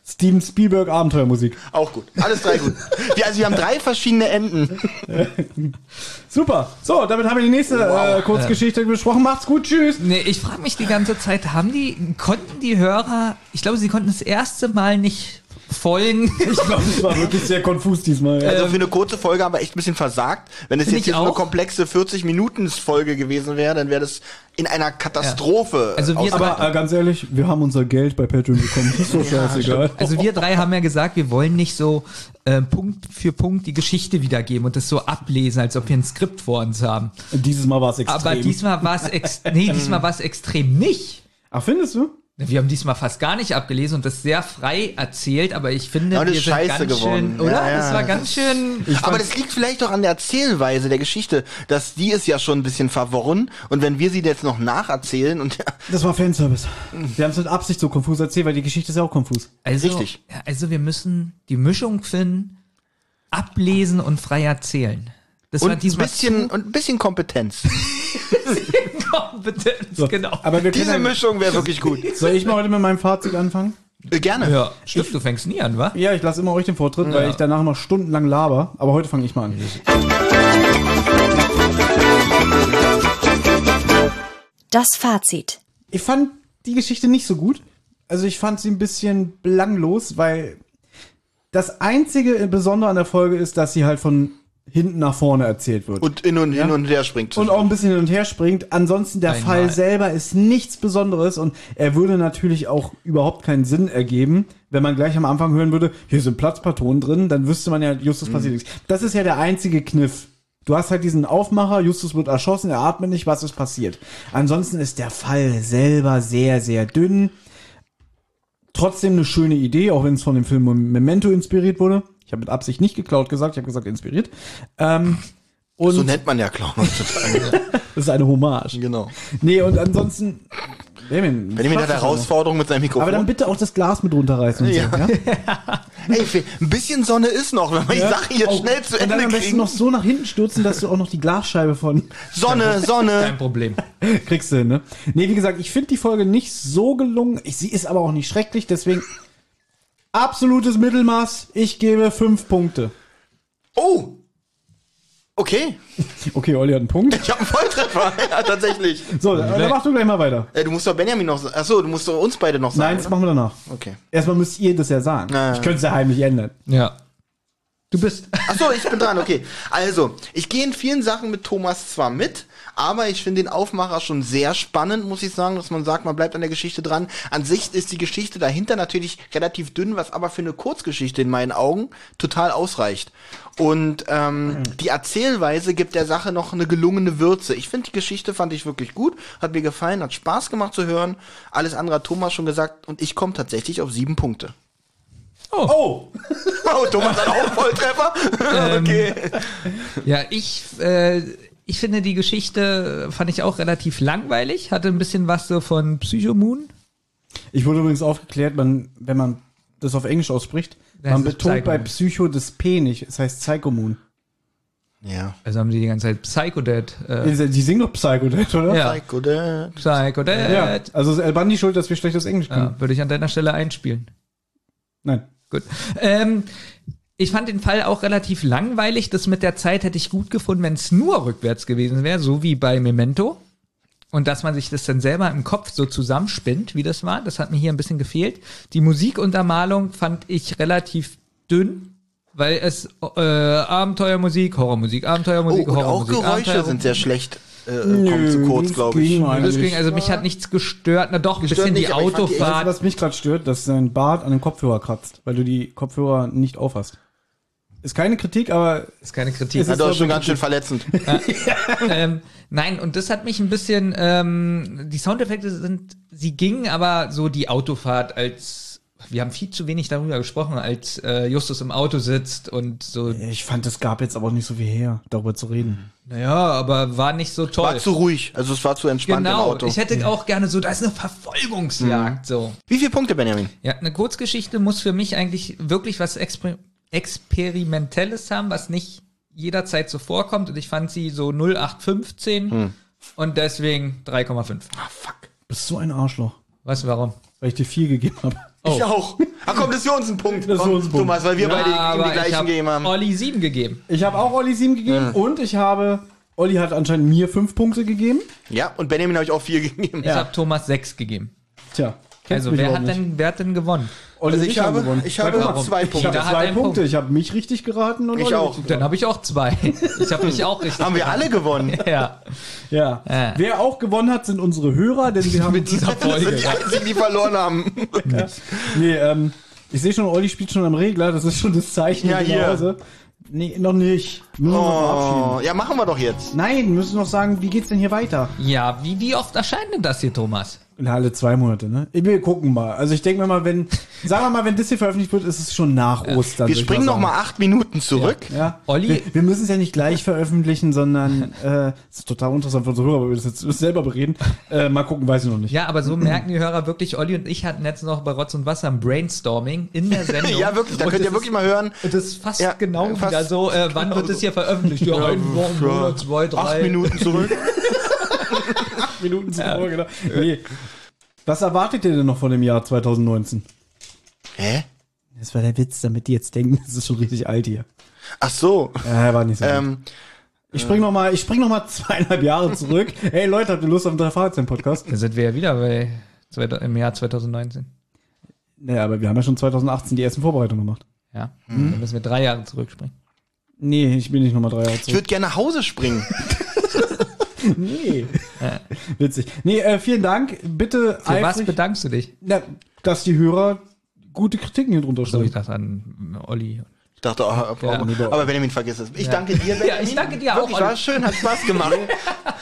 S1: Steven Spielberg Abenteuermusik.
S3: Auch gut. Alles drei gut. Wir, also wir haben drei verschiedene Enden.
S1: Super. So, damit haben wir die nächste äh, Kurzgeschichte besprochen. Macht's gut. Tschüss.
S4: Nee, ich frage mich die ganze Zeit, haben die, konnten die Hörer, ich glaube, sie konnten das erste Mal nicht folgen.
S1: Das war wirklich sehr konfus diesmal.
S3: Also für eine kurze Folge haben wir echt ein bisschen versagt. Wenn es
S4: Finde
S3: jetzt,
S4: ich
S3: jetzt eine
S4: auch.
S3: komplexe 40-Minuten-Folge gewesen wäre, dann wäre das in einer Katastrophe.
S4: Also wir
S3: aus-
S1: aber äh, ganz ehrlich, wir haben unser Geld bei Patreon bekommen. Ist so scheißegal.
S4: Also wir drei haben ja gesagt, wir wollen nicht so äh, Punkt für Punkt die Geschichte wiedergeben und das so ablesen, als ob wir ein Skript vor uns haben.
S1: Dieses Mal war's extrem.
S4: Aber diesmal war es ex nee, diesmal war es extrem nicht.
S1: Ach, findest du?
S4: Wir haben diesmal fast gar nicht abgelesen und das sehr frei erzählt, aber ich finde,
S3: Ja, das
S4: wir
S3: ist
S4: sind
S3: scheiße
S4: ganz
S3: geworden.
S4: schön, oder?
S3: Ja, ja,
S4: das war
S3: das
S4: ganz schön.
S3: Aber das liegt vielleicht auch an der Erzählweise der Geschichte, dass die ist ja schon ein bisschen verworren und wenn wir sie jetzt noch nacherzählen und
S1: Das war Fanservice. Wir haben es mit Absicht so konfus erzählt, weil die Geschichte ist ja auch konfus.
S4: Also,
S3: Richtig.
S4: ja, Also wir müssen die Mischung finden, ablesen und frei erzählen. Das war
S3: und ein
S4: diesmal
S3: bisschen und ein bisschen Kompetenz.
S4: Kompetenz, genau.
S1: Aber wir
S3: Diese
S1: können ja,
S3: Mischung wäre wirklich gut.
S1: Soll ich mal heute mit meinem Fazit anfangen?
S3: Äh, Gerne.
S4: ja, stimmt, du fängst nie an, wa?
S1: Ja, ich lasse immer euch den Vortritt, weil ich danach immer stundenlang laber. Aber heute fange ich mal an.
S2: Das Fazit.
S1: Ich fand die Geschichte nicht so gut. Also ich fand sie ein bisschen belanglos, weil das einzige Besondere an der Folge ist, dass sie halt von hinten nach vorne erzählt wird.
S3: Und hin und hin und her springt.
S1: Und auch ein bisschen hin und her springt. Ansonsten der
S4: Einmal.
S1: Fall selber ist nichts Besonderes und er würde natürlich auch überhaupt keinen Sinn ergeben, wenn man gleich am Anfang hören würde, hier sind Platzpatronen drin, dann wüsste man ja, Justus passiert nichts. Das ist ja der einzige Kniff. Du hast halt diesen Aufmacher, Justus wird erschossen, er atmet nicht, was ist passiert? Ansonsten ist der Fall selber sehr, sehr dünn. Trotzdem eine schöne Idee, auch wenn es von dem Film Memento inspiriert wurde. Ich habe mit Absicht nicht geklaut gesagt, ich habe gesagt inspiriert. Ähm, und
S3: so nennt man ja Clown heutzutage.
S1: das ist eine Hommage.
S3: genau.
S1: Nee, und ansonsten. Benjamin,
S3: Benjamin hat Herausforderungen mit seinem Mikrofon.
S1: Aber dann bitte auch das Glas mit runterreißen. und so,
S3: Ja. Ey, Fe- ein bisschen Sonne ist noch, wenn wir die Sache hier
S1: Oh,
S3: schnell zu
S1: und dann
S3: Ende
S1: am besten
S3: kriegen.
S1: noch so nach hinten stürzen, dass du auch noch die Glasscheibe von
S3: Sonne, Sonne.
S4: Kein Problem.
S1: kriegst du hin, ne? Nee, wie gesagt, ich finde die Folge nicht so gelungen. Ich, sie ist aber auch nicht schrecklich, deswegen absolutes Mittelmaß. Ich gebe fünf Punkte.
S3: Oh! Okay,
S1: Okay, Olli hat einen Punkt.
S3: ich habe einen Volltreffer. ja, tatsächlich.
S1: So, dann, dann machst du gleich mal weiter.
S3: Äh, du musst doch Benjamin noch sagen. Achso, du musst doch uns beide noch
S1: Nein,
S3: sagen.
S1: das machen wir danach.
S3: Okay.
S1: Erstmal müsst ihr das ja sagen.
S3: Ah.
S1: Ich könnte es ja heimlich ändern.
S4: Ja. Du bist.
S3: Achso, ich bin dran, okay. Also, ich gehe in vielen Sachen mit Thomas zwar mit, aber ich finde den Aufmacher schon sehr spannend, muss ich sagen, dass man sagt, man bleibt an der Geschichte dran. An sich ist die Geschichte dahinter natürlich relativ dünn, was aber für eine Kurzgeschichte in meinen Augen total ausreicht. Und ähm, die Erzählweise gibt der Sache noch eine gelungene Würze. Ich finde die Geschichte fand ich wirklich gut, hat mir gefallen, hat Spaß gemacht zu hören. Alles andere hat Thomas schon gesagt und ich komme tatsächlich auf sieben Punkte.
S1: Oh!
S3: Oh, Thomas hat auch einen Volltreffer. okay.
S4: Ja, ich, äh, ich finde die Geschichte äh, fand ich auch relativ langweilig. Hatte ein bisschen was so von Psychomoon.
S1: Ich wurde übrigens aufgeklärt, man, wenn man das auf Englisch ausspricht,
S4: Das
S1: man
S4: ist
S1: betont bei
S4: Psychomoon.
S1: Psycho das P nicht. Es heißt Psychomoon.
S3: Ja.
S4: Also haben sie die ganze Zeit Psychodead. Äh,
S1: Die, die singen doch Psycho, oder?
S4: ja,
S3: Psycho Dad.
S1: Ja,
S4: Psychodead.
S1: also ist El Bandi schuld, dass wir schlechtes Englisch
S4: Ja.
S1: können.
S4: würde ich an deiner Stelle einspielen.
S1: Nein.
S4: Gut. Ähm, ich fand den Fall auch relativ langweilig. Das mit der Zeit hätte ich gut gefunden, wenn es nur rückwärts gewesen wäre, so wie bei Memento. Und dass man sich das dann selber im Kopf so zusammenspinnt, wie das war. Das hat mir hier ein bisschen gefehlt. Die Musikuntermalung fand ich relativ dünn, weil es äh, Abenteuermusik, Horrormusik,
S3: Oh,
S4: Abenteuermusik,
S3: und auch
S4: Horrormusik.
S3: Geräusche
S4: Abenteuer-
S3: sind sehr schlecht. Äh, Nö, kommt zu kurz,
S1: das
S3: glaube ich.
S1: ging
S4: Das ging,
S1: eigentlich.
S4: also mich hat nichts gestört. Na doch, ein
S3: Gestört
S4: bisschen die
S3: nicht, aber ich fand die echt-
S1: Weißt du,
S4: Autofahrt.
S1: was mich gerade stört, dass dein Bart an den Kopfhörer kratzt, weil du die Kopfhörer nicht aufhast. Ist keine Kritik, aber
S4: ist keine Kritik.
S1: Es
S3: Ja,
S1: ist
S3: doch,
S1: doch
S3: schon ganz schön verletzend.
S4: ähm, nein, und das hat mich ein bisschen, ähm, die Soundeffekte sind, sie gingen, aber so die Autofahrt als, wir haben viel zu wenig darüber gesprochen, als äh, Justus im Auto sitzt und so,
S1: ich fand, es gab jetzt aber auch nicht so viel her, darüber zu reden.
S4: naja, aber war nicht so toll.
S3: War zu ruhig. Also es war zu entspannt im
S4: genau,
S3: Auto. Mhm.
S4: ich hätte auch gerne so, da ist eine Verfolgungsjagd, so.
S3: Wie viele Punkte, Benjamin?
S4: Ja, eine Kurzgeschichte muss für mich eigentlich wirklich was Exper Experimentelles haben, was nicht jederzeit so vorkommt und ich fand sie so 0815
S3: Hm.
S4: und deswegen 3,5.
S1: Bist so ein Arschloch,
S4: Was, warum?
S1: weil ich dir viel gegeben habe.
S3: Ich auch. Ach komm, das ist für uns ein Punkt.
S1: Oh. Das ist
S3: komm,
S1: für uns ein Punkt.
S3: Thomas, weil wir beide ihm die
S4: aber ich
S3: gleichen
S4: hab
S3: gegeben haben.
S1: Oh.
S4: Olli 7 gegeben.
S1: Ich habe auch Olli 7 gegeben und ich habe, Olli hat anscheinend mir 5 Punkte gegeben.
S3: Ja, und Benjamin habe ich auch vier gegeben.
S4: Ich habe Thomas 6 gegeben.
S1: Tja. kennst
S4: Also
S1: mich
S4: wer
S1: auch
S4: hat,
S1: nicht.
S4: denn, wer hat denn gewonnen?
S1: Olli
S3: Also
S1: und
S3: ich
S1: haben
S3: habe-
S1: gewonnen.
S3: ich habe
S1: Warum?
S3: zwei
S1: Ich
S3: Punkte.
S1: habe
S4: Jeder hat
S1: zwei
S4: einen
S1: Punkte.
S4: Punkt.
S1: Ich habe mich richtig geraten und
S3: Ich
S1: Olli
S3: auch.
S1: richtig
S4: Dann habe ich auch zwei. Ich habe mich auch richtig.
S3: Haben wir alle gewonnen.
S4: Ja,
S1: Ja.
S4: Äh.
S1: Wer auch gewonnen hat, sind unsere Hörer, denn wir haben.
S4: mit dieser
S3: Das
S4: Folge.
S3: sind die einzigen, die verloren haben.
S1: nee, ähm, ich sehe schon, Olli spielt schon am Regler, das ist schon das Zeichen
S3: Ja,
S1: wir gehen
S3: hier.
S1: Nee, noch nicht. Müssen wir noch
S3: Oh,
S1: verabschieden.
S3: ja, machen wir doch jetzt.
S1: Nein, wir müssen noch sagen, wie geht's denn hier weiter?
S4: Ja, wie, wie oft erscheint denn das hier, Thomas?
S1: Na, alle zwei Monate, ne? Wir gucken mal. Also ich denke mir mal, wenn, sagen wir mal, wenn das hier veröffentlicht wird, ist es schon nach Ostern.
S3: Wir
S1: würd Also ich
S3: springen
S1: sagen.
S3: nochmal acht Minuten zurück.
S1: Ja.
S4: Olli-
S1: Wir, wir müssen es ja nicht gleich veröffentlichen, sondern äh, es ist total interessant für unsere Hörer, weil wir das jetzt selber bereden. Äh, mal gucken, weiß ich noch nicht.
S4: Ja, aber so merken die Hörer wirklich, Olli und ich hatten letztens noch bei Rotz und Wasser ein Brainstorming in der Sendung.
S3: Ja, wirklich. Da
S4: Und
S3: könnt
S4: das
S3: ihr wirklich
S4: ist-
S3: mal hören.
S4: Das ist fast
S3: Ja,
S4: genau
S3: fast
S4: wieder so, äh, wann wird es hier veröffentlicht? Ja, ein Wochen, zwei, drei.
S3: Acht Minuten zurück.
S1: Minuten zu Folge, genau. Nee. Was erwartet ihr denn noch von dem Jahr 2019?
S3: Hä?
S1: Das war der Witz, damit die jetzt denken, das ist schon richtig alt hier.
S3: Ach so.
S1: Äh, war nicht so. gut.
S3: Ähm,
S1: ich spring noch mal, ich spring noch mal zweieinhalb Jahre zurück. hey Leute, habt ihr Lust auf einen drei Fahrzeugen Podcast?
S4: Da sind wir ja wieder bei, zwei- im Jahr 2019.
S1: Naja, aber wir haben ja schon 2018 die ersten Vorbereitungen gemacht.
S4: Ja,
S3: Hm.
S4: dann müssen wir drei Jahre zurückspringen.
S1: Nee, ich bin nicht noch mal drei Jahre
S3: ich
S1: zurück.
S3: würde gerne nach Hause springen.
S1: Nee. Witzig. Nee, äh, vielen Dank. Bitte
S4: Für was bedankst du dich?
S1: na, dass die Hörer gute Kritiken hier drunter
S4: So,
S1: schreiben.
S4: ich dachte an Olli.
S3: Ich dachte, oh, oh, oh.
S4: Ja, nee,
S3: aber Benjamin, vergiss es. Ich danke dir, Benjamin.
S4: Ja, ich danke dir auch,
S3: Wirklich, war
S4: Olli.
S3: schön, hat Spaß gemacht.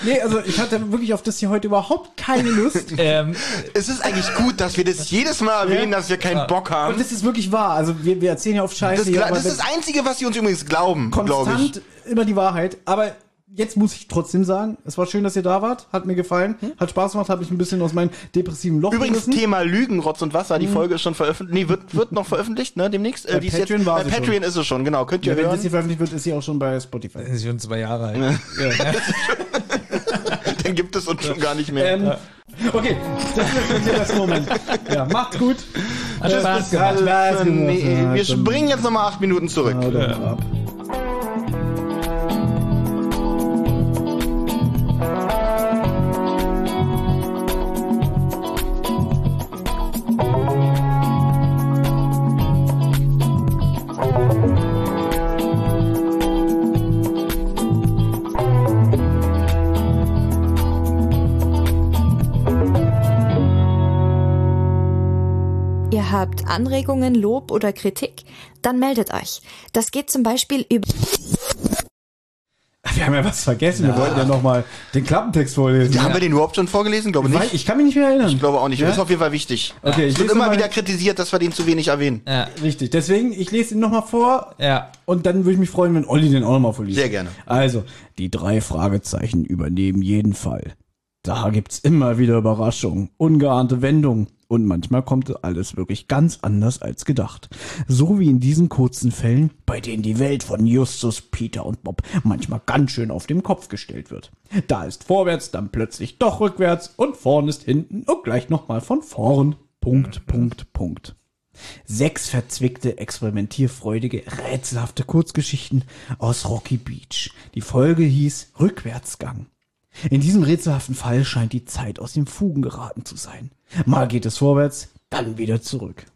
S1: Nee, also ich hatte wirklich auf das hier heute überhaupt keine Lust.
S4: Ähm,
S3: es ist eigentlich gut, dass wir das jedes Mal erwähnen, dass wir keinen Bock
S1: Und
S3: haben.
S1: das ist wirklich wahr. Also wir, wir erzählen ja auf Scheiße.
S3: Das,
S1: hier,
S3: gla-
S1: aber
S3: das
S1: wenn-
S3: ist das Einzige, was sie uns übrigens glauben, glaube ich.
S1: konstant immer die Wahrheit. Aber jetzt muss ich trotzdem sagen, es war schön, dass ihr da wart. Hat mir gefallen. Hat Spaß gemacht. Hat mich ein bisschen aus meinem depressiven Loch
S3: Hm? Übrigens,
S1: gerissen.
S3: Thema Lügen, Rotz und Wasser, die
S1: Mhm.
S3: Folge ist schon veröffentlicht. Nee, wird, wird noch veröffentlicht, ne, demnächst. Äh,
S1: Bei
S3: die ist
S1: Patreon war
S3: bei
S1: sie
S3: Patreon ist es schon, genau. Könnt ihr
S1: Ja, wenn das hier
S3: hören.
S1: veröffentlicht wird, ist sie auch schon bei Spotify.
S4: ist schon zwei Jahre alt.
S3: Dann gibt es uns schon gar nicht mehr.
S1: Ähm, okay, das ist jetzt hier das Moment. Ja, macht's gut.
S4: Hat Spaß
S1: Ja,
S4: gemacht.
S1: lass ihn
S3: nee,
S1: lassen.
S3: wir springen jetzt nochmal acht Minuten zurück.
S1: Ja, dann ab.
S2: Ihr habt Anregungen, Lob oder Kritik? Dann meldet euch. Das geht zum Beispiel über
S1: Wir haben ja was vergessen. Wir wollten ja nochmal den Klappentext vorlesen.
S9: Haben wir den überhaupt schon vorgelesen? Glaube
S1: Weil-
S9: nicht.
S1: Ich kann mich nicht mehr erinnern.
S9: Ich glaube auch nicht.
S1: Ja?
S9: Ist auf jeden Fall wichtig.
S1: Okay, ich
S9: es wird
S1: lese
S9: immer
S1: mal-
S9: wieder kritisiert, dass wir den zu wenig erwähnen.
S1: Richtig. Deswegen, ich lese ihn nochmal vor.
S4: Ja.
S1: Und dann würde ich mich freuen, wenn Olli den auch nochmal vorliest.
S9: Sehr gerne.
S1: Also, die drei Fragezeichen übernehmen jeden Fall. Da gibt's immer wieder Überraschungen, ungeahnte Wendungen. Und manchmal kommt alles wirklich ganz anders als gedacht. So wie in diesen kurzen Fällen, bei denen die Welt von Justus, Peter und Bob manchmal ganz schön auf den Kopf gestellt wird. Da ist vorwärts, dann plötzlich doch rückwärts und vorn ist hinten und gleich nochmal von vorn. Punkt, Punkt, Punkt. Sechs verzwickte, experimentierfreudige, rätselhafte Kurzgeschichten aus Rocky Beach. Die Folge hieß Rückwärtsgang. In diesem rätselhaften Fall scheint die Zeit aus den Fugen geraten zu sein. Mal geht es vorwärts, dann wieder zurück.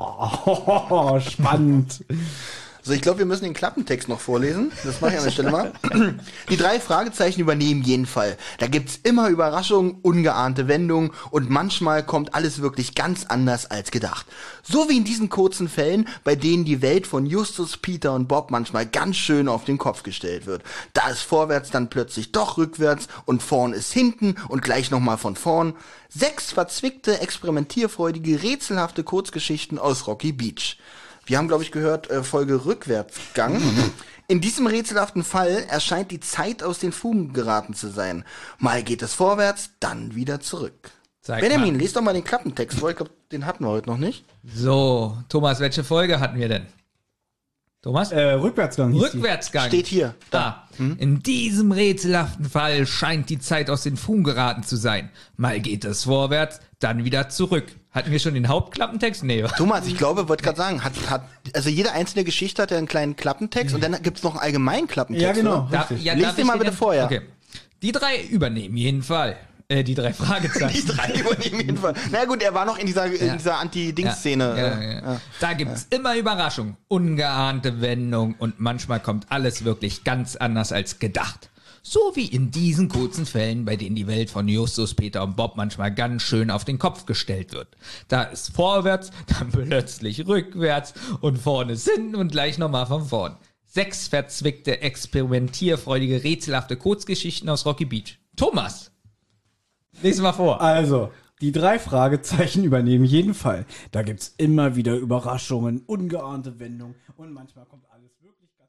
S1: Wow, spannend.
S9: So, ich glaube, wir müssen den Klappentext noch vorlesen. Das mache ich an der Stelle mal. Die drei Fragezeichen übernehmen jeden Fall. Da gibt's immer Überraschungen, ungeahnte Wendungen und manchmal kommt alles wirklich ganz anders als gedacht. So wie in diesen kurzen Fällen, bei denen die Welt von Justus, Peter und Bob manchmal ganz schön auf den Kopf gestellt wird. Da ist vorwärts dann plötzlich doch rückwärts und vorn ist hinten und gleich nochmal von vorn. Sechs verzwickte, experimentierfreudige, rätselhafte Kurzgeschichten aus Rocky Beach. Wir haben, glaube ich, gehört, äh, Folge Rückwärtsgang. In diesem rätselhaften Fall erscheint die Zeit aus den Fugen geraten zu sein. Mal geht es vorwärts, dann wieder zurück.
S4: Zeig
S9: Benjamin, lest doch mal den Klappentext vor. Ich glaube, den hatten wir heute noch nicht.
S4: So, Thomas, welche Folge hatten wir denn? Thomas?
S1: Äh, Rückwärtsgang hieß die.
S4: Rückwärtsgang.
S9: Steht hier. Hm?
S4: Da. In diesem rätselhaften Fall scheint die Zeit aus den Fugen geraten zu sein. Mal geht es vorwärts, dann wieder zurück. Hatten wir schon den Hauptklappentext? Nee. wa?
S9: Thomas, ich glaube, wollte gerade sagen, hat, hat, also jede einzelne Geschichte hat ja einen kleinen Klappentext und dann gibt es noch einen allgemeinen Klappentext.
S1: Ja, genau.
S9: Oder?
S4: Darf, ja,
S9: Lies
S4: darf
S9: den
S4: ich
S9: mal bitte vor, ja.
S4: Okay. Die drei übernehmen jeden Fall. Äh, die drei Fragezeichen.
S9: Die drei übernehmen jeden Fall. Na gut, er war noch in dieser, in dieser Anti-Dings-Szene.
S4: Ja, ja, ja. Da gibt's immer Überraschungen, ungeahnte Wendungen und manchmal kommt alles wirklich ganz anders als gedacht. So wie in diesen kurzen Fällen, bei denen die Welt von Justus, Peter und Bob manchmal ganz schön auf den Kopf gestellt wird. Da ist vorwärts, dann plötzlich rückwärts und vorne ist hinten und gleich nochmal von vorn. Sechs verzwickte, experimentierfreudige, rätselhafte Kurzgeschichten aus Rocky Beach. Thomas, lese mal vor.
S1: Also, die drei Fragezeichen übernehmen jeden Fall. Da gibt's immer wieder Überraschungen, ungeahnte Wendungen und manchmal kommt alles wirklich ganz